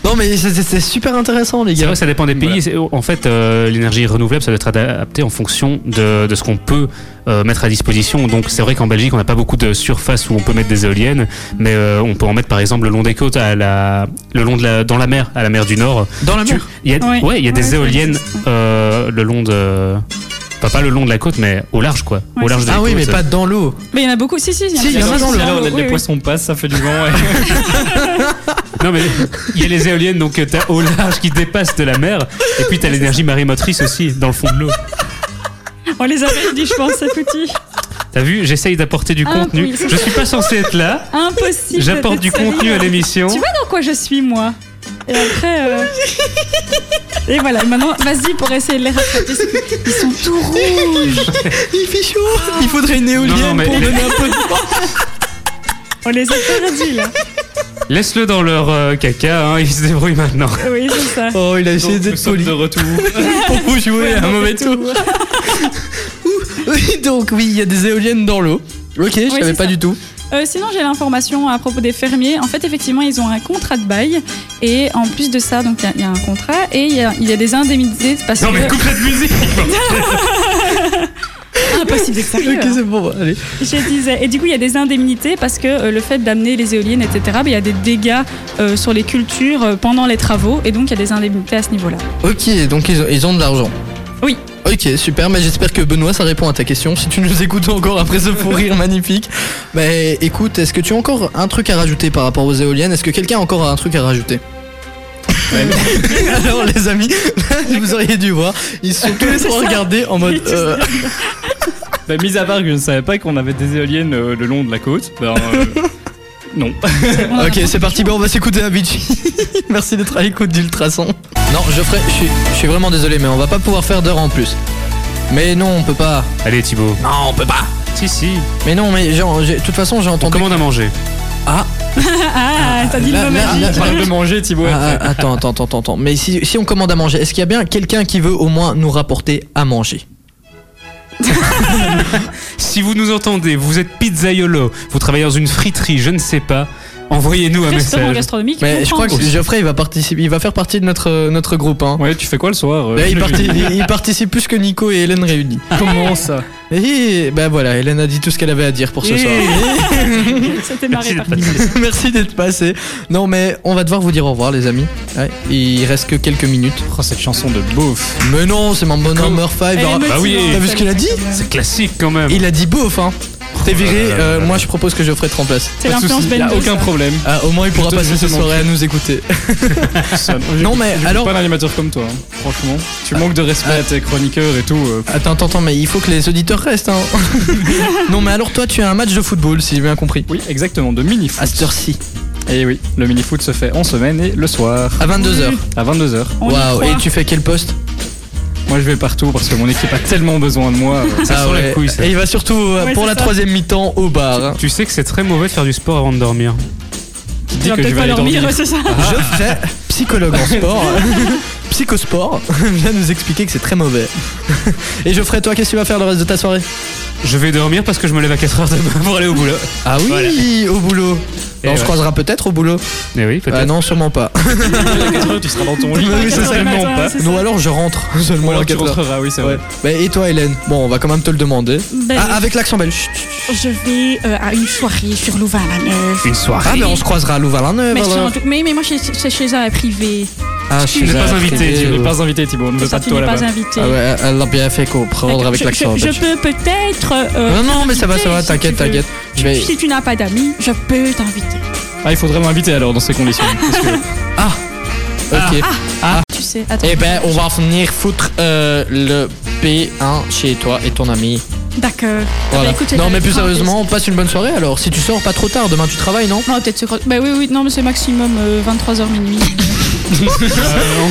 S1: Non mais c'est- c'est c'est super intéressant les
S7: C'est
S1: gars.
S7: vrai que ça dépend des pays.
S2: Voilà.
S7: C'est- En fait, euh, l'énergie renouvelable, ça doit être adapté en fonction de, de ce qu'on peut euh, mettre à disposition. Donc, c'est vrai qu'en Belgique, on n'a pas beaucoup de surfaces où on peut mettre des éoliennes, mais euh, on peut en mettre, par exemple, le long des côtes, à la, le long de la, dans la mer, à la mer du Nord.
S1: Dans la
S7: Tu- Il y a,
S3: Ouais.
S7: ouais, il y a
S3: Ouais,
S7: des
S3: ça
S7: éoliennes
S3: existe, ouais.
S7: euh, le long de, enfin pas le long de la côte, mais au large, quoi.
S3: Ouais,
S7: au large
S3: c'est
S7: des
S1: Ah oui mais
S7: côtes.
S1: pas dans l'eau.
S3: Mais il y en a beaucoup. Si, si,
S1: Si, il y en a dans le-
S2: là, on a-
S3: Oui,
S2: les
S3: oui.
S2: poissons passent, ça fait du vent. et-
S7: Non mais il y a les éoliennes donc euh, t'as au large qui dépassent de la mer et puis t'as l'énergie marémotrice aussi dans le fond de l'eau.
S3: On les avait dit, je pense, c'est petit.
S7: T'as vu, j'essaye d'apporter du
S3: Ah,
S7: contenu.
S3: oui, c'est
S7: je suis pas censé être là.
S3: Impossible.
S7: J'apporte
S3: d'être
S7: du
S3: sérieux.
S7: contenu à l'émission.
S3: Tu vois dans quoi je suis, moi Et après. euh, Et voilà, maintenant, vas-y pour essayer de les rattraper. Ils sont tout rouges.
S1: Il fait chaud. Il faudrait une éolienne
S7: Non, non, mais-
S1: pour
S7: mais-
S1: donner un peu de
S3: On les a perdus, là.
S7: Laisse-le dans leur euh, caca, hein, ils se débrouillent maintenant.
S3: Oui, c'est ça.
S1: Oh, il a essayé
S2: Donc, nous
S1: d'être
S2: sommes
S1: poli.
S2: de retour.
S1: pour vous jouer à un
S3: Ouais,
S1: mauvais
S3: c'est
S1: tour. Oui, donc oui, il y a des éoliennes dans l'eau. OK, je savais
S3: c'est
S1: pas
S3: ça.
S1: du tout.
S3: Euh, sinon, j'ai l'information à propos des fermiers. En fait, effectivement, ils ont un contrat de bail. Et en plus de ça, donc il y a- il y, a un contrat et il y a, il y a des indemnités parce
S7: Non
S3: que.
S7: mais coupe cette musique.
S3: Impossible d'être sérieux,
S1: OK,
S3: hein.
S1: c'est bon, allez.
S3: Je disais. Et du coup, il y a des indemnités parce que euh, le fait d'amener les éoliennes, etc., ben, il y a des dégâts euh, sur les cultures euh, pendant les travaux. Et donc, il y a des indemnités à ce niveau-là.
S1: OK, donc ils ont, ils ont de l'argent.
S3: Oui.
S1: Ok, super. Mais j'espère que Benoît, ça répond à ta question. Si tu nous écoutes encore après ce fou rire magnifique. Mais écoute, est-ce que tu as encore un truc à rajouter par rapport aux éoliennes Est-ce que quelqu'un a encore un truc à rajouter Alors les amis, vous auriez dû voir, ils se sont tous les trois regardés en mode. euh,
S2: Bah, mis à part que je ne savais pas qu'on avait des éoliennes euh, le long de la côte, ben. euh, non.
S1: Ok, c'est parti, ben on va s'écouter un bitch. Merci d'être à l'écoute d'Ultrason. Non, Geoffrey, je suis- je suis vraiment désolé, mais on va pas pouvoir faire d'heure en plus. Mais non, on peut pas.
S7: Allez Thibaut.
S1: Non, on peut pas.
S7: Si si.
S1: Mais non, mais genre, j'ai- de toute façon, j'ai
S7: On
S1: entendu.
S7: commande à manger.
S3: Ah, t'as dit
S1: là,
S3: le mot
S1: là,
S3: magique.
S1: là,
S2: Parle de manger, Thibaut.
S1: Ah, ah, attends, attends, attends, attends. Mais si, si on commande à manger, est-ce qu'il y a bien quelqu'un qui veut au moins nous rapporter à manger
S7: Si vous nous entendez, vous êtes pizzaiolo, vous travaillez dans une friterie, je ne sais pas, envoyez-nous un
S8: Restaurant
S7: message.
S8: gastronomique.
S1: Mais je
S8: comprends.
S1: crois que Geoffrey, il va participer, il va faire partie de notre euh, notre groupe. Hein.
S2: Ouais, tu fais quoi le soir euh,
S1: Là, il, parti- il- il participe plus que Nico et Hélène réunis.
S2: Comment ça
S1: Et ben voilà, Hélène a dit tout ce qu'elle avait à dire pour ce
S7: Eh.
S1: soir.
S8: C'était marré par contre.
S1: Merci d'être passé. Non mais on va devoir vous dire au revoir les amis. Ouais, il reste que quelques minutes.
S2: Oh, cette chanson de beauf.
S1: Mais non, c'est mon bonhomme Murphy.
S7: Bah oui.
S1: T'as vu ce qu'il a dit
S7: C'est classique quand même.
S1: Il a dit beauf hein. T'es viré,
S7: Oh là là
S1: euh,
S7: là
S1: moi je propose que Geoffrey te remplace.
S8: C'est
S2: Pas de
S8: l'influence
S2: soucis, y
S8: Ben
S2: a
S8: Deux,
S2: aucun
S8: ça.
S2: problème.
S1: Ah, au moins il pourra
S2: te- je
S1: passer
S2: te
S1: cette
S2: manque.
S1: soirée à nous écouter.
S2: Ça,
S1: Non,
S2: j'écoute-
S1: mais
S2: j'écoute
S1: alors-
S2: pas d'animateur comme toi, hein. franchement. Tu manques de respect à tes chroniqueurs et tout. euh,
S1: Attends, attends, attends, mais il faut que les auditeurs restent. Hein. non mais alors toi tu as un match de football si j'ai bien compris.
S2: Oui, exactement, de mini
S1: À cette
S2: foot.
S1: heure-ci,
S2: Et oui, le mini foot se fait en semaine et le soir
S1: à 22h.
S2: à 22h.
S8: On y
S1: Waouh,
S8: croit.
S1: et tu fais quel poste
S2: Moi je vais partout parce que mon équipe a tellement besoin de moi. euh,
S7: Ça
S1: Ah
S7: sent la
S1: ouais.
S7: couille, ça.
S1: Et il va surtout euh,
S8: Ouais,
S1: pour
S8: c'est
S1: la
S8: ça.
S1: troisième mi-temps au bar. hein.
S7: Tu sais que c'est très mauvais de faire du sport avant de dormir.
S2: Qui
S8: Tu
S2: dit
S8: vas
S2: que je
S8: peut-être
S2: vais
S8: pas
S2: aller
S8: dormir,
S2: dormir.
S8: c'est ça.
S1: Ah Geoffrey, psychologue en sport, psychosport, vient nous expliquer que c'est très mauvais. Et Geoffrey, toi, qu'est-ce que tu vas faire le reste de ta soirée
S7: Je vais dormir parce que je me lève à 4h demain pour aller au boulot.
S1: Ah oui, au boulot.
S7: Et
S1: on se
S7: ouais.
S1: croisera peut-être au boulot.
S7: Eh oui,
S1: Ah
S7: peut-être.
S1: non, sûrement pas.
S2: tu seras dans ton lit.
S1: Oui, c'est
S8: Quatre heures
S1: ça,
S8: du
S1: non,
S8: matin,
S2: pas.
S8: c'est ça.
S1: Ou alors je rentre seulement
S2: Ou alors
S1: à
S2: tu
S1: 4 heures.
S2: rentreras, oui, c'est
S1: Ouais.
S2: vrai.
S1: Bah, et toi, Hélène Bon, on va quand même te le demander.
S8: Ben,
S1: Ah, avec l'accent belge. Chut, chut, chut.
S8: Je vais euh, à une soirée sur Louvain-la-Neuve.
S7: Une
S1: Ah,
S7: soirée.
S1: mais on se croisera à Louvain-la-Neuve.
S8: Mais, c'est
S1: alors.
S8: un truc- mais, mais moi, c'est- c'est chez un privé.
S1: Ah, je
S8: Tu n'es
S1: là,
S7: pas
S1: très
S7: invité,
S1: bien.
S2: Tu n'es
S7: Euh,
S2: pas invité Thibaut, on ne veut
S8: Ça,
S2: pas de
S8: tu
S2: toi
S8: n'es
S2: là-bas.
S8: pas invité.
S1: Ah ouais, elle l'a bien fait comprendre
S8: D'accord,
S1: avec
S8: je-
S1: l'accent
S8: je, je
S1: belge.
S8: peux peut-être. euh,
S1: Non, non, mais ça va, ça va,
S8: si
S1: t'inquiète,
S8: tu veux.
S1: t'inquiète. Je vais.
S8: Si tu n'as pas d'amis, je peux t'inviter.
S2: Ah, il faudrait m'inviter alors dans ces conditions. parce que-
S8: Ah,
S1: Ok.
S8: Tu sais, attends.
S1: Eh ben, on va venir foutre euh, le P1 chez toi et ton ami.
S8: D'accord. Ah, bah,
S1: Voilà.
S8: écoute,
S1: non,
S8: t'as
S1: mais
S8: la
S1: plus
S8: parenthèse.
S1: sérieusement, passe une bonne soirée alors. Si tu sors pas trop tard, demain tu travailles, non
S8: Non, peut-être se croire. Bah oui, oui, non, mais c'est maximum 23h minuit.
S2: Mais
S8: je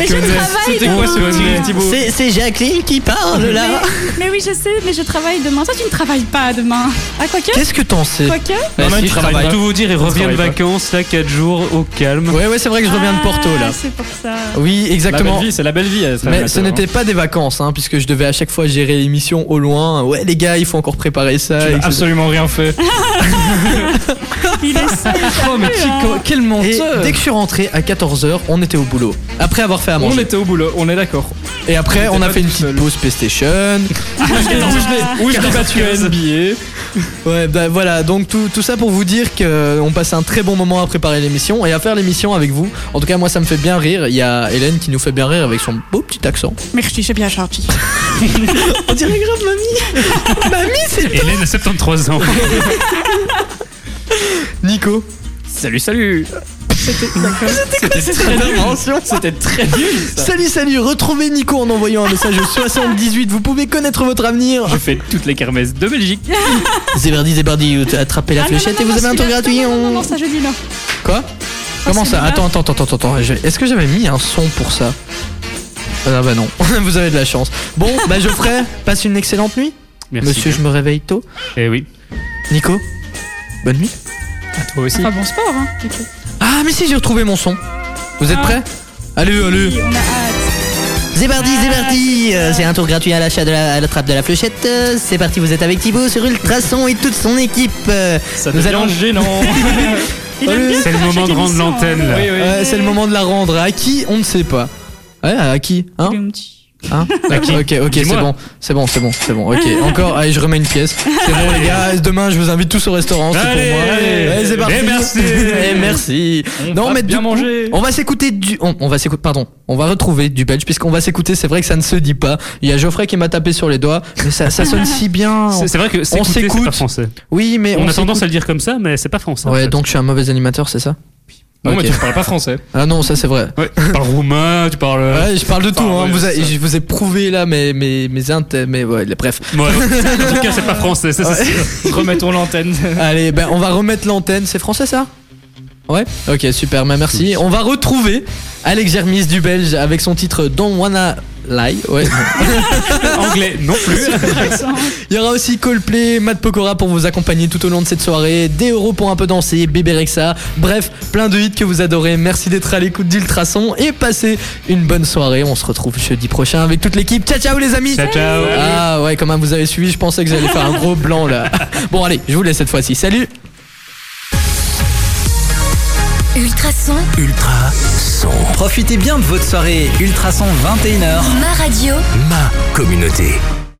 S8: travaille,
S2: C'était
S8: moi.
S2: quoi ce petit Thibaut
S1: C'est Jacqueline qui parle là.
S8: mais oui, je sais, mais je travaille demain. Toi, tu ne travailles pas demain. Ah, quoique
S1: Qu'est-ce que t'en sais
S8: Quoique
S1: Bah,
S7: Maman,
S1: si,
S7: tu
S1: je
S7: travailles.
S1: travaille.
S7: Pour tout vous dire, il
S2: Je
S7: revient de
S2: travaille pas.
S7: vacances, là, 4 jours, au calme.
S1: Ouais, ouais, c'est vrai que je reviens de Porto là.
S8: Ah, c'est pour ça.
S1: Oui,
S2: La belle
S1: exactement.
S2: vie, c'est la belle vie. être
S1: Mais
S2: animateur,
S1: ce
S2: hein.
S1: n'était pas des vacances, hein, puisque je devais à chaque fois gérer l'émission au loin. Ouais, les gars, il faut encore préparer ça.
S2: Tu n'as
S1: etc.
S2: absolument rien fait.
S8: Il est seul.
S2: Oh, mais qui-
S1: Co- Quel
S2: Et
S1: menteur Dès que je suis rentré à 14h, on était au boulot. Après avoir fait à
S2: On
S1: manger.
S2: était au boulot, on est d'accord.
S1: Et après,
S2: on
S1: on
S2: était
S1: a
S2: pas
S1: fait une
S2: tout
S1: petite
S2: seul.
S1: pause PlayStation.
S2: Où je l'ai battu à NBA.
S1: Ouais, bah voilà, donc tout, tout ça pour vous dire qu'on passe un très bon moment à préparer l'émission et à faire l'émission avec vous. En tout cas, moi, ça me fait bien rire. Il y a Hélène qui nous fait bien rire avec son beau petit accent.
S8: Merci, c'est bien gentil.
S1: On dirait grave mamie Mamie, c'est
S7: Hélène a 73 ans.
S1: Nico
S2: Salut, salut. C'était très
S1: invention
S2: C'était très nul ça.
S1: Salut, salut Retrouvez Nico en envoyant un message au 78. Vous pouvez connaître votre avenir
S2: Je fais toutes les kermesses de Belgique.
S1: Zébardi, Zébardi, euh, attrapez la fléchette et vous avez un tour gratuit.
S8: Ah, Non, non,
S1: on-
S8: non, ça je dis non.
S1: Quoi Comment
S8: c'est
S1: ça
S8: bizarre.
S1: Attends, attends, attends, attends, attends. Je- Est-ce que j'avais mis un son pour ça Ah bah non, vous avez de la chance. Bon, bah Geoffrey, passe une excellente nuit.
S7: Merci.
S1: Monsieur, je me réveille tôt.
S7: Eh oui.
S1: Nico, bonne nuit.
S2: Toi aussi.
S8: Pas bon sport, hein. du coup.
S1: Ah, mais si, j'ai retrouvé mon son. Vous êtes
S8: Ah.
S1: prêts Allez, allez.
S8: Oui, on a hâte.
S1: C'est parti, c'est parti Euh, C'est un tour gratuit à l'achat de la, à la trappe de la fléchette. Euh, C'est parti, vous êtes avec Thibaut sur Ultrason et toute son équipe. Euh,
S2: Ça
S1: nous
S2: devient
S1: allons-
S2: gênant.
S8: Il aime
S1: Allez.
S8: bien
S7: C'est le
S8: faire
S7: moment
S8: chaque
S7: de rendre
S8: émission, hein.
S7: l'antenne, là.
S2: Oui, oui.
S1: ouais, c'est le moment de la rendre. À qui On ne sait pas. Ouais, à qui hein
S8: Il est un petit.
S1: Hein
S7: À qui
S1: Ok, ok, c'est
S7: Dis-moi.
S1: bon, c'est bon, c'est bon, c'est bon. Ok, encore, allez, je remets une pièce. C'est bon, les gars, demain, je vous invite tous au restaurant, c'est pour
S7: Allez,
S1: moi.
S7: allez.
S1: Allez, c'est parti.
S7: Et merci.
S1: Et merci.
S2: va
S1: du
S2: bien
S1: coup,
S2: manger.
S1: On va s'écouter du. On, on va s'écouter, pardon, on va retrouver du belge, puisqu'on va s'écouter, c'est vrai que ça ne se dit pas. Il y a Geoffrey qui m'a tapé sur les doigts, mais ça, ça sonne si bien.
S7: C'est c'est vrai que s'écouter, c'est
S1: s'écoute.
S7: pas français.
S1: Oui, mais
S7: On, a tendance à
S1: s'écoute.
S7: le dire comme ça, mais c'est pas français. en
S1: Ouais,
S7: fait.
S1: donc je suis un mauvais animateur, c'est ça
S2: Non,
S1: Ok.
S2: mais tu parles pas français.
S1: Ah non, ça c'est vrai.
S7: Ouais, tu parles roumain, tu parles. euh,
S1: Ouais, je parle de tout,
S7: Enfin,
S1: hein.
S7: ouais,
S1: vous a-
S7: ça.
S1: je vous ai prouvé là mes, mes, mes inter- mais ouais, les- bref.
S7: Ouais, en tout cas, c'est pas français, ça c'est sûr.
S2: Remettons l'antenne.
S1: Allez, ben on va remettre l'antenne. C'est français ça Ouais Ok, super, ben merci. On va retrouver Alex Germis du Belge avec son titre Don't Wanna Lie. Ouais.
S7: Anglais non plus.
S1: Il y aura aussi Coldplay, Matt Pokora pour vous accompagner tout au long de cette soirée, des euros pour un peu danser, Bébé Rexa, bref, plein de hits que vous adorez. Merci d'être à l'écoute d'Ultrason et passez une bonne soirée. On se retrouve jeudi prochain avec toute l'équipe. Ciao, ciao les amis
S7: Ciao, ciao.
S1: Ah ouais, quand même, vous avez suivi, je pensais que j'allais faire un gros blanc là. Bon, allez, je vous laisse cette fois-ci. Salut
S5: Ultrason,
S6: Ultra son.
S10: Profitez bien de votre soirée Ultrason 21h.
S5: ma radio.
S6: Ma communauté.